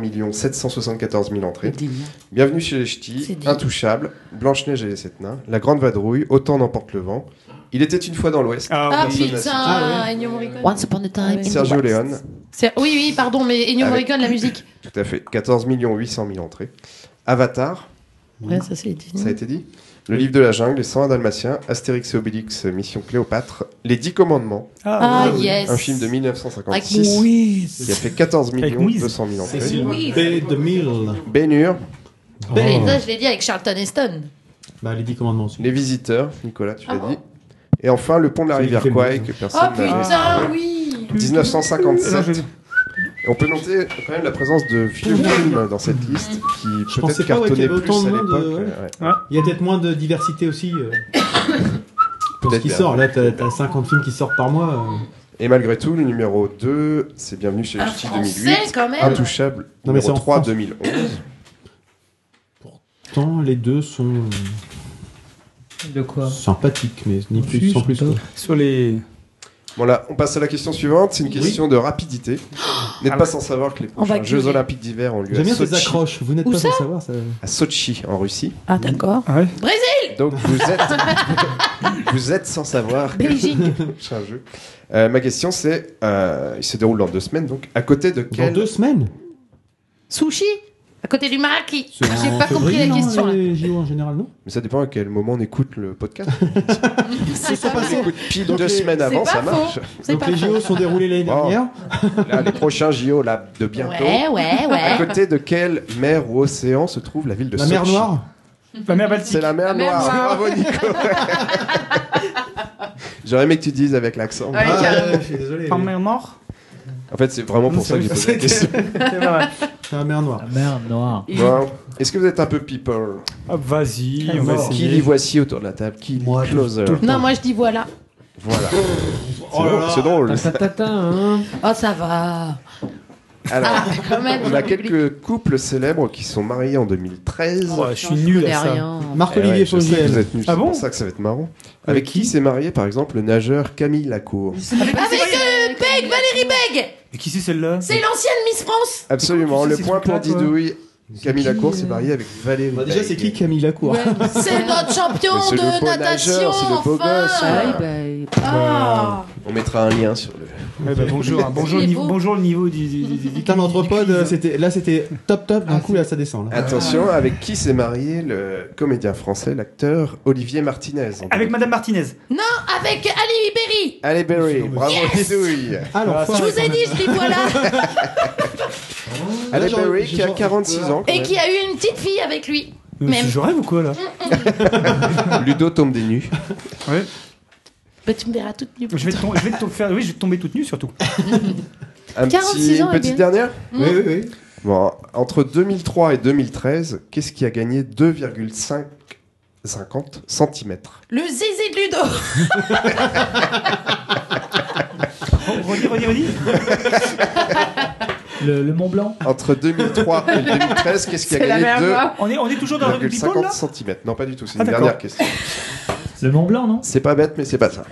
Speaker 3: 774 000 entrées.
Speaker 6: dis
Speaker 3: Bienvenue chez les
Speaker 5: C'est
Speaker 3: Ch'tis,
Speaker 5: dit.
Speaker 3: Intouchable, Blanche-Neige et les Sept Nains, La Grande Vadrouille, Autant n'emporte le vent. Il était une fois dans l'Ouest.
Speaker 5: Ah
Speaker 3: oui.
Speaker 5: putain, Ennio Morricone.
Speaker 6: Once upon a time.
Speaker 3: Sergio Leone,
Speaker 5: C'est- Oui, oui, pardon, mais Ennio
Speaker 3: Avec-
Speaker 5: Morricone, la musique.
Speaker 3: tout à fait, 14 800 000 entrées. Avatar,
Speaker 5: Ouais, ça c'est dit.
Speaker 3: ça a été dit. Le livre de la jungle, Les 101 Dalmatiens, Astérix et Obélix, Mission Cléopâtre, Les Dix Commandements,
Speaker 5: Ah
Speaker 4: oui.
Speaker 5: yes.
Speaker 3: un film de 1956 qui a fait 14 millions
Speaker 4: Wiz.
Speaker 3: 200 000
Speaker 2: C'est Oh.
Speaker 3: entrées.
Speaker 2: Sylvain T. de Mille.
Speaker 3: Ben Hur,
Speaker 5: Et ça, je l'ai dit avec Charlton Heston.
Speaker 2: Bah, les 10 commandements. aussi.
Speaker 3: Les Visiteurs, Nicolas, tu l'as dit. Et enfin, Le Pont de la
Speaker 2: C'est
Speaker 3: Rivière
Speaker 2: une
Speaker 3: Kwai,
Speaker 2: film,
Speaker 3: que
Speaker 5: Ah Oh
Speaker 3: personne n'a-
Speaker 5: putain, oui
Speaker 3: 1957.
Speaker 4: Non,
Speaker 3: Et on peut noter quand même la présence de vieux films dans cette liste qui
Speaker 2: pensais
Speaker 3: peut-être
Speaker 2: pas, ouais, qu'il
Speaker 3: cartonnaient
Speaker 2: y avait autant
Speaker 3: plus à
Speaker 2: de monde,
Speaker 3: l'époque.
Speaker 2: euh, ouais.
Speaker 3: euh, ouais.
Speaker 2: Il y a peut-être moins de diversité aussi. euh, Pour
Speaker 3: (coughs)
Speaker 2: ce
Speaker 3: Peut-être hein.
Speaker 2: qui
Speaker 3: bien.
Speaker 2: sort, là t'as t'as 50 films qui sortent par mois. euh.
Speaker 3: Et malgré tout, le numéro 2, c'est Bienvenue chez les
Speaker 5: Un
Speaker 3: Ch'tis
Speaker 5: français
Speaker 3: 2008.
Speaker 5: quand même
Speaker 3: Intouchable,
Speaker 2: mais c'est
Speaker 3: numéro
Speaker 2: en
Speaker 3: 3,
Speaker 2: France. (coughs)
Speaker 3: 2011.
Speaker 2: Pourtant, les deux sont
Speaker 1: De quoi
Speaker 2: euh, sympathiques, mais ni plus
Speaker 1: Si,
Speaker 2: sans plus.
Speaker 1: sont
Speaker 2: quoi.
Speaker 1: top.
Speaker 4: Sur les.
Speaker 3: Bon là, on passe à la question suivante, c'est une question
Speaker 5: (gasps)
Speaker 3: de rapidité. N'êtes
Speaker 4: Ah
Speaker 3: pas
Speaker 4: ouais.
Speaker 3: sans savoir que les
Speaker 5: On va
Speaker 3: prochains Jeux
Speaker 5: gueuler.
Speaker 3: Olympiques d'hiver ont lieu
Speaker 2: J'aime
Speaker 3: à
Speaker 2: bien ces
Speaker 3: Sochi,
Speaker 2: accroches, vous n'êtes
Speaker 5: Où
Speaker 2: pas
Speaker 5: ça
Speaker 2: sans savoir ça.
Speaker 3: à Sochi, en Russie.
Speaker 5: Ah d'accord.
Speaker 4: Ah ouais.
Speaker 3: Donc vous êtes,
Speaker 5: (laughs)
Speaker 3: vous êtes (laughs) sans savoir que (laughs)
Speaker 5: Beijing
Speaker 3: c'est un jeu. Euh, ma question c'est, euh, il se déroule dans deux semaines, donc à côté de
Speaker 2: Dans
Speaker 3: quel
Speaker 2: deux semaines
Speaker 5: Sushi À côté du maraki
Speaker 2: C'est
Speaker 5: J'ai
Speaker 2: en
Speaker 5: pas compris
Speaker 2: février,
Speaker 5: la
Speaker 2: non,
Speaker 5: question là.
Speaker 2: Les JO en général, non
Speaker 3: Mais ça dépend à quel moment on écoute le podcast.
Speaker 5: C'est
Speaker 2: sont
Speaker 5: pas
Speaker 2: passés.
Speaker 3: On
Speaker 5: faux.
Speaker 3: écoute pile
Speaker 2: Donc
Speaker 3: deux
Speaker 2: les-
Speaker 3: semaines
Speaker 5: c'est
Speaker 3: avant,
Speaker 5: pas
Speaker 3: ça
Speaker 5: faux.
Speaker 3: marche.
Speaker 5: C'est
Speaker 2: Donc
Speaker 5: pas
Speaker 2: les JO
Speaker 5: faux.
Speaker 2: sont déroulés l'année
Speaker 3: Bon.
Speaker 2: dernière.
Speaker 3: Oh. (laughs) Là, les prochains JO là, de bientôt.
Speaker 5: Ouais, ouais,
Speaker 3: À
Speaker 5: ouais.
Speaker 3: côté de quelle mer ou océan se trouve la ville de
Speaker 2: La
Speaker 3: Sochi
Speaker 2: mer Noire
Speaker 4: La mer Baltique.
Speaker 3: C'est la mer
Speaker 5: La mer
Speaker 3: Noire.
Speaker 5: Noire.
Speaker 3: Bravo Nico. J'aurais aimé que tu dises avec l'accent.
Speaker 5: Ouais. Ah, carrément.
Speaker 2: je suis désolé.
Speaker 4: En mer mort
Speaker 3: En fait, c'est vraiment pour ça que j'ai
Speaker 2: (laughs)
Speaker 3: posé la question.
Speaker 2: C'est la mer Noire.
Speaker 1: La mer noire.
Speaker 3: Bon. Est-ce que vous êtes un peu people
Speaker 4: Ah, Vas-y, on va
Speaker 1: Mort.
Speaker 3: Qui
Speaker 4: essayer.
Speaker 3: les voici autour de la table Qui
Speaker 10: Moi,
Speaker 3: les
Speaker 10: tout-
Speaker 3: closer
Speaker 10: tout le
Speaker 5: Non, moi je dis voilà.
Speaker 3: Voilà. C'est
Speaker 2: Oh
Speaker 3: drôle, c'est drôle.
Speaker 7: Tatatata, hein.
Speaker 5: Oh ça va
Speaker 3: Alors,
Speaker 5: Ah, Quand même
Speaker 3: on a quelques couples célèbres qui sont mariés en 2013.
Speaker 4: Oh, je suis nul à ça.
Speaker 6: rien.
Speaker 3: Eh ouais,
Speaker 2: Marc-Olivier
Speaker 3: je sais que vous
Speaker 2: Fogiel.
Speaker 3: êtes nuls,
Speaker 4: Ah
Speaker 3: c'est
Speaker 4: bon
Speaker 3: pour ça que ça va être marrant. Avec qui s'est marié par exemple le nageur Camille Lacour
Speaker 5: Avec euh, Beg, Valérie Beg
Speaker 4: Et qui c'est celle-là
Speaker 5: C'est l'ancienne Miss France
Speaker 3: Absolument,
Speaker 4: Comment tu
Speaker 3: le
Speaker 4: sais
Speaker 3: point
Speaker 4: ces trucs-là,
Speaker 3: pour
Speaker 4: toi euh
Speaker 3: Didouille. Camille Lacour s'est mariée avec Valérie.
Speaker 2: Bah, Déjà,
Speaker 3: Beg.
Speaker 2: c'est qui Camille Lacour (laughs)
Speaker 5: C'est notre champion
Speaker 3: Mais c'est le
Speaker 5: de
Speaker 3: beau nageur,
Speaker 5: natation
Speaker 3: c'est le beau
Speaker 5: enfin
Speaker 3: gosse.
Speaker 6: Bye bye.
Speaker 5: Ah.
Speaker 3: On mettra un lien sur le.
Speaker 4: Eh ben, bonjour, hein, bonjour, le niveau, bonjour le niveau du. du, du- du-
Speaker 2: Putain, l'anthropode, euh, c'était, là c'était top top,
Speaker 7: Ah,
Speaker 2: d'un coup là ça descend. Là.
Speaker 3: Attention, avec qui s'est marié le comédien français, l'acteur Olivier Martinez
Speaker 4: Avec Madame Martinez.
Speaker 5: Non, avec Ali Berry.
Speaker 3: Allez Berry, bravo Didouille
Speaker 5: je vous ai dit, je l'ai voilà.
Speaker 3: Halle
Speaker 5: Là, j'aurais-
Speaker 3: Berry qui a
Speaker 5: j'aurais-
Speaker 3: 46 ans. quand
Speaker 5: Et
Speaker 3: même.
Speaker 5: qui a eu une petite fille avec lui. Même.
Speaker 3: Je rêve ou quoi là (laughs) Ludo tombe des nues.
Speaker 4: Ouais.
Speaker 5: Bah, tu me verras toute nue.
Speaker 4: Je vais, te tom- je vais te faire, oui, je vais te tomber toute nue surtout.
Speaker 5: 46
Speaker 3: Un petit,
Speaker 5: ans,
Speaker 3: une
Speaker 5: eh bien.
Speaker 3: petite dernière
Speaker 5: Mm. Oui, oui,
Speaker 3: Bon, entre 2003 et 2013, qu'est-ce qui a gagné 2,50 cm
Speaker 5: Le zizi de Ludo. (laughs)
Speaker 4: Redis, redis, redis.
Speaker 1: Le, le Mont Blanc.
Speaker 3: Entre 2003 et 2013, qu'est-ce qui a gagné 2,
Speaker 5: hein.
Speaker 4: On est, on est toujours dans le rugby ball là
Speaker 3: cm Non, pas du tout, c'est
Speaker 4: Ah,
Speaker 3: une
Speaker 4: d'accord.
Speaker 3: dernière question.
Speaker 1: Le Mont Blanc, non
Speaker 3: C'est pas bête, mais c'est pas ça.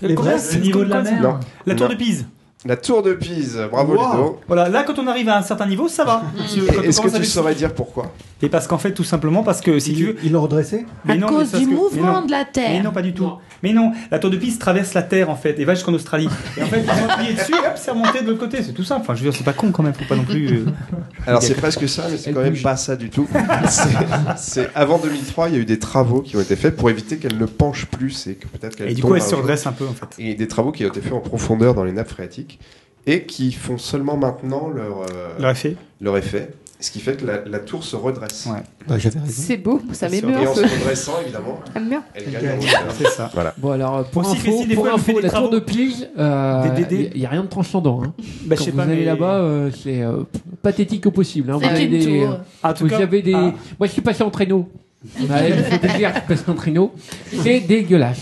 Speaker 4: Le Coréen, c'est- quoi, c'est-
Speaker 3: Non.
Speaker 4: La tour
Speaker 3: Non.
Speaker 4: de Pise.
Speaker 3: La tour de Pise, bravo
Speaker 4: Wow.
Speaker 3: Ludo.
Speaker 4: Voilà, là quand on arrive à un certain niveau, ça va. Parce que quand on
Speaker 3: Est-ce que
Speaker 4: commence à
Speaker 3: tu
Speaker 4: des-
Speaker 3: saurais dire pourquoi
Speaker 4: Et parce qu'en fait, tout simplement parce que si tu veux.
Speaker 10: Ils l'ont redressé
Speaker 5: À cause du mouvement de la Terre.
Speaker 4: Mais non, pas du tout. Mais non, la tour de Pise traverse la Terre en fait et va jusqu'en Australie. Et en fait, (laughs) ils ont appuyé dessus, hop, c'est remonté de l'autre côté. C'est tout simple. Enfin, je veux dire, c'est pas con quand même, faut pas non plus. euh,
Speaker 3: Alors c'est presque ça, mais c'est quand même pas ça du
Speaker 4: (laughs)
Speaker 3: tout. C'est- C'est avant 2003, il y a eu des travaux qui ont été faits pour éviter qu'elle ne penche plus et que peut-être qu'elle
Speaker 4: Et du
Speaker 3: tombe
Speaker 4: coup, elle
Speaker 3: un
Speaker 4: se
Speaker 3: jour.
Speaker 4: redresse un peu en fait.
Speaker 3: Et des travaux qui ont été faits en profondeur dans les nappes phréatiques et qui font seulement maintenant leur, euh,
Speaker 4: Leur effet.
Speaker 3: leur effet, ce qui fait que la, la tour se redresse.
Speaker 6: C'est beau, ça
Speaker 3: Et
Speaker 6: m'émeut
Speaker 3: en
Speaker 6: un
Speaker 3: se
Speaker 6: peu.
Speaker 3: redressant, évidemment,
Speaker 6: Ça m'émeut.
Speaker 3: elle gagne hein. en hauteur.
Speaker 4: C'est ça.
Speaker 3: Voilà.
Speaker 7: Bon alors euh, pour
Speaker 4: Aussi,
Speaker 7: info,
Speaker 4: Fessi, des
Speaker 7: pour
Speaker 4: fois, elle fait
Speaker 7: info
Speaker 4: des
Speaker 7: la tour
Speaker 4: travaux.
Speaker 7: de pige, euh,
Speaker 4: Des DD.
Speaker 7: il n'y a rien de transcendant. Hein.
Speaker 4: Bah, je
Speaker 7: Quand
Speaker 4: sais
Speaker 7: vous
Speaker 4: pas,
Speaker 7: allez
Speaker 4: mais-
Speaker 7: là-bas, euh, c'est euh, pathétique au possible. Hein. Vous
Speaker 4: C'est
Speaker 7: avez
Speaker 4: une
Speaker 7: des,
Speaker 4: tour. En tout
Speaker 7: vous
Speaker 4: cas-
Speaker 7: avez des.
Speaker 4: Ah.
Speaker 7: Moi, je suis passé en traîneau. Ouais, il faut te dire, je suis passé en traîneau. C'est dégueulasse.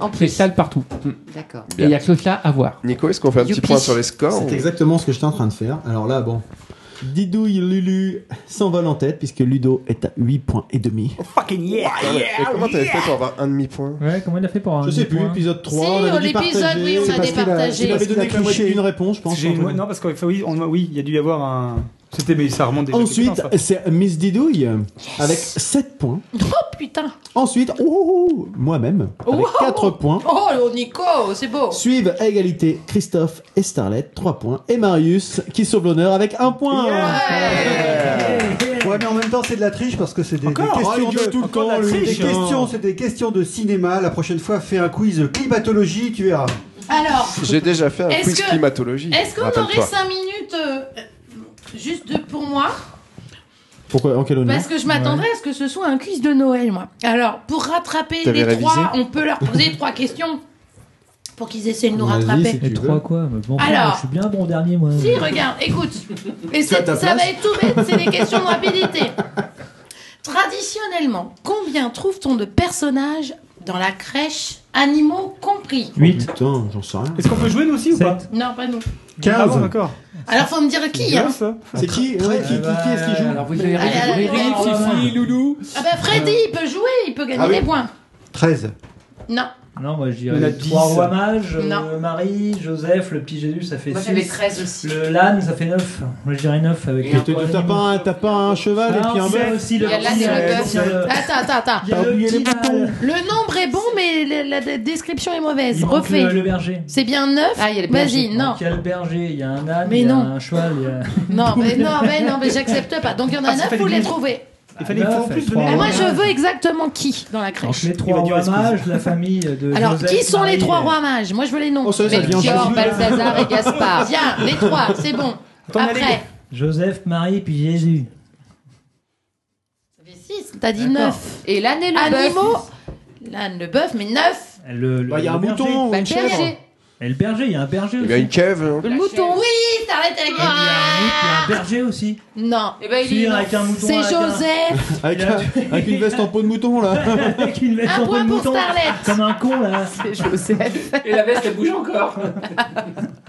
Speaker 6: En
Speaker 7: C'est sale partout. Mm.
Speaker 6: D'accord.
Speaker 7: Et il n'y a que ça à voir.
Speaker 3: Nico, est-ce qu'on fait un petit
Speaker 7: Youpi.
Speaker 3: point sur les scores
Speaker 2: C'est
Speaker 3: ou-
Speaker 2: exactement ce que j'étais en train de faire. Alors là, bon. Didouille Lulu s'envole en tête puisque Ludo est à 8 points et demi.
Speaker 3: Oh,
Speaker 4: Fucking yeah,
Speaker 3: Et comment t'avais fait pour avoir un demi-point
Speaker 1: Ouais, comment il a fait pour un
Speaker 2: Je sais
Speaker 1: demi-point
Speaker 2: plus, épisode 3,
Speaker 5: Si,
Speaker 2: on avait
Speaker 5: on
Speaker 2: dû
Speaker 5: l'épisode,
Speaker 2: partager.
Speaker 5: oui, on
Speaker 2: C'est
Speaker 5: a
Speaker 2: parce qu'il
Speaker 5: départagé.
Speaker 2: Il avait donné que
Speaker 10: Parce qu'il
Speaker 2: la
Speaker 10: a
Speaker 2: moitié
Speaker 10: triché.
Speaker 2: d'une réponse, je pense.
Speaker 4: J'ai- ouais, non, parce qu'en fait, oui, on- oui, il y a dû y avoir un. C'était, mais ça remonte déjà. quelque
Speaker 2: Ensuite,
Speaker 4: temps, ça.
Speaker 2: c'est Miss Didouille avec 7 points.
Speaker 5: Oh putain.
Speaker 2: Ensuite, oh, oh, oh, moi-même, avec
Speaker 5: Wow.
Speaker 2: 4 points.
Speaker 5: Oh, le Nico, c'est beau.
Speaker 2: Suivent à égalité Christophe et Starlet, 3 points. Et Marius qui sauve l'honneur avec 1 point.
Speaker 10: Ouais, mais en même temps, c'est de la triche parce que c'est des, des
Speaker 4: Encore
Speaker 2: Ah, il
Speaker 10: questions
Speaker 2: joue
Speaker 10: de
Speaker 2: tout le
Speaker 10: encore
Speaker 2: temps,
Speaker 10: de la
Speaker 2: lui.
Speaker 10: triche. Des
Speaker 2: Putain.
Speaker 10: questions, c'est des questions de cinéma. La prochaine fois, fais un quiz climatologie, tu verras.
Speaker 5: Alors,
Speaker 3: J'ai déjà fait un
Speaker 5: Est-ce
Speaker 3: quiz
Speaker 5: que-
Speaker 3: climatologie.
Speaker 5: est-ce qu'on aurait
Speaker 3: rappelle-toi.
Speaker 5: 5 minutes euh, juste de- pour moi
Speaker 2: Pourquoi En quel honneur
Speaker 5: Parce que je m'attendrais à ce que ce soit un quiz de Noël, moi. Alors, pour rattraper
Speaker 2: T'avais
Speaker 5: les
Speaker 2: révisé
Speaker 5: trois, on peut leur poser (laughs) trois questions pour qu'ils essaient de nous
Speaker 1: Vas-y,
Speaker 5: rattraper.
Speaker 1: si tu Les trois quoi mais bon,
Speaker 5: Alors.
Speaker 1: Je suis bien bon dernier, moi.
Speaker 5: Si, regarde, écoute. Et
Speaker 1: Tu as
Speaker 5: c'est-
Speaker 1: ta
Speaker 5: ça
Speaker 1: place
Speaker 5: va être tout bête, c'est des questions de rapidité. Traditionnellement, combien trouve-t-on de personnages dans la crèche, animaux compris
Speaker 2: 8. Oh, Putain, j'en sais rien.
Speaker 4: Est-ce qu'on peut jouer nous aussi ou pas
Speaker 5: Non, pas nous.
Speaker 2: 15.
Speaker 4: Ah bon, d'accord.
Speaker 5: Alors, faut me dire qui, hein
Speaker 2: C'est qui ouais, qui, qui, qui est-ce qui joue
Speaker 7: Alors vous avez
Speaker 5: Allez, allez,
Speaker 7: raison. Riri,
Speaker 5: allez,
Speaker 7: Fifi, Loulou.
Speaker 5: Ah bah, Freddy, il peut jouer, il peut gagner
Speaker 10: Ah oui.
Speaker 5: des points.
Speaker 10: 13.
Speaker 5: Non.
Speaker 1: Non, moi je
Speaker 4: Il y en a
Speaker 1: dirais 3
Speaker 4: dix.
Speaker 1: rois mages, euh,
Speaker 5: Non.
Speaker 1: Marie, Joseph, le petit Jésus, ça fait
Speaker 5: Moi,
Speaker 1: 6.
Speaker 5: j'avais 13 aussi.
Speaker 1: Le l'âne, ça fait 9. Moi je dirais 9 avec
Speaker 2: Mais t'as- T'as pas, un- t'as pas un cheval et
Speaker 1: Ah,
Speaker 2: puis un
Speaker 1: on
Speaker 2: bœuf
Speaker 1: sait aussi
Speaker 5: Il y
Speaker 1: le
Speaker 5: a l'âne
Speaker 1: petit,
Speaker 5: et le
Speaker 1: euh,
Speaker 5: bœuf.
Speaker 1: il y a le-
Speaker 5: Attends, attends, attends.
Speaker 1: il y a
Speaker 2: T'as oublié
Speaker 1: le
Speaker 2: les
Speaker 1: petit mâle.
Speaker 5: Le nombre est bon, mais la, la- la description est mauvaise.
Speaker 1: Il manque euh,
Speaker 5: Refais.
Speaker 1: le, le berger.
Speaker 5: C'est bien 9
Speaker 6: Ah, il y a le
Speaker 5: Vas-y, non.
Speaker 1: Il y a le berger, il y a un âne,
Speaker 5: Mais
Speaker 1: il y a
Speaker 5: non.
Speaker 1: un cheval, il y a.
Speaker 5: Non, mais non, mais non, mais j'accepte pas. Donc il y en a
Speaker 4: Ah, ça
Speaker 5: 9,
Speaker 4: fait
Speaker 5: vous
Speaker 4: des
Speaker 5: les
Speaker 4: douze.
Speaker 5: trouvez.
Speaker 4: Il fallait
Speaker 1: Neuf,
Speaker 4: faut en plus de
Speaker 1: trois
Speaker 5: Et
Speaker 1: rois
Speaker 5: Eh, moi, je
Speaker 1: mages.
Speaker 5: veux exactement qui dans la
Speaker 1: Donc,
Speaker 5: crèche.
Speaker 1: les trois
Speaker 4: va dire,
Speaker 1: rois
Speaker 4: excuse-moi.
Speaker 1: mages, la famille de
Speaker 5: (laughs) Alors,
Speaker 1: Joseph,
Speaker 5: qui sont les
Speaker 1: Marie
Speaker 5: trois
Speaker 1: et-
Speaker 5: rois mages Moi, je veux les noms.
Speaker 2: Oh, ça, ça vient.
Speaker 6: Melchior, Balthazar et Gaspard.
Speaker 5: Viens, les trois, c'est bon.
Speaker 4: Attends, mais allez.
Speaker 5: Après,
Speaker 1: Joseph, Marie, puis Jésus.
Speaker 5: ça fait 6, t'as dit
Speaker 1: D'accord.
Speaker 5: 9.
Speaker 6: Et l'âne et le bœuf.
Speaker 5: Animaux, l'âne, le bœuf, mais 9.
Speaker 1: Le, le-
Speaker 2: Bah, il y a
Speaker 1: le
Speaker 2: un
Speaker 1: berger.
Speaker 2: mouton ou
Speaker 6: Bah,
Speaker 2: une chèvre.
Speaker 6: berger.
Speaker 1: Et le berger, il y a un berger
Speaker 3: Il
Speaker 1: aussi.
Speaker 3: y a une cave. hein.
Speaker 1: (laughs)
Speaker 6: Le mouton.
Speaker 5: Oui, t'arrêtes avec
Speaker 1: Et il y a un mouton, il y a un berger aussi.
Speaker 5: Non.
Speaker 6: Eh ben, il
Speaker 1: Celui
Speaker 6: est.
Speaker 1: avec un mouton.
Speaker 5: C'est
Speaker 1: avec
Speaker 2: (laughs)
Speaker 1: un-
Speaker 5: Joseph.
Speaker 2: Avec,
Speaker 1: Il a-
Speaker 2: un- avec une veste en peau de mouton là.
Speaker 1: (laughs) Avec une veste
Speaker 5: Un
Speaker 1: en peau
Speaker 5: point
Speaker 1: de
Speaker 5: pour
Speaker 1: mouton.
Speaker 5: Starlet.
Speaker 1: Comme un
Speaker 5: (laughs)
Speaker 1: con là.
Speaker 6: C'est Joseph.
Speaker 7: Et la veste elle bouge encore.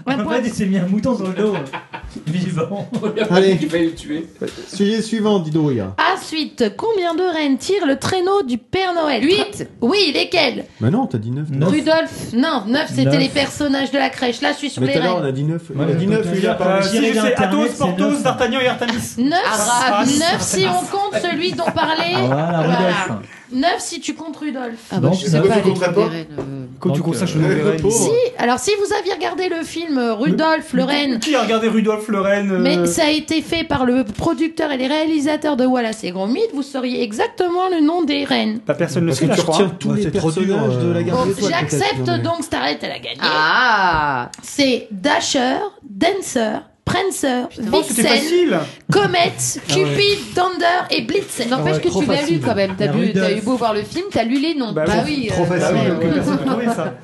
Speaker 5: Un
Speaker 1: En
Speaker 5: point.
Speaker 1: fait, il s'est mis un mouton sur le dos. (laughs)
Speaker 2: (laughs)
Speaker 1: Vivant.
Speaker 2: Allez.
Speaker 7: Il va le
Speaker 1: (laughs)
Speaker 7: tuer.
Speaker 2: Sujet suivant, Didouille.
Speaker 5: Ensuite, combien de rennes tire le traîneau du Père Noël 8 Oui, lesquels
Speaker 2: Bah non, t'as dit 9.
Speaker 1: Non.
Speaker 5: Rudolph Non, 9 c'était
Speaker 1: Neuf.
Speaker 5: les personnages de la crèche. Là, je suis sur
Speaker 2: Mais
Speaker 5: les
Speaker 2: tout à l'heure, on
Speaker 5: rennes.
Speaker 2: a dit 9. On
Speaker 1: Moi,
Speaker 2: a
Speaker 1: je
Speaker 2: dit
Speaker 1: peux
Speaker 2: 9,
Speaker 1: te
Speaker 2: il
Speaker 1: dire
Speaker 2: a
Speaker 1: que
Speaker 2: parlé.
Speaker 1: si-
Speaker 4: Euh, Si je
Speaker 1: Tiré
Speaker 4: sais,
Speaker 1: d'Internet,
Speaker 4: Athos,
Speaker 1: c'est
Speaker 4: Porthos,
Speaker 1: neuf.
Speaker 4: D'Artagnan et Ah, Artamis.
Speaker 5: 9,
Speaker 4: Arabe.
Speaker 5: ah, si on compte celui dont parlait.
Speaker 1: Ah, voilà, Rudolph.
Speaker 5: 9 si tu comptes Rudolph.
Speaker 6: Ah bah,
Speaker 1: Non,
Speaker 6: je
Speaker 1: ça
Speaker 6: sais
Speaker 1: va,
Speaker 6: pas
Speaker 2: je
Speaker 6: les
Speaker 2: comprends
Speaker 6: noms
Speaker 2: pas.
Speaker 6: des reines, euh,
Speaker 4: Quand tu
Speaker 1: Donc,
Speaker 4: comptes ça, je te
Speaker 1: euh,
Speaker 4: l'enverrai.
Speaker 5: Si, alors si vous aviez regardé le film euh, Rudolf, le renne,
Speaker 4: Qui a regardé Rudolf le Renne euh,
Speaker 5: mais ça a été fait par le producteur et les réalisateurs de Wallace et Gromit, vous sauriez exactement le nom des rennes.
Speaker 4: Bah, personne ne
Speaker 10: Parce
Speaker 4: sait,
Speaker 10: que
Speaker 4: là,
Speaker 10: tu
Speaker 4: je crois.
Speaker 10: retiens tous Ouais, les c'est trop dur, personnages de la euh,
Speaker 5: Bon,
Speaker 10: Garde des Étoiles,
Speaker 5: J'accepte
Speaker 10: peut-être, mais-
Speaker 5: donc Starrett, elle a gagné. Ah C'est Dasher, Dancer, Prancer,
Speaker 4: c'était
Speaker 5: Vixen,
Speaker 4: facile.
Speaker 5: Comet,
Speaker 6: Ah ouais.
Speaker 5: Cupid, Thunder et Blitzen.
Speaker 6: N'empêche que tu l'as lu quand même. T'as lu- t'as eu beau voir le film, t'as lu les noms.
Speaker 10: Bah oui, trop facile, donc, euh, personne n'a trouvé
Speaker 4: ça.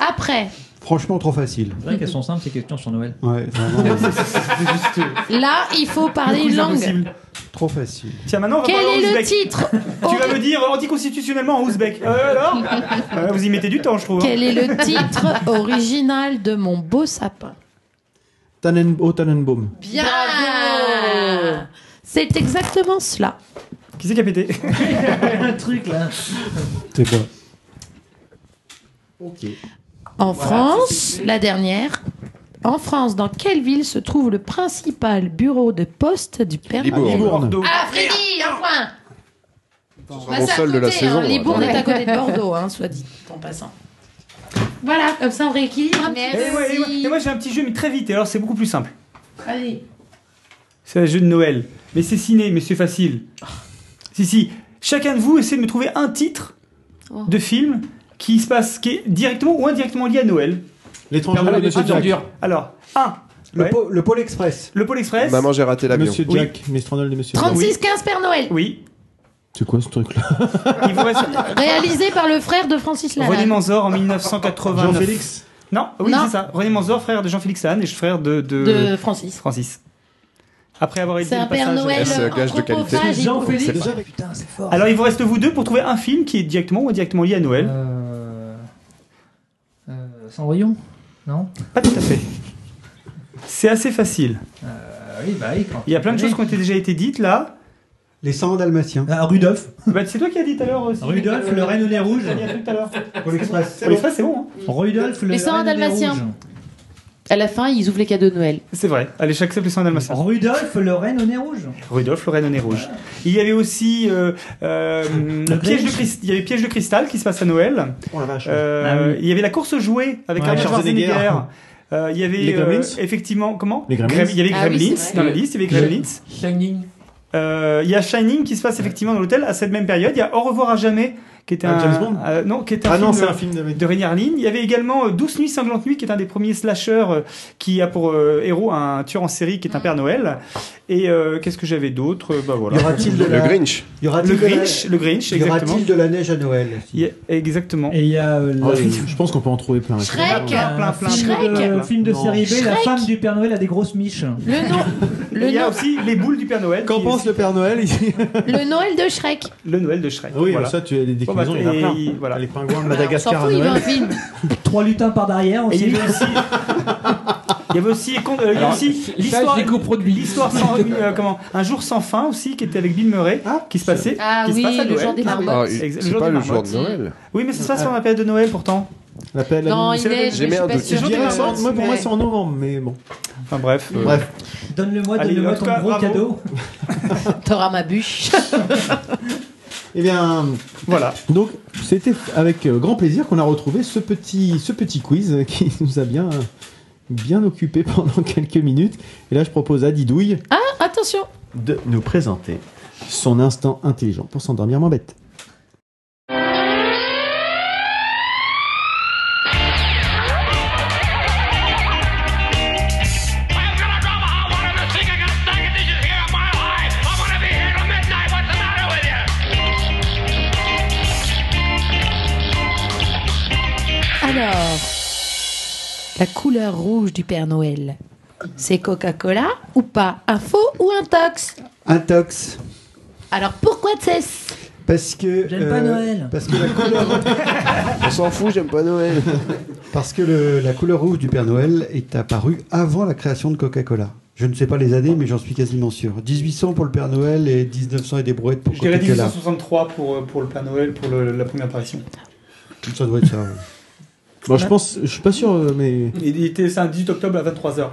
Speaker 5: (laughs) Après,
Speaker 10: Franchement, trop facile.
Speaker 1: C'est vrai qu'elles sont simples ces questions sur Noël.
Speaker 10: Ouais, vraiment.
Speaker 5: là, il faut parler
Speaker 4: Le
Speaker 5: une
Speaker 4: quiz
Speaker 5: langue.
Speaker 4: impossible.
Speaker 10: trop facile.
Speaker 4: Tiens, maintenant, on va
Speaker 5: Quel
Speaker 4: parler en
Speaker 5: est le
Speaker 4: ouzbek.
Speaker 5: titre
Speaker 4: (laughs) Tu vas me dire anticonstitutionnellement en ouzbek. Euh, alors Euh, Vous y mettez du temps, je trouve. hein.
Speaker 5: Quel est le (laughs)
Speaker 4: (laughs)
Speaker 5: titre original de mon beau sapin
Speaker 2: Tannen- oh, Tannenbaum.
Speaker 5: Bien
Speaker 6: Ah.
Speaker 5: C'est exactement cela.
Speaker 4: Qui c'est qui
Speaker 6: (laughs)
Speaker 4: a pété
Speaker 1: Un truc là.
Speaker 10: C'est bon.
Speaker 5: En
Speaker 1: Voilà,
Speaker 5: France, la dernière. En France, dans quelle ville se trouve le principal bureau de poste du Père
Speaker 3: Libourne. Bordeaux.
Speaker 5: Ah, bah Freddy, un point
Speaker 3: sera mon seul de la saison,
Speaker 5: hein. Libourne
Speaker 3: attendez.
Speaker 5: est à côté de Bordeaux, hein, soit dit en passant. Voilà, comme ça on rééquilibre. Eh un petit
Speaker 4: Et
Speaker 5: peu.
Speaker 4: ouais, et ouais. Et moi, j'ai un petit jeu, mais très vite, alors c'est beaucoup plus simple.
Speaker 5: Allez.
Speaker 4: Eh C'est un jeu de Noël. Mais c'est ciné, mais c'est facile. Si, si. Chacun de vous essaie de me trouver un titre de film qui se passe, qui est directement ou indirectement lié à Noël.
Speaker 2: L'étranger de Monsieur Jack.
Speaker 4: Alors, un.
Speaker 10: Le, pô- le Pôle Express. Bah,
Speaker 4: Le Pôle Express.
Speaker 3: Maman, j'ai raté l'avion.
Speaker 2: Monsieur
Speaker 3: Oui.
Speaker 2: Jack, Miss Trundle de Monsieur Jack.
Speaker 5: 36-15 Père Noël,
Speaker 4: ben Oui.
Speaker 2: C'est quoi ce truc-là
Speaker 4: (laughs) Il vous reste
Speaker 5: réalisé par le frère de Francis
Speaker 4: René
Speaker 5: Lalanne.
Speaker 4: Manzor en 1989.
Speaker 2: Jean-Félix
Speaker 4: Non, oui,
Speaker 5: Non.
Speaker 4: c'est ça. René Manzor, frère de Jean-Félix Lalanne et frère de, de...
Speaker 5: De Francis.
Speaker 4: Francis. Après avoir
Speaker 5: C'est
Speaker 4: été
Speaker 5: un
Speaker 4: le passage-
Speaker 5: Père Noël
Speaker 3: Est-ce un gage de qualité
Speaker 5: anthropophage.
Speaker 3: C'est Jean-Félix.
Speaker 5: C'est pas-
Speaker 3: Déjà,
Speaker 1: Putain, c'est fort.
Speaker 4: Alors, il vous reste vous deux pour trouver un film qui est directement ou indirectement lié à Noël.
Speaker 1: Euh, euh, Cendrillon Non
Speaker 4: Pas tout à fait. C'est assez facile.
Speaker 1: Ah Oui, bah oui. quand
Speaker 4: Il y a plein de
Speaker 1: tu connais.
Speaker 4: choses qui ont été déjà été dites là.
Speaker 10: Les 100 dalmatiens.
Speaker 1: Ah, Rudolf.
Speaker 4: Bah, c'est toi qui as dit tout à l'heure aussi.
Speaker 1: Rudolf, le reine au nez rouge.
Speaker 4: T'as dit un truc tout à l'heure.
Speaker 10: Pôle Express.
Speaker 4: Pour les fraises, c'est bon. hein.
Speaker 1: Rudolf, le
Speaker 5: Les cent
Speaker 1: reine au nez
Speaker 5: dalmatiens.
Speaker 1: rouge.
Speaker 6: À la fin, ils ouvrent les cadeaux de Noël.
Speaker 4: C'est vrai. Allez, j'accepte le sang d'Almacien.
Speaker 1: Rudolf, le reine au nez rouge.
Speaker 4: Rudolf, le reine au nez rouge. Il y avait aussi euh, euh, piège de
Speaker 1: Grinch.
Speaker 4: cristal. Il y avait piège de cristal qui se passe à Noël.
Speaker 2: Oh la vache.
Speaker 4: Euh,
Speaker 1: Ah oui.
Speaker 4: Il y avait la course aux jouets avec
Speaker 2: Ouais,
Speaker 4: Arnold
Speaker 2: Schwarzenegger.
Speaker 4: Schwarzenegger. Euh, il y avait
Speaker 2: Les
Speaker 4: euh,
Speaker 2: Gremlins.
Speaker 4: effectivement comment
Speaker 2: Les Gremlins.
Speaker 4: Grem- Il y avait
Speaker 6: Ah oui,
Speaker 4: Gremlins
Speaker 6: c'est vrai.
Speaker 4: dans la liste. Il y avait Gremlins.
Speaker 7: Shining.
Speaker 4: Euh, Il y a Shining qui se passe effectivement dans l'hôtel à cette même période. Il y a Au revoir à jamais qui était
Speaker 2: Ah,
Speaker 4: un
Speaker 2: James Bond
Speaker 4: euh, non qui était un
Speaker 2: Ah non,
Speaker 4: film,
Speaker 2: c'est
Speaker 4: euh,
Speaker 2: un film de.
Speaker 4: de Rainier Harlin. Il y avait également euh, Douce Nuits Sanglantes Nuits, qui est un des premiers slashers euh, qui a pour euh, héros un tueur en série qui est un Père Noël. Et euh, qu'est-ce que j'avais d'autre Euh, Bah
Speaker 10: Y
Speaker 4: voilà.
Speaker 10: aura-t-il de
Speaker 3: Le
Speaker 10: la...
Speaker 3: Grinch.
Speaker 10: Y aura-t-il
Speaker 4: Le
Speaker 10: de la-
Speaker 4: Grinch, le Grinch,
Speaker 10: Y
Speaker 4: exactement.
Speaker 10: aura-t-il de la neige à Noël
Speaker 4: Il y a- Exactement.
Speaker 1: Et il y a euh, la-
Speaker 2: Oh, je je pense qu'on peut en trouver plein.
Speaker 5: Shrek,
Speaker 4: Plein, plein, plein, euh,
Speaker 1: film
Speaker 5: Shrek.
Speaker 1: de, film de
Speaker 2: Non.
Speaker 1: série B, la
Speaker 5: Shrek.
Speaker 1: femme du Père Noël a des grosses miches.
Speaker 5: le, nom,
Speaker 4: Et
Speaker 5: le,
Speaker 4: il y a
Speaker 5: nom-
Speaker 4: aussi les boules du Père Noël.
Speaker 2: Qu'en
Speaker 4: qui est
Speaker 2: pense le Père Noël ici
Speaker 5: le Noël de Shrek.
Speaker 4: le Noël de Shrek.
Speaker 2: Oui,
Speaker 4: Voilà.
Speaker 2: ça, tu as des
Speaker 4: Bon, bah,
Speaker 2: déclinaisons, il y en a
Speaker 4: et-
Speaker 2: plein.
Speaker 4: voilà.
Speaker 2: Les pingouins de
Speaker 5: On s'en
Speaker 2: Madagascar à
Speaker 5: fout, il veut un
Speaker 2: Noël.
Speaker 5: film.
Speaker 1: Trois lutins par derrière
Speaker 4: Et il
Speaker 1: aussi.
Speaker 4: y avait aussi. Il y avait aussi, euh, il y avait
Speaker 7: Alors,
Speaker 4: aussi
Speaker 7: L'histoire
Speaker 4: l'histoire.
Speaker 7: des coproduits.
Speaker 4: L'histoire sans (laughs) euh, comment un jour sans fin aussi qui était avec Bill Murray qui se passait
Speaker 6: Ah
Speaker 4: qui se
Speaker 6: oui,
Speaker 4: passe à
Speaker 6: le
Speaker 4: Noël.
Speaker 6: jour des marmottes.
Speaker 3: Ah,
Speaker 4: Ex-
Speaker 3: c'est
Speaker 4: le jour
Speaker 3: pas
Speaker 4: des
Speaker 3: le jour de
Speaker 4: marmottes.
Speaker 3: Noël.
Speaker 4: Oui mais ça se passe pendant la période de Noël pourtant.
Speaker 2: L'appel à
Speaker 6: Non,
Speaker 2: la
Speaker 6: il
Speaker 4: c'est la-
Speaker 6: neige,
Speaker 3: j'ai
Speaker 6: mais je
Speaker 3: mis un
Speaker 6: suis pas
Speaker 3: doute.
Speaker 6: sûre.
Speaker 4: Je
Speaker 6: que-
Speaker 4: dirais
Speaker 2: Moi,
Speaker 4: marmottes,
Speaker 2: pour moi,
Speaker 6: ouais.
Speaker 2: c'est en novembre, mais bon.
Speaker 4: Enfin bref. euh,
Speaker 2: Bref,
Speaker 1: Donne-le-moi,
Speaker 4: Allez,
Speaker 1: donne-le-moi
Speaker 4: en tout cas,
Speaker 1: ton gros
Speaker 4: bravo. (laughs)
Speaker 1: cadeau.
Speaker 5: (laughs) T'auras ma bûche.
Speaker 2: eh bien,
Speaker 4: Voilà.
Speaker 2: donc, c'était avec euh, grand plaisir qu'on a retrouvé ce petit, ce petit quiz (laughs) euh, qui nous a bien, euh, bien occupé pendant (laughs) quelques minutes. Et là, je propose à Didouille
Speaker 5: Ah, attention.
Speaker 2: de nous présenter son instant intelligent pour s'endormir moins bête.
Speaker 5: Alors, la couleur rouge du Père Noël, c'est Coca-Cola ou pas Un faux ou un tox
Speaker 10: Intox.
Speaker 5: Alors pourquoi cesse
Speaker 10: Parce que. euh,
Speaker 1: J'aime pas Noël.
Speaker 10: Parce que la couleur,
Speaker 3: On s'en fout, j'aime pas Noël.
Speaker 10: parce que le- la couleur rouge du Père Noël est apparue avant la création de Coca-Cola. Je ne sais pas les années, mais j'en suis quasiment sûr. 1800 pour le Père Noël et 1900 et des brouettes pour
Speaker 4: Je dirais
Speaker 10: Coca-Cola.
Speaker 4: 1863 pour, euh, pour le Père Noël, pour le- la première apparition.
Speaker 10: Ça doit être ça. ouais.
Speaker 2: Bon, je pense, je suis pas sûr, euh, mais.
Speaker 4: Il était c'est un 18 octobre à hein, 23h.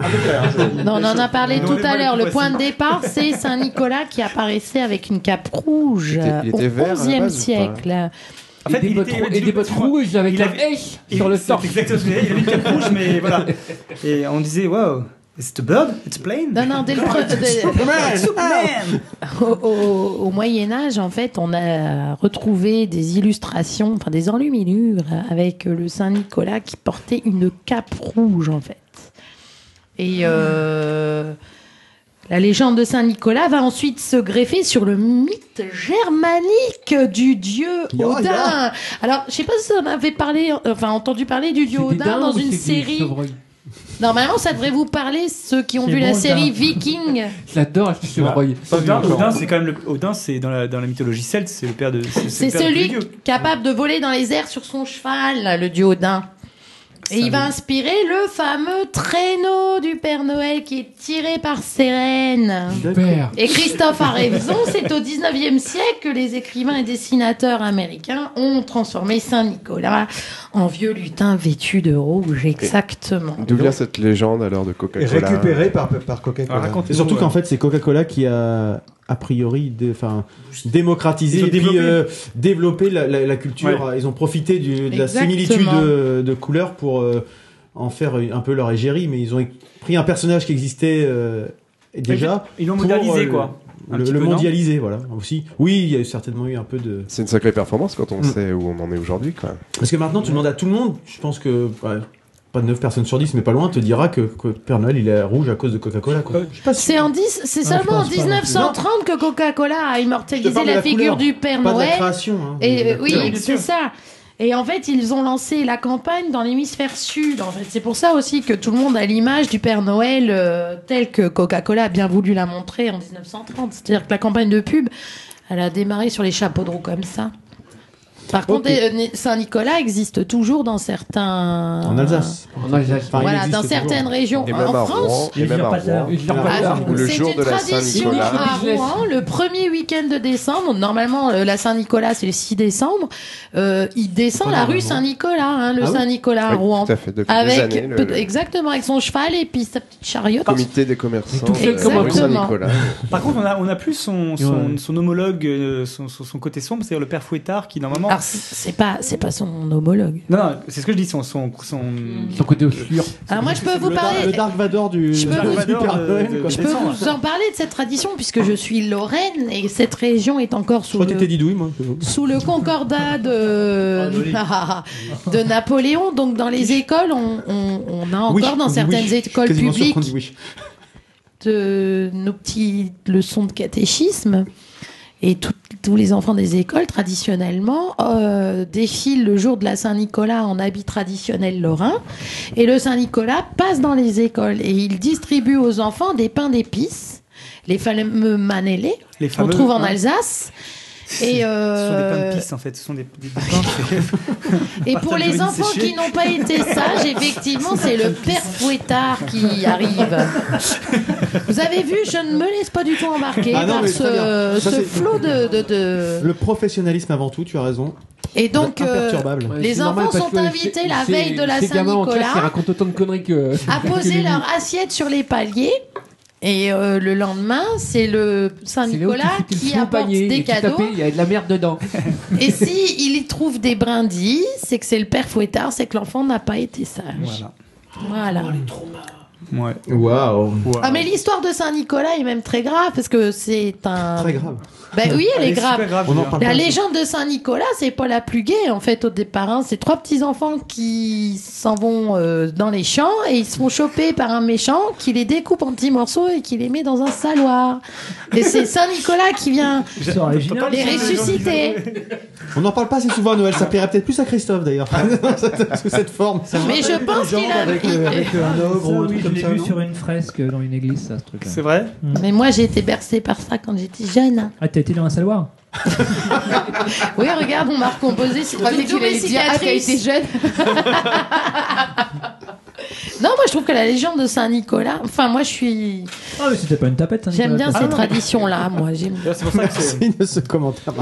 Speaker 5: Non, on en a parlé
Speaker 4: Non,
Speaker 5: tout
Speaker 4: enlève-moi
Speaker 5: à
Speaker 4: les
Speaker 5: l'heure. Le
Speaker 4: petits
Speaker 5: point de
Speaker 4: voici.
Speaker 5: départ, c'est Saint Nicolas qui apparaissait avec une cape rouge
Speaker 3: Il était- il était
Speaker 5: euh,
Speaker 3: vert à la
Speaker 5: au XIe
Speaker 3: base ou pas
Speaker 5: siècle.
Speaker 4: En fait,
Speaker 7: des
Speaker 4: il
Speaker 7: bottes
Speaker 4: était-
Speaker 7: rou- et des bottes rouges avec
Speaker 4: il
Speaker 7: un
Speaker 4: avait-
Speaker 7: H sur le
Speaker 4: c'est
Speaker 7: torse.
Speaker 4: exactement ce que j'avais, il avait une cape rouge,
Speaker 6: (laughs)
Speaker 4: mais voilà. Et on disait, wow, it's a bird, it's a plane.
Speaker 5: Non, non, dès le pre- dès-
Speaker 4: Superman
Speaker 5: au, au- au Moyen Âge, en fait, on a retrouvé des illustrations, enfin des enluminures avec le Saint Nicolas qui portait une cape rouge, en fait. Et euh, la légende de Saint Nicolas va ensuite se greffer sur le mythe germanique du dieu
Speaker 13: Ya,
Speaker 5: Odin.
Speaker 13: ya.
Speaker 5: Alors, je sais pas si on avait parlé, enfin entendu parler du dieu
Speaker 7: Des
Speaker 5: Odin
Speaker 7: dindes
Speaker 5: dans
Speaker 7: ou c'est
Speaker 5: une
Speaker 7: des
Speaker 5: série.
Speaker 7: chevreuils
Speaker 5: Normalement, ça devrait vous parler ceux qui ont
Speaker 4: C'est
Speaker 5: vu la
Speaker 4: bon,
Speaker 5: série
Speaker 4: Odin.
Speaker 5: Viking.
Speaker 7: J'adore acheter sur
Speaker 4: Voilà.
Speaker 7: Roy.
Speaker 4: Odin, Odin, c'est quand même le, Odin, c'est dans la, dans la mythologie celte, c'est le père de.
Speaker 5: C'est
Speaker 4: le père de tous les
Speaker 5: celui
Speaker 4: dieux.
Speaker 5: capable de voler dans les airs sur son cheval, là, le dieu Odin. Et il va inspirer le fameux traîneau du Père Noël qui est tiré par ses rênes.
Speaker 7: Super.
Speaker 5: Et Christophe a raison, c'est au 19e siècle que les écrivains et dessinateurs américains ont transformé Saint-Nicolas en vieux lutin vêtu de rouge, exactement.
Speaker 3: (laughs) D'où vient cette légende alors de Coca-Cola
Speaker 10: Récupéré par, par
Speaker 4: Ah,
Speaker 10: Coca-Cola.
Speaker 2: Et surtout qu'en fait, c'est Coca-Cola qui a a priori dé- enfin, démocratisé
Speaker 10: Ils ont
Speaker 2: et puis
Speaker 10: développé.
Speaker 2: euh, développé la, la- la culture. Ils ont profité du- de la
Speaker 5: Exactement.
Speaker 2: similitude de, de couleurs pour euh, en faire un peu leur égérie, mais ils ont pris un personnage qui existait euh, déjà.
Speaker 4: Ils l'ont
Speaker 2: pour,
Speaker 4: modernisé,
Speaker 2: le-
Speaker 4: quoi. Un
Speaker 2: Le,
Speaker 4: petit
Speaker 2: le
Speaker 4: peu, non
Speaker 2: mondialisé, voilà, aussi. Oui, il y a eu certainement eu un peu de...
Speaker 3: C'est une sacrée performance quand on
Speaker 2: Mm.
Speaker 3: sait où on en est aujourd'hui, quoi.
Speaker 2: Parce que maintenant, tu demandes à tout le monde, je pense que... ouais, Pas de 9 personnes sur 10, mais pas loin, te dira que, que Père Noël il est rouge à cause de Coca-Cola. quoi.
Speaker 4: Euh,
Speaker 5: C'est en 10, c'est
Speaker 2: Ah, je
Speaker 5: seulement en
Speaker 2: pense pas non plus.
Speaker 5: 1930 que Coca-Cola a
Speaker 2: Je te
Speaker 5: immortalisé
Speaker 2: parle de
Speaker 5: la,
Speaker 2: la
Speaker 5: figure
Speaker 2: couleur,
Speaker 5: du Père
Speaker 2: pas de la
Speaker 5: Noël.
Speaker 2: création, hein, de
Speaker 5: et euh, oui,
Speaker 2: l'acteur. Bien
Speaker 5: c'est
Speaker 2: sûr.
Speaker 5: ça. Et en fait, ils ont lancé la campagne dans l'hémisphère sud. En fait, c'est pour ça aussi que tout le monde a l'image du Père Noël euh, tel que Coca-Cola a bien voulu la montrer en 1930. C'est-à-dire que la campagne de pub, elle a démarré sur les chapeaux de roue comme ça. Par contre, euh, né- Saint-Nicolas existe toujours dans certains.
Speaker 2: En Alsace.
Speaker 7: En Alsace.
Speaker 2: Enfin, il
Speaker 5: Voilà,
Speaker 2: existe
Speaker 5: dans certaines
Speaker 2: toujours.
Speaker 5: régions. Et même En à France, Rouen,
Speaker 2: et même à Rouen.
Speaker 5: Ah,
Speaker 3: Où le jour de la
Speaker 5: tradition
Speaker 3: Saint-Nicolas.
Speaker 5: à Rouen, Ah, hein, le premier week-end de décembre, normalement euh, la Saint-Nicolas c'est le 6 décembre, euh, il descend la rue Saint-Nicolas, hein, le
Speaker 3: Ah oui
Speaker 5: Saint-Nicolas à
Speaker 3: Oui,
Speaker 5: Rouen.
Speaker 3: tout à fait, depuis des
Speaker 5: avec,
Speaker 3: années, le-
Speaker 5: peut-
Speaker 3: le-
Speaker 5: exactement, avec son cheval et puis sa petite chariote.
Speaker 3: Comité des commerçants.
Speaker 5: Tout fait
Speaker 3: euh,
Speaker 5: comme un
Speaker 3: rue Saint-Nicolas.
Speaker 4: (laughs) Par contre, on a, on a plus son, son,
Speaker 5: Ouais.
Speaker 4: son homologue, euh, son, son, son côté sombre, c'est-à-dire le père Fouettard qui normalement.
Speaker 5: Alors, c'est c'est pas, c'est pas son homologue.
Speaker 4: Non, non, c'est ce que je dis, son. Son, son...
Speaker 7: côté obscur.
Speaker 5: Alors Ah, moi je peux vous parler.
Speaker 2: Le Dark Vador du.
Speaker 5: Je peux
Speaker 2: du
Speaker 5: vous-
Speaker 2: Père
Speaker 4: euh,
Speaker 2: Noël, quoi.
Speaker 5: Je peux vous en parler de cette tradition puisque je suis Lorraine et cette région est encore
Speaker 2: Je
Speaker 5: sous
Speaker 2: crois que
Speaker 5: le
Speaker 2: t'étais Didouille, moi.
Speaker 5: sous le concordat de,
Speaker 2: Oh, joli.
Speaker 5: (laughs) de Napoléon. Donc dans les écoles, on, on- on a encore
Speaker 2: Oui,
Speaker 5: dans
Speaker 2: oui,
Speaker 5: certaines
Speaker 2: oui.
Speaker 5: écoles
Speaker 2: Quasiment sûr
Speaker 5: publiques
Speaker 2: qu'on dit oui.
Speaker 5: de nos petites leçons de catéchisme. Et tout- tous les enfants des écoles, traditionnellement, euh, défilent le jour de la Saint-Nicolas en habit traditionnel lorrain. Et le Saint-Nicolas passe dans les écoles et il distribue aux enfants des pains d'épices, les fameux manélés,
Speaker 4: Les
Speaker 5: qu'on
Speaker 4: fameux,
Speaker 5: trouve en
Speaker 4: hein. (laughs)
Speaker 5: Alsace. Et
Speaker 4: Ce sont des pains
Speaker 5: euh,
Speaker 4: de pisse en fait, ce sont des,
Speaker 5: (laughs)
Speaker 4: des, des pains. c'est- (laughs)
Speaker 5: et pour
Speaker 4: Partage
Speaker 5: les
Speaker 4: de
Speaker 5: enfants
Speaker 4: séchée.
Speaker 5: qui n'ont pas été
Speaker 2: (laughs)
Speaker 5: (laughs) sages, effectivement, c'est le père fouettard qui arrive. Vous avez vu, je ne me laisse pas du tout embarquer
Speaker 2: Ah non,
Speaker 5: par
Speaker 2: mais très
Speaker 5: ce,
Speaker 2: bien. Ça,
Speaker 5: ce
Speaker 2: c'est-
Speaker 5: flot de, de- de-
Speaker 2: Le professionnalisme avant tout, tu as raison.
Speaker 5: Et donc, euh,
Speaker 2: Imperturbable.
Speaker 5: les
Speaker 7: C'est
Speaker 5: enfants
Speaker 7: normal parce
Speaker 5: sont
Speaker 7: que
Speaker 5: invités
Speaker 7: ces-
Speaker 5: la
Speaker 7: ces-
Speaker 5: veille de la
Speaker 7: Ces gamins en classe,
Speaker 5: Saint-Nicolas.
Speaker 7: ils racontent autant de conneries que.
Speaker 5: à
Speaker 7: que
Speaker 5: poser
Speaker 7: lui.
Speaker 5: leur assiette sur les paliers. Et euh, le lendemain, c'est le Saint-Nicolas
Speaker 7: Ils
Speaker 5: qui
Speaker 7: font au
Speaker 5: apporte
Speaker 7: panier,
Speaker 5: des
Speaker 7: et tout
Speaker 5: cadeaux.
Speaker 7: tapé, Il y a de la merde dedans.
Speaker 5: Et si il y trouve des brindilles, c'est que c'est le père fouettard, c'est que l'enfant n'a pas été sage.
Speaker 4: Voilà.
Speaker 5: Voilà.
Speaker 4: Ouais.
Speaker 2: Waouh.
Speaker 5: Ah mais l'histoire de Saint-Nicolas est même très grave parce que c'est un
Speaker 2: Très grave.
Speaker 5: Ben oui, elle,
Speaker 2: Elle
Speaker 5: est
Speaker 2: est
Speaker 5: grave.
Speaker 2: super grave, On en d'ailleurs. parle
Speaker 5: la
Speaker 2: pas.
Speaker 5: légende de Saint-Nicolas, c'est pas la plus gaie en fait au départ. hein. C'est trois petits enfants qui s'en vont euh, dans les champs et ils se font choper par un méchant qui les découpe en petits morceaux et qui les met dans un saloir. Et c'est Saint-Nicolas qui vient les ressusciter.
Speaker 2: On n'en parle pas assez souvent à Noël, ça plairait peut-être plus à Christophe d'ailleurs. Cette- (laughs) Sous cette forme.
Speaker 5: Mais je pense qu'il a.
Speaker 10: avec, euh, avec un ogre ou un truc comme ça,
Speaker 1: vu
Speaker 10: non
Speaker 1: sur une fresque dans une église, ça, ce truc-là. Mm.
Speaker 4: C'est vrai
Speaker 5: Mais moi j'ai été bercée par ça quand j'étais jeune. hein.
Speaker 1: Ah, t'as été dans un saloir
Speaker 5: Oui, regarde, on m'a recomposé. C'est
Speaker 6: croyais
Speaker 5: une
Speaker 6: que tu
Speaker 5: double
Speaker 6: allais dire, ah, t'as
Speaker 5: cicatrice.
Speaker 6: été jeune.
Speaker 5: (laughs) Non, moi je trouve que la légende de Saint-Nicolas. Enfin, moi je suis.
Speaker 1: Ah, mais c'était pas une tapette.
Speaker 5: J'aime bien ces
Speaker 1: traditions.
Speaker 5: traditions-là, moi. J'aime.
Speaker 2: Ah, Merci de ce commentaire.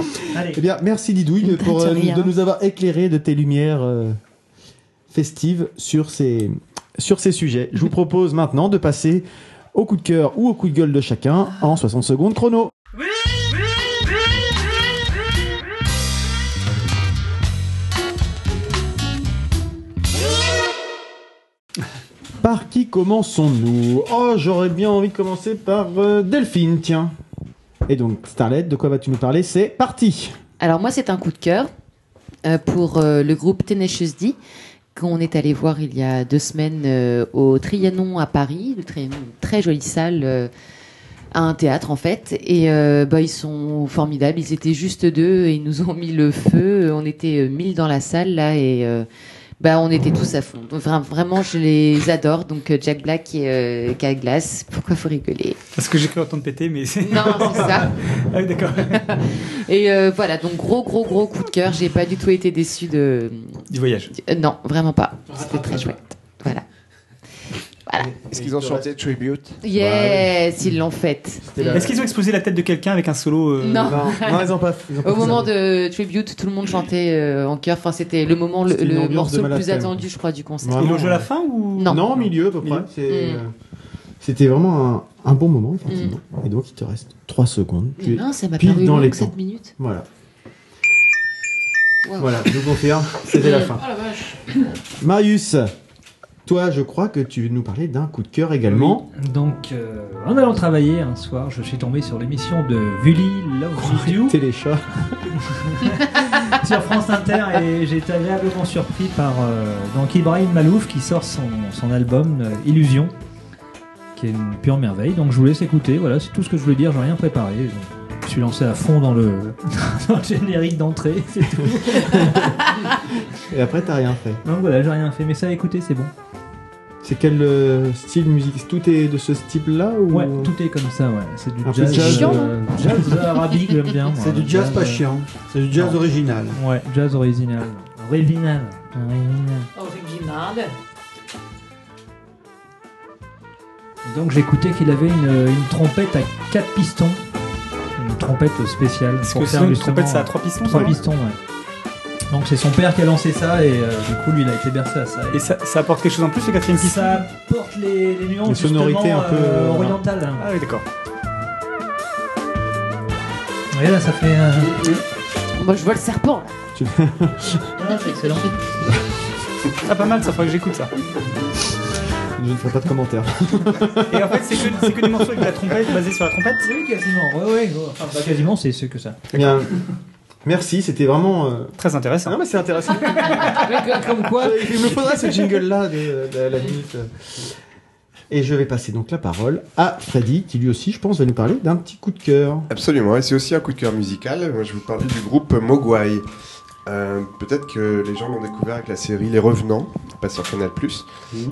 Speaker 2: Eh bien, merci Didouille pour,
Speaker 5: de
Speaker 2: euh,
Speaker 5: rien.
Speaker 2: de nous avoir éclairé de tes lumières euh, festives sur ces, sur ces sujets. Je vous propose maintenant de passer au coup de cœur ou au coup de gueule de chacun en 60 secondes chrono. Par qui commençons-nous Oh, j'aurais bien envie de commencer par euh, Delphine, tiens. Et donc, Starlet, de quoi vas-tu nous parler C'est parti
Speaker 6: Alors moi, c'est un coup de cœur euh, pour euh, le groupe Tenacious D qu'on est allé voir il y a deux semaines euh, au Trianon à Paris, le Trianon, une très jolie salle euh, à un théâtre en fait. Et euh, bah, ils sont formidables, ils étaient juste deux et ils nous ont mis le feu. On était euh, 1000 dans la salle là et euh, bah, on était tous à fond. Donc, vra- vraiment, je les adore. Donc euh, Jack Black et euh, Kyle Glass, pourquoi faut rigoler
Speaker 4: Parce que j'ai cru entendre péter, mais c'est.
Speaker 6: Non, c'est ça.
Speaker 4: (laughs) Ah oui, d'accord.
Speaker 6: Et euh, voilà, donc gros, gros, gros coup de cœur. J'ai pas du tout été déçue de.
Speaker 4: Du voyage.
Speaker 6: Euh, non, vraiment pas. C'était très chouette. Voilà.
Speaker 3: Est-ce qu'ils ont chanté Tribute
Speaker 6: Yes, ils l'ont faite.
Speaker 4: Est-ce qu'ils ont exposé la tête de quelqu'un avec un solo euh,
Speaker 6: Non. (laughs)
Speaker 2: ont pas.
Speaker 6: Au moment de Tribute, tout le monde chantait euh, en chœur. Enfin, c'était le moment, le,
Speaker 2: C'était une
Speaker 6: le
Speaker 2: ambiance de
Speaker 6: morceau le
Speaker 2: malade,
Speaker 6: plus
Speaker 2: quand même.
Speaker 6: attendu, je crois, du concert.
Speaker 2: Vraiment,
Speaker 6: le
Speaker 2: ouais.
Speaker 4: ou
Speaker 6: Non.
Speaker 2: Non, au milieu à peu près. C'est,
Speaker 6: Mm.
Speaker 2: euh, C'était vraiment un, un bon moment, effectivement. Et donc, il te reste 3 secondes.
Speaker 6: Mm. Mais
Speaker 2: Tu es
Speaker 6: non, ça m'a
Speaker 2: pile
Speaker 6: paru
Speaker 2: dans
Speaker 6: long
Speaker 2: les
Speaker 6: que sept
Speaker 2: temps.
Speaker 6: minutes.
Speaker 2: Voilà. Voilà, je vous confirme, c'était la
Speaker 5: Oh
Speaker 2: fin. Marius, toi, je crois que tu veux nous parler d'un coup de cœur également.
Speaker 1: Donc, euh, en allant travailler un soir, je suis tombé sur l'émission de Vully Love Video
Speaker 2: Téléchat.
Speaker 1: (laughs) sur France Inter et j'ai été agréablement surpris par euh, donc Ibrahim Malouf qui sort son, son album euh, Illusion, qui est une pure merveille. Donc, je vous laisse écouter. Voilà, c'est tout ce que je voulais dire. J'ai rien préparé. Je me suis lancé à fond dans le, dans le générique d'entrée,
Speaker 6: (laughs)
Speaker 1: c'est tout.
Speaker 2: Et après, t'as rien fait.
Speaker 1: Donc voilà, j'ai rien fait, mais ça, écoutez, c'est bon.
Speaker 2: C'est quel euh, style musique Tout est de ce style-là ou...
Speaker 1: Ouais, tout est comme ça, ouais. C'est du
Speaker 2: Un peu
Speaker 1: jazz,
Speaker 2: jazz,
Speaker 1: euh,
Speaker 2: hein (laughs)
Speaker 1: jazz arabique, j'aime bien. moi. euh,
Speaker 10: C'est du jazz pas chiant. C'est du jazz
Speaker 1: Non.
Speaker 10: original.
Speaker 1: Ouais, jazz original. Original. Original.
Speaker 5: Oh, Original.
Speaker 1: Donc j'écoutais qu'il avait une, une trompette à 4 pistons. Une trompette spéciale.
Speaker 4: Parce
Speaker 1: pour
Speaker 4: que
Speaker 1: faire
Speaker 4: sinon, une
Speaker 1: justement,
Speaker 4: trompette, ça a
Speaker 1: euh,
Speaker 4: trois pistons,
Speaker 1: trois
Speaker 4: ça, non
Speaker 1: pistons, ouais. Donc c'est son père qui a lancé ça et euh, du coup lui il a été bercé à ça.
Speaker 4: Et ça, ça apporte quelque chose en plus, le quatrième piston
Speaker 1: Ça porte les, les nuances
Speaker 4: Les sonorités
Speaker 1: justement,
Speaker 4: un peu,
Speaker 1: euh,
Speaker 4: voilà.
Speaker 1: orientales.
Speaker 4: Ah oui, d'accord.
Speaker 1: Et là ça fait euh, un...
Speaker 6: Moi, je vois le serpent. là.
Speaker 1: Ah, c'est excellent.
Speaker 4: Ah, pas mal, ça faudrait que j'écoute ça.
Speaker 2: Je ne ferai pas de commentaires.
Speaker 4: Et en fait, c'est que, c'est que des morceaux avec la trompette, basés sur la trompette
Speaker 1: Oui, quasiment. Ouais, ouais. Enfin, pas quasiment, (laughs) c'est ce que ça.
Speaker 2: Bien. Merci, c'était vraiment. euh,
Speaker 4: Très intéressant.
Speaker 2: Non, mais c'est intéressant.
Speaker 10: (laughs)
Speaker 7: Comme quoi
Speaker 2: Il me faudra ce jingle-là des- de la- la minute. Et je vais passer donc la parole à Freddy, qui lui aussi, je pense, va nous parler d'un petit coup de cœur.
Speaker 3: Absolument, et c'est aussi un coup de cœur musical. Moi, je vous parlais du groupe Mogwai. Euh, Peut-être que les gens l'ont découvert avec la série Les Revenants, qui passe sur Canal+.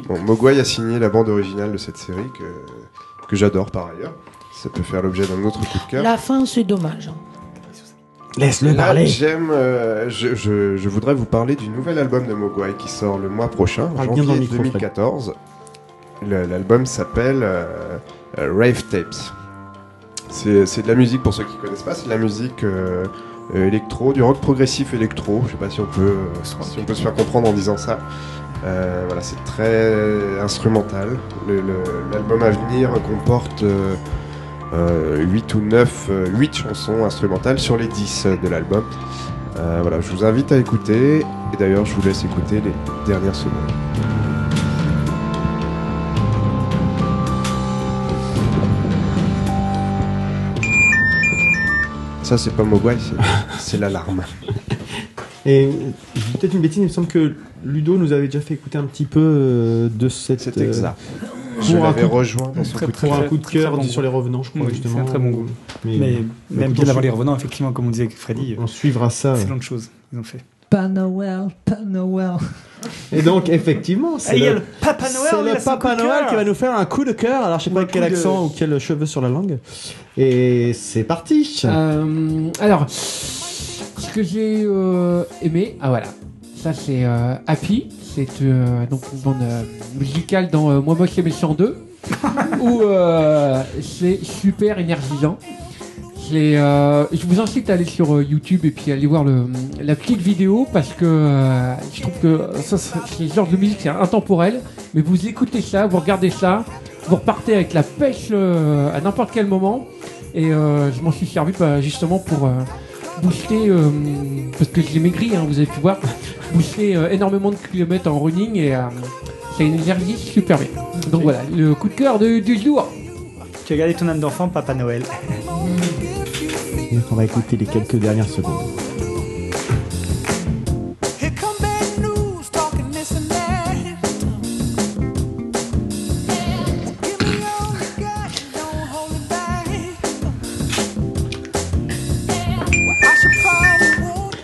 Speaker 3: Bon, Mogwai a signé la bande originale de cette série, que, que j'adore par ailleurs. Ça peut faire l'objet d'un autre coup de cœur.
Speaker 5: La fin, c'est dommage. hein.
Speaker 2: Laisse-le
Speaker 3: Là,
Speaker 2: parler.
Speaker 3: J'aime, euh, je, je- je voudrais vous parler du nouvel album de Mogwai qui sort le mois prochain,
Speaker 2: Parle bien dans le
Speaker 3: janvier
Speaker 2: micro, Fred.
Speaker 3: 2014. Le- L'album s'appelle euh, euh, Rave Tapes. C'est c'est de la musique, pour ceux qui connaissent pas, c'est de la musique euh, euh, électro, du rock progressif électro. Je sais pas si on peut, euh, si on peut se faire comprendre en disant ça. Euh, voilà, c'est très instrumental. Le- le- L'album à venir comporte euh, euh, 8 ou 9, euh, 8 chansons instrumentales sur les 10 de l'album. Euh, voilà, je vous invite à écouter. Et d'ailleurs, je vous laisse écouter les dernières secondes. Ça, c'est pas Mogwai, c'est- (laughs) c'est l'alarme.
Speaker 2: Et euh, je dis peut-être une bêtise, il me semble que Ludo nous avait déjà fait écouter un petit peu euh, de cette. euh,
Speaker 3: C'est exact.
Speaker 2: pour
Speaker 3: Je
Speaker 2: un
Speaker 3: l'avais
Speaker 2: coup-
Speaker 3: rejoint dans son
Speaker 2: Très,
Speaker 3: coup de
Speaker 2: très,
Speaker 3: cœur.
Speaker 2: Pour un coup de
Speaker 4: Très,
Speaker 2: cœur
Speaker 4: très bon
Speaker 2: dit sur les
Speaker 4: groupe.
Speaker 2: revenants, je crois,
Speaker 4: Oui,
Speaker 2: justement. euh,
Speaker 4: C'est un très bon goût. Mais,
Speaker 2: écoute,
Speaker 4: même
Speaker 2: on
Speaker 4: bien d'avoir
Speaker 2: suit-
Speaker 4: les revenants, effectivement, comme on disait avec Freddy.
Speaker 2: On suivra ça.
Speaker 4: C'est de chose, ils ont fait.
Speaker 1: Pas Noël, pas Noël.
Speaker 2: Et donc, effectivement, c'est
Speaker 4: Et il y a
Speaker 2: le,
Speaker 4: le Papa Noël,
Speaker 2: c'est
Speaker 4: il
Speaker 2: le
Speaker 4: a son
Speaker 2: Papa
Speaker 4: coup de
Speaker 2: Noël
Speaker 4: cœur.
Speaker 2: qui va nous faire un coup de cœur. Alors, je sais pas quel
Speaker 7: de-
Speaker 2: accent ou quel cheveu sur la langue. Et c'est parti.
Speaker 7: Euh, alors, ce que j'ai euh, aimé, ah voilà, ça c'est euh, Happy, c'est euh, donc une bande euh, musicale dans euh, Moi Moche et Méchant 2, où euh, c'est super énergisant. C'est, euh, je vous incite à aller sur euh, YouTube et puis à aller voir le, la petite vidéo parce que euh, je trouve que ça, c'est c'est le genre de musique, c'est intemporel, mais vous écoutez ça, vous regardez ça, vous repartez avec la pêche euh, à n'importe quel moment. Et euh, je m'en suis servi bah, justement pour euh, booster, euh, (laughs) parce que j'ai maigri, hein, vous avez pu voir, booster euh, énormément de kilomètres en running et euh, C'est une énergie super bien. Donc voilà, le coup de cœur de- du jour.
Speaker 4: Tu as gardé ton âme d'enfant, Papa Noël.
Speaker 6: Mm.
Speaker 2: On va écouter les quelques dernières secondes.
Speaker 9: Here come bad news, talking this and that. Give me all you got, don't hold it back. Well, I should probably walk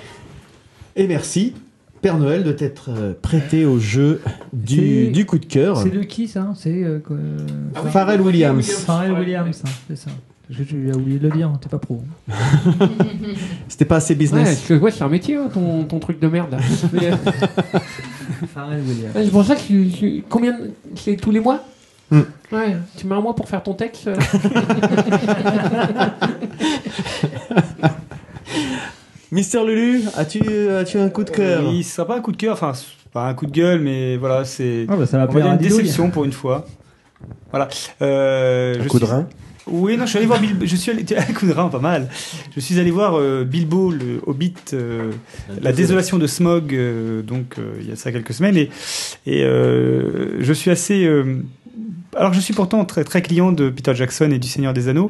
Speaker 2: Et merci, Père Noël, de t'être euh, prêté au jeu du,
Speaker 1: C'est-
Speaker 2: du coup de cœur.
Speaker 1: C'est de qui ça C'est euh, quoi, euh,
Speaker 2: Pharrell Pharrell Williams. Williams.
Speaker 1: Pharrell Williams, hein, c'est ça. Parce que tu as oublié de le dire, hein, t'es pas pro.
Speaker 2: C'était pas assez
Speaker 7: Ouais,
Speaker 2: business.
Speaker 7: parce que ouais, c'est un métier, hein, ton, ton truc de merde là. Mais,
Speaker 2: (laughs)
Speaker 7: euh,
Speaker 1: Pharrell Williams.
Speaker 7: ouais, c'est pour ça que tu- tu- combien de- c'est tous les mois
Speaker 2: Hmm.
Speaker 7: Ouais, tu mets un mois pour faire ton texte. euh. (laughs)
Speaker 2: Mister Lulu, as-tu as un coup de cœur
Speaker 4: Oui, ce sera pas un coup de cœur, enfin, c'est pas un coup de gueule, mais voilà, c'est.
Speaker 1: Ah bah, ça va
Speaker 4: on va
Speaker 1: plaire
Speaker 4: dire
Speaker 1: à
Speaker 4: une
Speaker 1: Didouille.
Speaker 4: déception pour une fois. Voilà. Euh, je
Speaker 3: coup de
Speaker 4: suis-
Speaker 3: rein
Speaker 4: Oui, non, je suis allé voir Bilbo. Je suis allé... (laughs) un coup de rein, pas mal. Je suis allé voir euh, Bilbo, le Hobbit, euh, la désolation de Smog, euh, donc euh, il y a ça quelques semaines, et, et euh, je suis assez. euh, alors, je suis pourtant très très client de Peter Jackson et du Seigneur des Anneaux.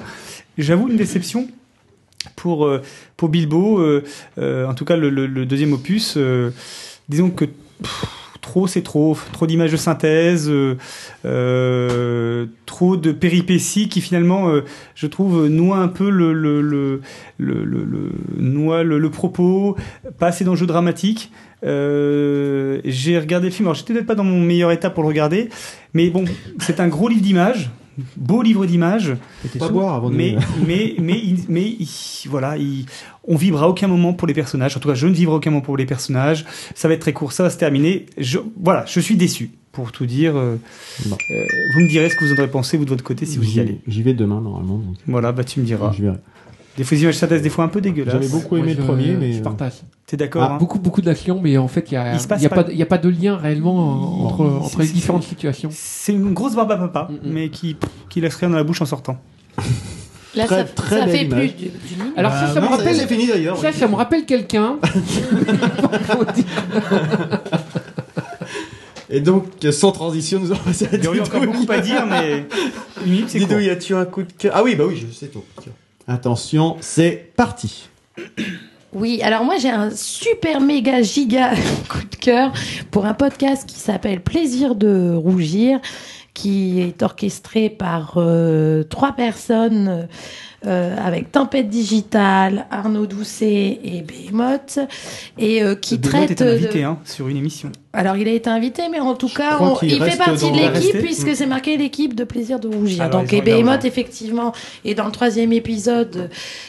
Speaker 4: J'avoue une déception pour, euh, pour Bilbo, euh, euh, en tout cas le, le- le deuxième opus, euh, disons que pff, trop c'est trop, trop d'images de synthèse, euh, euh, trop de péripéties qui finalement, euh, je trouve, noient un peu le, le, le, le, le- le- noient le- le propos, pas assez d'enjeux dramatiques. Euh, j'ai regardé le film, alors j'étais peut-être pas dans mon meilleur état pour le regarder, mais bon, c'est un gros livre d'images, beau livre d'images.
Speaker 2: T'étais Pas sourd boire avant de-
Speaker 4: mais, mais, mais, il- mais il- voilà, il- on vibre à aucun moment pour les personnages. En tout cas, je ne vibre à aucun moment pour les personnages. Ça va être très court, ça va se terminer. Je, voilà, je suis déçu, pour tout dire. Euh, euh, vous me direz ce que vous en aurez pensé, vous, de votre côté, si vous y
Speaker 2: J'y-
Speaker 4: allez.
Speaker 2: J'y vais demain normalement. donc.
Speaker 4: Voilà, bah tu me diras.
Speaker 2: Je verrai.
Speaker 4: Des fois, les images synthèses, des fois un peu dégueulasses.
Speaker 2: J'avais beaucoup aimé le
Speaker 7: je-
Speaker 2: premier, mais
Speaker 7: je
Speaker 2: euh,
Speaker 7: partage.
Speaker 4: T'es d'accord
Speaker 7: Ah,
Speaker 4: hein
Speaker 7: Beaucoup, beaucoup d'action, mais en fait, il n'y a,
Speaker 4: Il se passe
Speaker 7: il y a
Speaker 4: pas-
Speaker 7: pas de- il y a pas de lien réellement euh, entre,
Speaker 4: Non.
Speaker 7: entre les
Speaker 4: C'est-
Speaker 7: différentes situations. Mm,
Speaker 4: C'est une grosse barbe à papa, mais qui, pff, qui laisse rien dans la bouche en sortant.
Speaker 5: Là,
Speaker 4: Très-
Speaker 5: ça,
Speaker 4: très
Speaker 5: ça
Speaker 4: belle
Speaker 5: fait
Speaker 4: image.
Speaker 5: plus du- d'une minute.
Speaker 2: Bah,
Speaker 7: Alors,
Speaker 4: Bah
Speaker 7: ça, ça me rappelle.
Speaker 2: c'est fini, d'ailleurs,
Speaker 7: Ça,
Speaker 2: oui.
Speaker 7: ça me rappelle
Speaker 2: (laughs)
Speaker 7: quelqu'un.
Speaker 2: Et donc, euh, sans transition, nous allons passer à
Speaker 4: (laughs) Il y aurait encore
Speaker 2: Didouille.
Speaker 4: beaucoup à dire, mais une minute, c'est
Speaker 2: Didouille, as-tu un coup de cœur Ah oui, bah oui, je sais ton coup de cœur. (laughs) Attention, c'est parti.
Speaker 5: Oui, alors moi j'ai un super méga giga (laughs) coup de cœur pour un podcast qui s'appelle Plaisir de rougir, qui est orchestré par euh, trois personnes euh, avec Tempête Digitale, Arnaud Doucet et Behemoth, et euh, qui
Speaker 4: Benoît
Speaker 5: traite.
Speaker 4: est un
Speaker 5: de-
Speaker 4: invité hein, sur une émission.
Speaker 5: Alors il a été invité, mais en tout cas
Speaker 4: crois
Speaker 5: on-
Speaker 4: qu'il
Speaker 5: il fait
Speaker 4: reste
Speaker 5: partie
Speaker 4: dans
Speaker 5: de
Speaker 4: la
Speaker 5: l'équipe
Speaker 4: restée.
Speaker 5: puisque c'est marqué l'équipe de Plaisir de rougir.
Speaker 13: Alors,
Speaker 5: Donc
Speaker 13: ils
Speaker 5: et
Speaker 13: ont regardé.
Speaker 5: Behemoth effectivement est dans le troisième épisode, euh,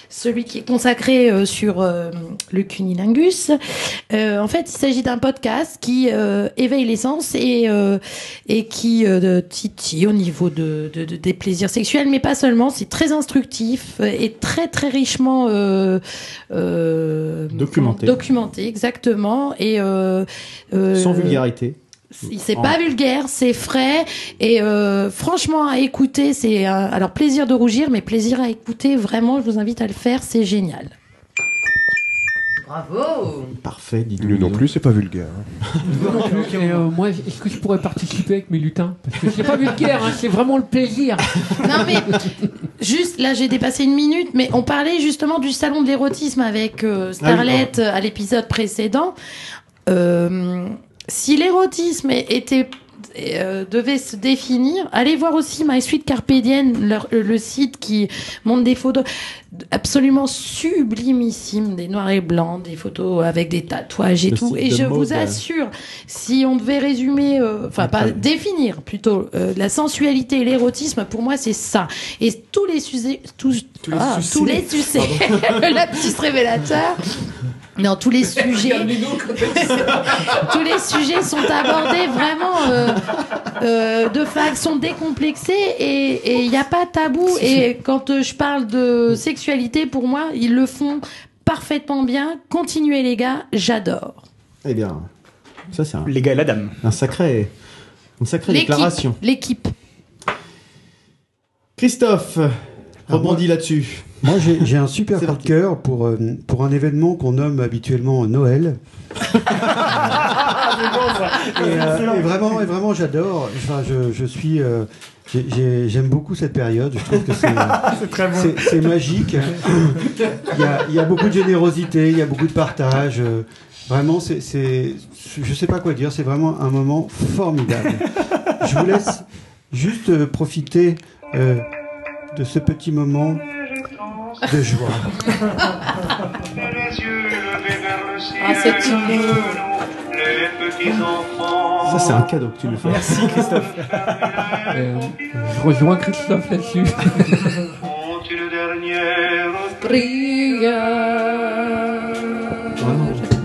Speaker 5: celui qui est consacré euh, sur euh, le cunilingus. Euh, en fait, il s'agit d'un podcast qui euh, éveille les sens et, euh, et qui euh, titille au niveau de, de- de- des plaisirs sexuels, mais pas seulement. C'est très instructif et très très richement euh, euh,
Speaker 2: Documenté.
Speaker 5: documenté, exactement. Et euh, euh,
Speaker 2: Sans vulgarité.
Speaker 5: il- C'est
Speaker 2: En-
Speaker 5: pas vulgaire, c'est frais et euh, franchement à écouter, c'est un- alors plaisir de rougir, mais plaisir à écouter. Vraiment, je vous invite à le faire, c'est génial.
Speaker 6: Bravo
Speaker 2: Parfait, Didouille.
Speaker 3: Lui non plus, c'est pas vulgaire. hein.
Speaker 7: Et, euh, moi, est-ce que je pourrais participer avec mes lutins Parce que c'est pas vulgaire, hein, c'est vraiment le plaisir.
Speaker 5: Non mais juste là, j'ai dépassé une minute, mais on parlait justement du salon de l'érotisme avec
Speaker 13: Ah
Speaker 5: euh, Starlet euh, à l'épisode précédent. Euh, si l'érotisme é- était euh, devait se définir, allez voir aussi My Sweet Carpédienne, leur- euh, le, le site qui montre des photos absolument sublimissimes, des noirs et blancs, des photos avec des tatouages et
Speaker 13: Le
Speaker 5: tout.
Speaker 13: site
Speaker 5: Et
Speaker 13: de
Speaker 5: je
Speaker 13: mode.
Speaker 5: vous assure, si on devait résumer, euh, enfin pas définir plutôt euh, la sensualité et l'érotisme, pour moi c'est ça. Et tous les sujets, tous,
Speaker 13: Tous les
Speaker 5: ah,
Speaker 13: sucés.
Speaker 5: tous les sucés, (laughs) la petite révélateur. Non,
Speaker 13: (laughs)
Speaker 5: tous les sujets. (laughs) tous les sujets sont abordés vraiment euh, euh, de façon décomplexée et il n'y a pas de tabou. Et quand euh, je parle de sexualité, pour moi, ils le font parfaitement bien. Continuez les gars, j'adore.
Speaker 2: Eh bien, ça c'est un,
Speaker 4: les gars et la dame.
Speaker 2: Un sacré, une sacrée
Speaker 5: L'équipe,
Speaker 2: déclaration.
Speaker 5: L'équipe.
Speaker 2: Christophe, Rebondis là-dessus.
Speaker 10: Ah, Moi, j'ai j'ai
Speaker 2: (laughs)
Speaker 10: un super coup de cœur pour, euh, pour un événement qu'on nomme habituellement Noël.
Speaker 2: Ah,
Speaker 10: Et, euh, et vraiment, et vraiment j'adore. Enfin, je, je suis. euh, j'ai- j'ai- J'aime beaucoup cette période. Je trouve que c'est
Speaker 4: (laughs) C'est très bon.
Speaker 10: c'est- c'est magique. il, y a, il y a beaucoup de générosité, il y a beaucoup de partage. euh, Vraiment, c'est, c'est- je sais pas quoi dire. C'est vraiment un moment formidable. je vous laisse juste euh, profiter euh, de ce petit moment de joie.
Speaker 9: Ah, c'est
Speaker 2: Ça, c'est un cadeau que tu me fais.
Speaker 4: Merci, Christophe.
Speaker 7: Euh, je rejoins Christophe
Speaker 2: (laughs)
Speaker 7: là-dessus.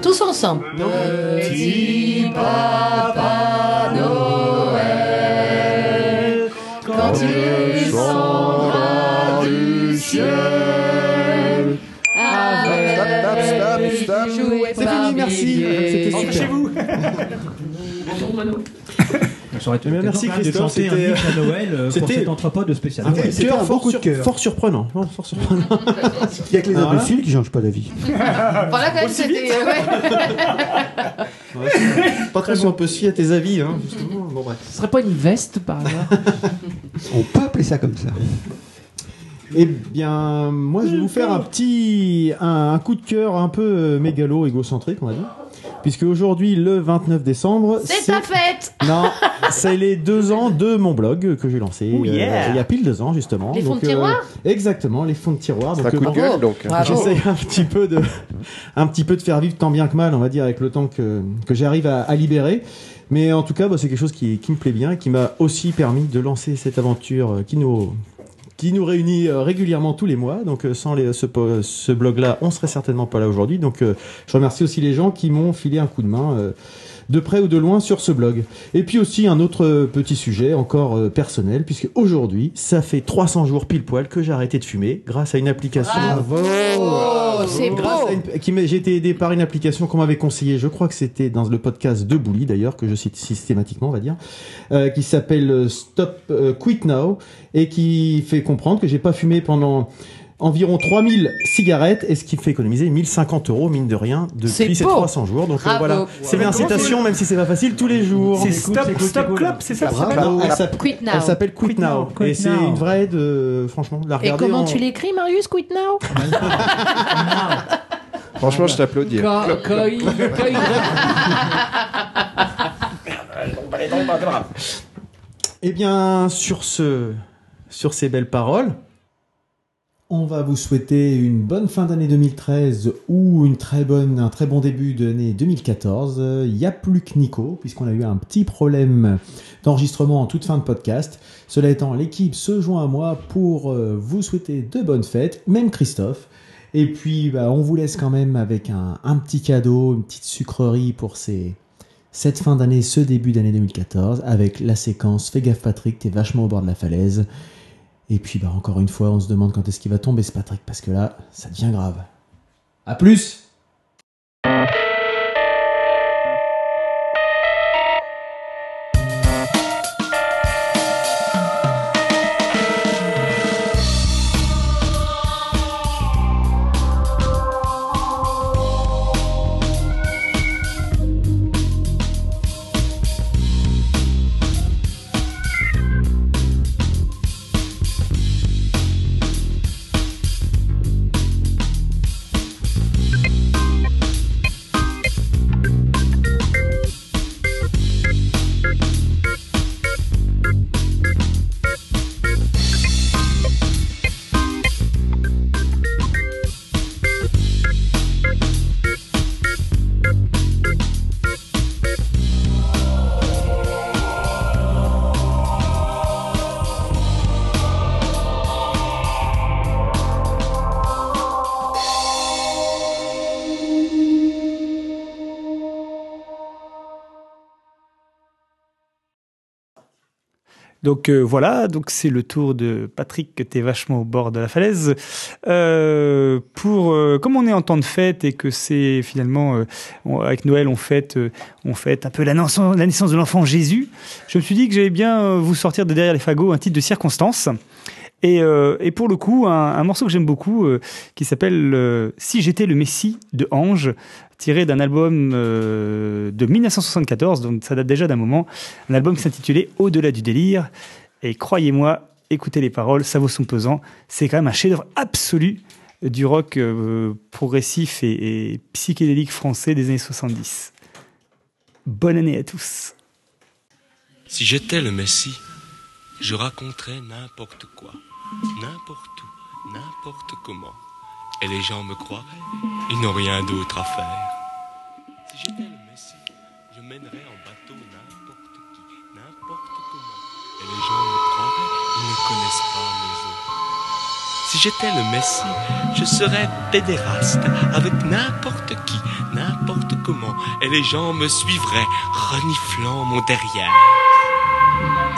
Speaker 5: Tous ensemble. Euh,
Speaker 9: Petit
Speaker 2: euh,
Speaker 9: Papa Noël, quand tu descendras du ciel, avec
Speaker 3: stop, stop.
Speaker 9: des jouets
Speaker 3: C'est fini, merci.
Speaker 9: familiers.
Speaker 2: C'était super.
Speaker 9: Rentrez chez vous.
Speaker 7: Bonjour Manon.
Speaker 2: Mais merci, Christophe, c'était-
Speaker 8: C'était à Noël euh, pour
Speaker 2: C'était-
Speaker 8: cet entrepôt de spécial.
Speaker 2: Ah ouais,
Speaker 8: Noël.
Speaker 2: C'était un bon coup de cœur. Fort surprenant. Non, Fort surprenant. (laughs) Il y a
Speaker 10: que les imbéciles qui changent pas d'avis.
Speaker 6: Voilà, quand même, c'était.
Speaker 2: Pas très on peut se fier à tes avis. Hein, justement. Bon, bref.
Speaker 7: Ce serait pas une veste par hasard
Speaker 10: On peut appeler ça comme ça.
Speaker 2: (laughs) Eh bien, moi, je vais vous faire un petit un, un coup de cœur un peu euh, mégalo, égocentrique, on va dire. Puisque aujourd'hui, le 29 décembre,
Speaker 5: C'est ta fête
Speaker 2: (laughs) Non, c'est les deux ans de mon blog que j'ai lancé euh,
Speaker 5: Ouh, Oh, yeah.
Speaker 2: il y a pile deux ans justement. euh,
Speaker 5: Les fonds de tiroir
Speaker 2: Exactement, les fonds de tiroir. euh,
Speaker 3: C'est un (laughs) coup de gueule, donc. Bravo.
Speaker 2: J'essaie un petit peu de, un petit peu de faire vivre tant bien que mal, on va dire, avec le temps que, que j'arrive à, à libérer. Mais en tout cas, bah, c'est quelque chose qui, qui me plaît bien, et qui m'a aussi permis de lancer cette aventure euh, qui nous qui nous réunit euh, régulièrement tous les mois. Donc euh, sans les, ce, po- ce blog-là, on serait certainement pas là aujourd'hui. Donc euh, je remercie aussi les gens qui m'ont filé un coup de main. euh, de près ou de loin sur ce blog. Et puis aussi un autre euh, petit sujet encore euh, personnel, puisque aujourd'hui, ça fait 300 jours pile poil que j'ai arrêté de fumer grâce à une application.
Speaker 9: C'est
Speaker 2: Grâce à une- qui m'a- J'ai été aidé par une application qu'on m'avait conseillée, je crois que c'était dans le podcast de Bouli d'ailleurs, que je cite systématiquement, on va dire, euh, qui s'appelle euh, Stop euh, Quit Now, et qui fait comprendre que j'ai pas fumé pendant environ 3000 cigarettes, et ce qui me fait économiser 1050 euros, mine de rien, depuis ces
Speaker 6: beau.
Speaker 2: 300 jours. Donc euh,
Speaker 6: Bravo.
Speaker 2: voilà, c'est
Speaker 4: Mais comment
Speaker 2: l'incitation,
Speaker 4: c'est-
Speaker 2: même si c'est pas facile, tous les jours.
Speaker 4: C'est Stop, Stop Club, c'est ça ça s'appelle
Speaker 2: Bravo. Elle s'appelle-
Speaker 5: Quit Now.
Speaker 2: Elle s'appelle Quit Now.
Speaker 8: Quit
Speaker 2: Et c'est
Speaker 8: Now.
Speaker 2: une vraie aide, euh, franchement, de la
Speaker 5: Et
Speaker 2: regarder.
Speaker 5: comment
Speaker 2: en-
Speaker 5: tu l'écris, Marius Quit now
Speaker 3: Franchement, je t'applaudis.
Speaker 7: Quand, quand il, quand
Speaker 3: (laughs)
Speaker 7: il-
Speaker 2: Eh bien, sur ce, sur ces belles paroles, on va vous souhaiter une bonne fin d'année 2013 ou une très bonne, un très bon début d'année 2014. Euh, Il n'y a plus que Nico, puisqu'on a eu un petit problème d'enregistrement en toute fin de podcast. Cela étant, l'équipe se joint à moi pour euh, vous souhaiter de bonnes fêtes, même Christophe. Et puis, bah, on vous laisse quand même avec un, un petit cadeau, une petite sucrerie pour ces, cette fin d'année, ce début d'année 2014, avec la séquence Fais gaffe Patrick, t'es vachement au bord de la falaise. Et puis bah encore une fois, on se demande quand est-ce qu'il va tomber ce Patrick, parce que là, ça devient grave. À plus
Speaker 4: Donc euh, voilà, donc c'est le tour de Patrick que t'es vachement au bord de la falaise. Euh, pour euh, comme on est en temps de fête et que c'est finalement euh, on- avec Noël on fête euh, on fête un peu la naissance, la naissance de l'enfant Jésus. Je me suis dit que j'allais bien euh, vous sortir de derrière les fagots un titre de circonstance. Et, euh, et pour le coup, un, un morceau que j'aime beaucoup euh, qui s'appelle euh, Si j'étais le Messie de Ange, tiré d'un album euh, de 1974, donc ça date déjà d'un moment. Un album qui s'intitulait Au-delà du délire. Et croyez-moi, écoutez les paroles, ça vaut son pesant. C'est quand même un chef-d'œuvre absolu du rock euh, progressif et, et psychédélique français des années 70. Bonne année à tous.
Speaker 11: Si j'étais le Messie, je raconterais n'importe quoi, n'importe où, n'importe comment. Et les gens me croient, ils n'ont rien d'autre à faire. Si j'étais le Messie, je mènerais en bateau n'importe qui, n'importe comment. Et les gens me croient, ils ne connaissent pas mes eaux. Si j'étais le Messie, je serais pédéraste avec n'importe qui, n'importe comment. Et les gens me suivraient, reniflant mon derrière.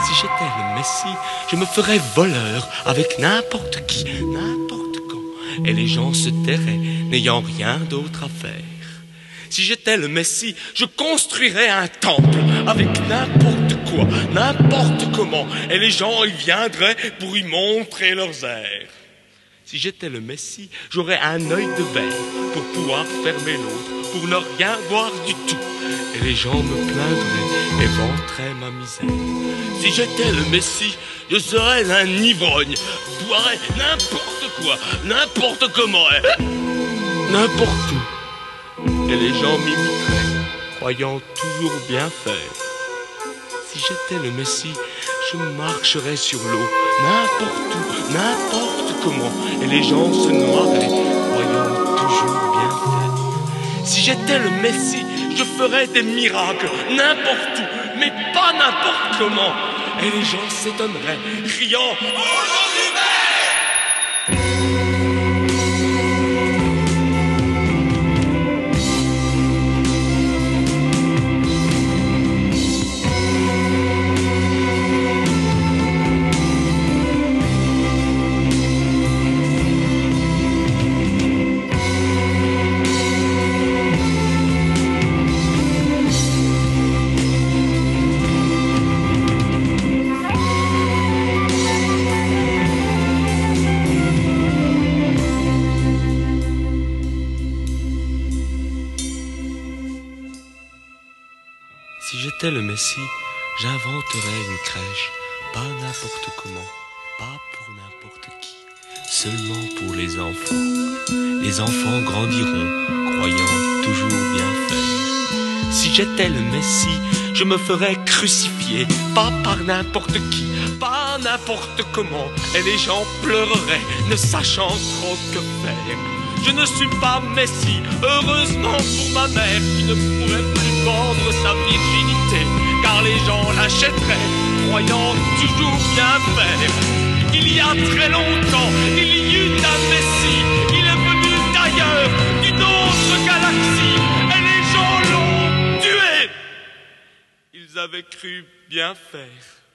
Speaker 11: Si j'étais le Messie, je me ferais voleur avec n'importe qui, n'importe quand. Et les gens se tairaient, n'ayant rien d'autre à faire. Si j'étais le Messie, je construirais un temple avec n'importe quoi, n'importe comment. Et les gens y viendraient pour y montrer leurs airs. Si j'étais le Messie, j'aurais un œil de verre pour pouvoir fermer l'autre, pour ne rien voir du tout. Et les gens me plaindraient et vantraient ma misère. Si j'étais le Messie, je serais un ivrogne, boirais n'importe quoi, n'importe comment, et n'importe où. Et les gens m'imiteraient, croyant toujours bien faire. Si j'étais le Messie, je marcherais sur l'eau, n'importe où, n'importe comment, et les gens se noieraient, croyant toujours bien faire. Si j'étais le Messie, je ferais des miracles, n'importe où, mais pas n'importe comment, et les gens s'étonneraient, criant Aujourd'hui, Si j'étais le Messie, j'inventerais une crèche, pas n'importe comment, pas pour n'importe qui, seulement pour les enfants. Les enfants grandiront, croyant toujours bien faire. Si j'étais le Messie, je me ferais crucifier, pas par n'importe qui, pas n'importe comment, et les gens pleureraient, ne sachant trop que faire. Je ne suis pas Messie, heureusement pour ma mère qui ne pourrait plus vendre sa virginité, car les gens l'achèteraient, croyant toujours bien faire. Il y a très longtemps, il y eut un Messie, il est venu d'ailleurs, d'une autre galaxie, et les gens l'ont tué. Ils avaient cru bien faire.